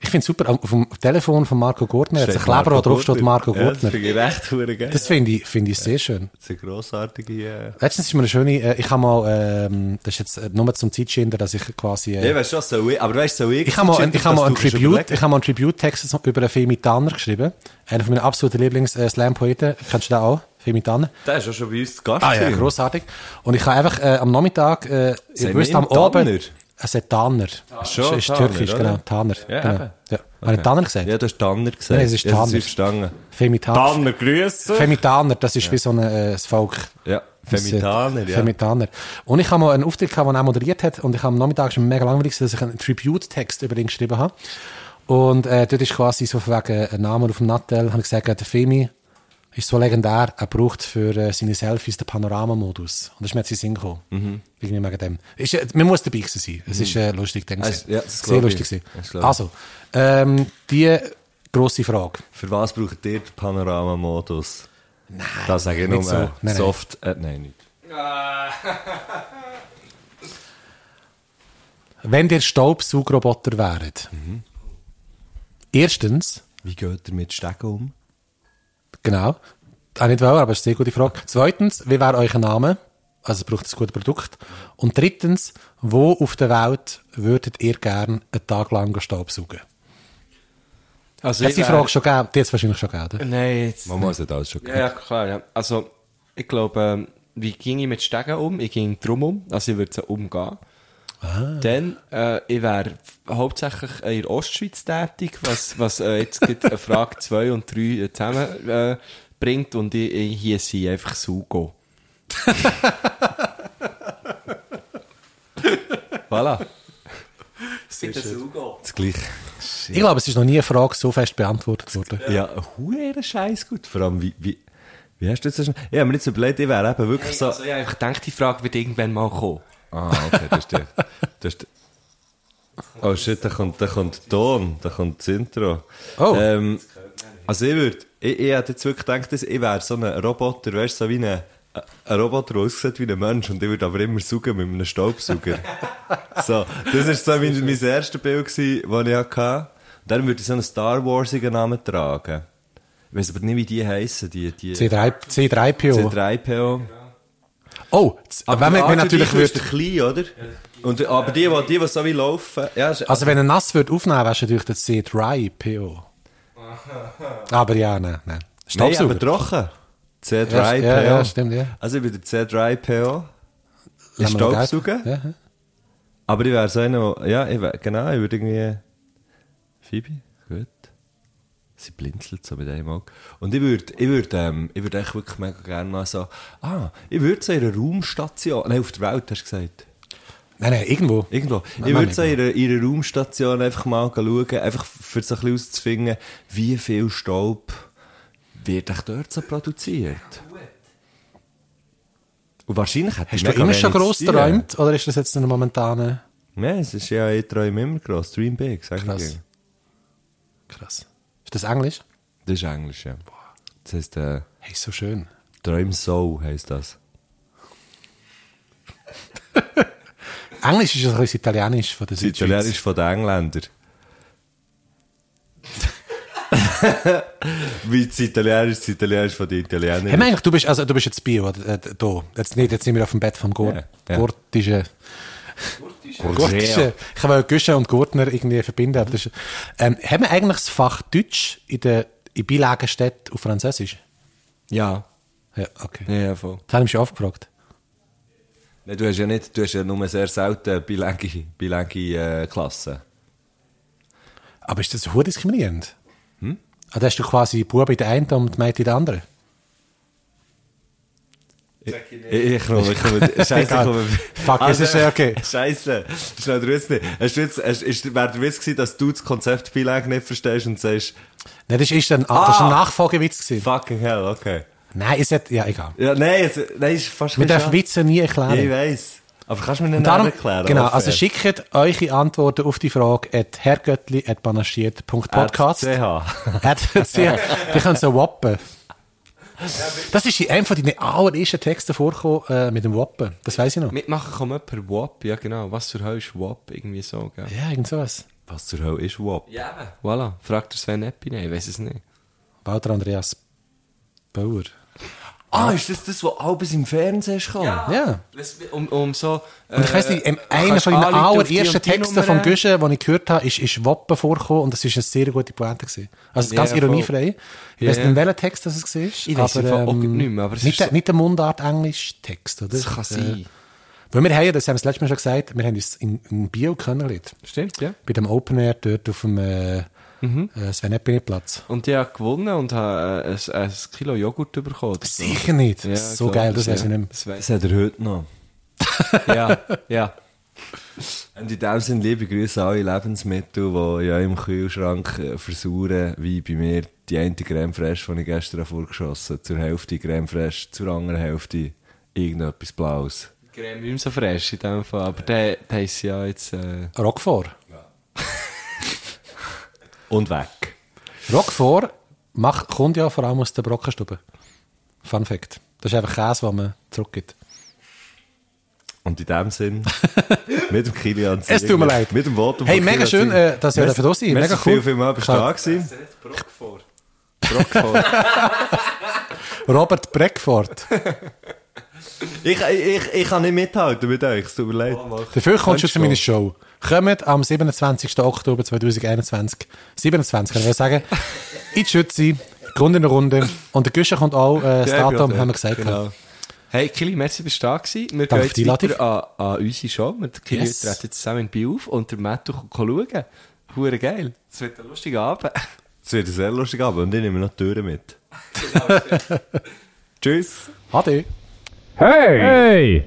Speaker 5: Ich finde es super, auf dem Telefon von Marco Gurtner hat es einen Kleber, wo drauf steht Marco
Speaker 1: Ja, das
Speaker 5: Gurtner.
Speaker 1: finde ich recht hure geil.
Speaker 5: Das finde ich, finde ich sehr schön.
Speaker 1: Das ist eine grossartige...
Speaker 5: Letztens ist mir eine schöne, äh, ich habe mal, ähm, das ist jetzt äh, nur zum Zeitschindern, dass ich quasi...
Speaker 1: Äh,
Speaker 5: Äh,
Speaker 1: ich weiß schon, soll ich, aber weißt du, soll ich...
Speaker 5: Ich habe mal, einen- ich habe mal einen
Speaker 1: dass du kannst
Speaker 5: Tribute,
Speaker 1: überlegen?
Speaker 5: ich habe mal einen Tribute-Text zum- über einen Femi Tanner geschrieben. Einer von meinen absoluten Lieblings-Slam-Poeten. Kennst du den auch? Femi Tanner?
Speaker 1: Der ist auch schon bei uns zu Gast.
Speaker 5: Ah ja,
Speaker 1: gewesen.
Speaker 5: grossartig. Und ich habe einfach äh, am Nachmittag, äh,
Speaker 1: Sagt
Speaker 5: ihr wisst,
Speaker 1: man
Speaker 5: am
Speaker 1: ihm Tanner? Ah,
Speaker 5: Abend... Es ist Tanner. Es ist,
Speaker 1: Schon,
Speaker 5: ist
Speaker 1: Tanner,
Speaker 5: türkisch,
Speaker 1: oder?
Speaker 5: genau. Tanner.
Speaker 1: Ja,
Speaker 5: genau.
Speaker 1: eben.
Speaker 5: Ja. Habe ich Tanner gesagt?
Speaker 1: Ja, du hast Tanner gesagt.
Speaker 5: Nein, es ist
Speaker 1: Ja, das
Speaker 5: Tanner.
Speaker 1: verstanden.
Speaker 5: Femi Tanner.
Speaker 1: Tanner, grüße.
Speaker 5: Femi Tanner, das ist wie so ein äh, das Volk.
Speaker 1: Ja, Femitaner, ja.
Speaker 5: Femitaner. Und ich habe mal einen Auftritt gehabt, den er moderiert hat. Und ich habe am Nachmittag schon mega langweilig, gewesen, dass ich einen Tribute-Text über ihn geschrieben habe. Und äh, dort ist quasi so von wegen ein Name auf dem Nattel, habe ich gesagt, der Femi ist so legendär, er braucht für äh, seine Selfies den Panoramamodus. Und das ist mir jetzt in den Sinn gekommen.
Speaker 1: Mhm.
Speaker 5: Irgendwie wegen dem. Ist, äh, man muss dabei gewesen sein. Es ist äh, lustig, denke
Speaker 1: Also,
Speaker 5: ich.
Speaker 1: ja, das
Speaker 5: Sehr
Speaker 1: glaube
Speaker 5: lustig.
Speaker 1: ich.
Speaker 5: gewesen.
Speaker 1: Das glaube ich.
Speaker 5: Also, ähm, die grosse Frage.
Speaker 1: Für was braucht ihr den Panoramamodus? Nein. Das sage ich
Speaker 5: nicht
Speaker 1: nur
Speaker 5: so.
Speaker 1: äh,
Speaker 5: Nein, nein.
Speaker 1: soft. Äh, nein, nicht.
Speaker 5: Wenn ihr Staubsaugroboter wäret.
Speaker 1: Mhm.
Speaker 5: Erstens,
Speaker 1: Wie geht ihr mit Stegen um?
Speaker 5: genau, auch nicht wollen, aber es ist eine sehr gute Frage. Zweitens, wie wäre euer Name? Also braucht es ein gutes Produkt. Und drittens, wo auf der Welt würdet ihr gern einen Tag lang Staubsaugen?
Speaker 6: Also
Speaker 5: Hat die
Speaker 6: ich wär-
Speaker 5: Frage schon gegeben? Die hat es wahrscheinlich schon gegeben. oder?
Speaker 6: Nein, jetzt...
Speaker 1: Mama hat alles schon
Speaker 6: Ja, ja, klar, ja. Also, ich glaube, ähm, wie ging ich mit Stegen um? Ich ging drum um, also ich würde sie umgehen. Dann, äh, ich wäre hauptsächlich in der Ostschweiz tätig, was, was äh, jetzt gibt, eine Frage 2 und 3 zusammenbringt äh, bringt und ich, ich hier sie einfach Sugo. voilà.
Speaker 1: Das gleiche.
Speaker 5: Ich glaube, es ist noch nie eine Frage so fest beantwortet worden.
Speaker 1: Ja, hure Scheiß gut. Vor allem, wie, wie, wie hast du das? Ich habe mir jetzt überlegt, ich wäre eben wirklich
Speaker 6: Hey,
Speaker 1: so.
Speaker 6: also, ja, ich denke, die Frage wird irgendwann mal kommen.
Speaker 1: Ah, okay, das ist der. Das ist der. Oh shit, da kommt, da kommt der Ton, da kommt das Intro.
Speaker 5: Oh.
Speaker 1: Ähm, also ich würde, ich, ich hätte jetzt wirklich gedacht, dass ich wäre so ein Roboter, weißt du, so wie ein, ein Roboter, der aussieht wie ein Mensch und ich würde aber immer saugen mit einem Staubsauger. so, das ist so mein, mein erstes Bild, gewesen, das ich hatte. Und dann würde ich so einen Star Warsigen Namen tragen. Ich weiß aber nicht, wie die heissen, die, die
Speaker 5: C3, C3PO.
Speaker 1: C3PO.
Speaker 5: Oh, z- wenn man,
Speaker 1: der
Speaker 5: wenn
Speaker 1: Arthur
Speaker 5: natürlich
Speaker 1: Dichler ist
Speaker 5: würde,
Speaker 1: der klein, oder? Und, aber die, die, die, die so wie laufen, ja, ist,
Speaker 5: also wenn er nass wird aufnehmen, wärst du natürlich der C3PO. Aber ja, nein, nein.
Speaker 1: nein, aber
Speaker 5: Staubsauger.
Speaker 1: trocken. C3PO.
Speaker 5: Ja, ja, stimmt, ja.
Speaker 1: Also ich bin der C3PO. Ich
Speaker 5: Lassen wir noch gelten.
Speaker 1: Staubsauger.
Speaker 5: Ja, ja.
Speaker 1: Aber ich wäre so einer, der- ja, ich wär, genau, ich würde irgendwie... Phoebe, gut. Sie blinzelt so mit einem Auge. Und ich würde, ich würde, ähm, ich würde echt wirklich mega gerne mal so, ah, ich würde so in einer Raumstation, nein, auf der Welt, hast du gesagt.
Speaker 5: Nein, nein, irgendwo.
Speaker 1: Irgendwo.
Speaker 5: Nein,
Speaker 1: Ich
Speaker 5: nein,
Speaker 1: würde so in einer- in einer Raumstation einfach mal schauen, einfach für so ein bisschen auszufinden, wie viel Staub wird echt dort so produziert. Und wahrscheinlich hätte
Speaker 5: Hast du immer schon gross geträumt oder ist das jetzt eine momentane?
Speaker 1: Nein, es ist ja, ich träume immer gross. Dream big, sag ich
Speaker 5: Krass.
Speaker 1: dir.
Speaker 5: Krass. Ist das Englisch?
Speaker 1: Das ist Englisch, ja. Das heisst, äh,
Speaker 5: Hey, so schön.
Speaker 1: Träum so heisst das.
Speaker 5: Englisch ist ja so ein bisschen Italienisch von der
Speaker 1: Das
Speaker 5: Südschweiz.
Speaker 1: Italienisch von den Engländern. Wie das Italienisch, das Italienisch von den Italienern.
Speaker 5: Hey, mein, eigentlich, du bist, also, du bist jetzt Bio, oder? Äh, da. Jetzt nicht, jetzt sind wir auf dem Bett vom Gurt.
Speaker 1: Ja, ja.
Speaker 5: Gurtische. Gurtische. Ich will Güsche und Gurtner irgendwie verbinden. Aber das ist, ähm, haben wir eigentlich das Fach Deutsch in der, in Beilagenstädt auf Französisch?
Speaker 6: Ja,
Speaker 5: Ja, okay.
Speaker 6: ja, ja voll.
Speaker 5: Das habe ich mich schon aufgefragt.
Speaker 1: Nein, du hast ja nicht, du hast ja nur sehr selten bilangi, bilangi äh, Klassen.
Speaker 5: Aber ist das so diskriminierend? Hm? Also, hast du quasi Buben in der einen und Mädchen in der anderen?
Speaker 1: Ich, ich komme, ich komme, scheiße, ich
Speaker 5: Egal.
Speaker 1: komme.
Speaker 5: Fuck, es ist ja okay.
Speaker 1: Scheiße, schnell der Witz nicht. Hast du jetzt, hast, ist, wäre der Witz gewesen, dass du das Konzept Bilang nicht verstehst und sagst,
Speaker 5: Nein, das ist ein, ah, das ist ein
Speaker 1: Ah!
Speaker 5: Nachfolgewitz gewesen.
Speaker 1: fucking hell, okay.
Speaker 5: Nein, ist ja, egal.
Speaker 1: Ja, nein, es, nein, ist fast
Speaker 5: Wir
Speaker 1: ein bisschen
Speaker 5: dürfen Witze nie erklären.
Speaker 1: schade. Ja, ich weiss. Aber kannst du mir
Speaker 5: Und
Speaker 1: nicht
Speaker 5: darum,
Speaker 1: erklären?
Speaker 5: Genau,
Speaker 1: offen?
Speaker 5: also schickt eure Antworten auf die Frage at herrgöttli.panaschiert.podcast.
Speaker 1: CH.
Speaker 5: Wir können so wappen. Das ist in einem von deinen allerersten Texten vorgekommen äh, mit dem Wappen. Das weiß ich noch.
Speaker 6: Mitmachen kann man per WAP, ja genau. Was zur Hölle ist WAP? Irgendwie so, gell?
Speaker 5: Ja, irgend sowas.
Speaker 1: Was zur Hölle ist WAP?
Speaker 6: Ja. Voilà. Fragt der Sven Eppi, nein, ich weiß es nicht.
Speaker 5: Walter Andreas Bauer.
Speaker 1: Ah, ist das das, was alles im Fernsehen ist? Ja.
Speaker 5: Ja.
Speaker 6: Das- Um, um so, äh,
Speaker 5: Und ich weiss nicht, ähm, einer
Speaker 6: kannst
Speaker 5: von deinen
Speaker 6: anrufen auf Eh, die
Speaker 5: allerersten
Speaker 6: und die
Speaker 5: Texten
Speaker 6: Nummer.
Speaker 5: vom Güsche, den ich gehört habe, ist, ist Wappen vorgekommen und das ist eine sehr gute Pointe. Gewesen. Also ganz
Speaker 6: Ja,
Speaker 5: ironiefrei. Ich weiß
Speaker 6: Ja.
Speaker 5: nicht, in welchem Text das es war. Ich
Speaker 6: weiss im Fall auch
Speaker 5: ehm,
Speaker 6: nicht mehr, aber es ist
Speaker 5: nicht, der-
Speaker 6: so-
Speaker 5: nicht der Mundart-Englisch-Text, oder?
Speaker 6: Das kann sein.
Speaker 5: Weil wir haben ja, das haben wir das letzte Mal schon gesagt, wir haben uns dus in, in Bio kennengelernt.
Speaker 6: Stimmt, ja.
Speaker 5: Bei dem Open Air dort auf dem äh,
Speaker 6: Mhm.
Speaker 5: äh, sven eppini platz
Speaker 6: Und ich habe gewonnen und habe äh, ein, ein Kilo Joghurt bekommen. oder so.
Speaker 5: Sicher nicht.
Speaker 6: Ja,
Speaker 5: so
Speaker 6: klar,
Speaker 5: geil, dus das
Speaker 6: ja.
Speaker 5: weiß ich nicht mehr.
Speaker 6: Das weiss
Speaker 1: Das hat er heute noch.
Speaker 6: ich. Ja, ja.
Speaker 1: Und in dem Sinne liebe Grüße an alle Lebensmittel, die ja im Kühlschrank äh, versauern, wie bei mir die eine Creme Fraiche, die ich gestern habe vorgeschossen habe. Zur Hälfte Creme Fraiche, zur anderen Hälfte irgendetwas Blaues.
Speaker 6: Creme nicht mehr so fresh in dem Fall, aber der, der ist ja jetzt... Äh,
Speaker 5: Roquefort.
Speaker 1: Und weg.
Speaker 5: Roquefort macht, kommt ja vor allem aus der Brockenstube. Fun Fact. Dus Das ist einfach Käse, den man zurückgibt.
Speaker 1: Und in dem Sinne, mit dem Kilian
Speaker 5: Es tut mir leid.
Speaker 1: Mit dem Votum
Speaker 5: Hey,
Speaker 1: von
Speaker 5: mega
Speaker 1: Kilian
Speaker 5: schön,
Speaker 1: Ziegler.
Speaker 5: äh, dass ihr
Speaker 1: Merci-
Speaker 5: da
Speaker 1: merci
Speaker 5: seid. Mega cool.
Speaker 1: Viel, viel mal bist du da
Speaker 5: Klar.
Speaker 1: gewesen.
Speaker 5: Robert Breckford.
Speaker 1: Ich, ich, ich kann nicht mithalten mit euch, es tut mir leid.
Speaker 5: Dafür kommst du
Speaker 1: Könntest
Speaker 5: zu meiner Show. Kommt am 27. Oktober 2021, 27 kann ich wohl sagen, in die Schütze, Grund in der Runde. Und der Güsche kommt auch, äh, das
Speaker 1: Ja, ich bin
Speaker 5: Datum
Speaker 1: auch
Speaker 5: haben wir
Speaker 1: dort,
Speaker 5: gesagt.
Speaker 1: genau.
Speaker 6: Hey, Kili, merci, dass du da warst. Wir
Speaker 5: Danke für die
Speaker 6: gehen jetzt
Speaker 5: Einladung.
Speaker 6: weiter an, an unsere Show. Wir Kili
Speaker 5: Yes.
Speaker 6: treten jetzt zusammen in Biel auf und der Matto kann schauen. Hure geil. Es wird ein lustiger Abend.
Speaker 1: Es wird ein sehr lustig Abend und ich nehme noch die Türen mit. Tschüss.
Speaker 5: Ade.
Speaker 2: Hey!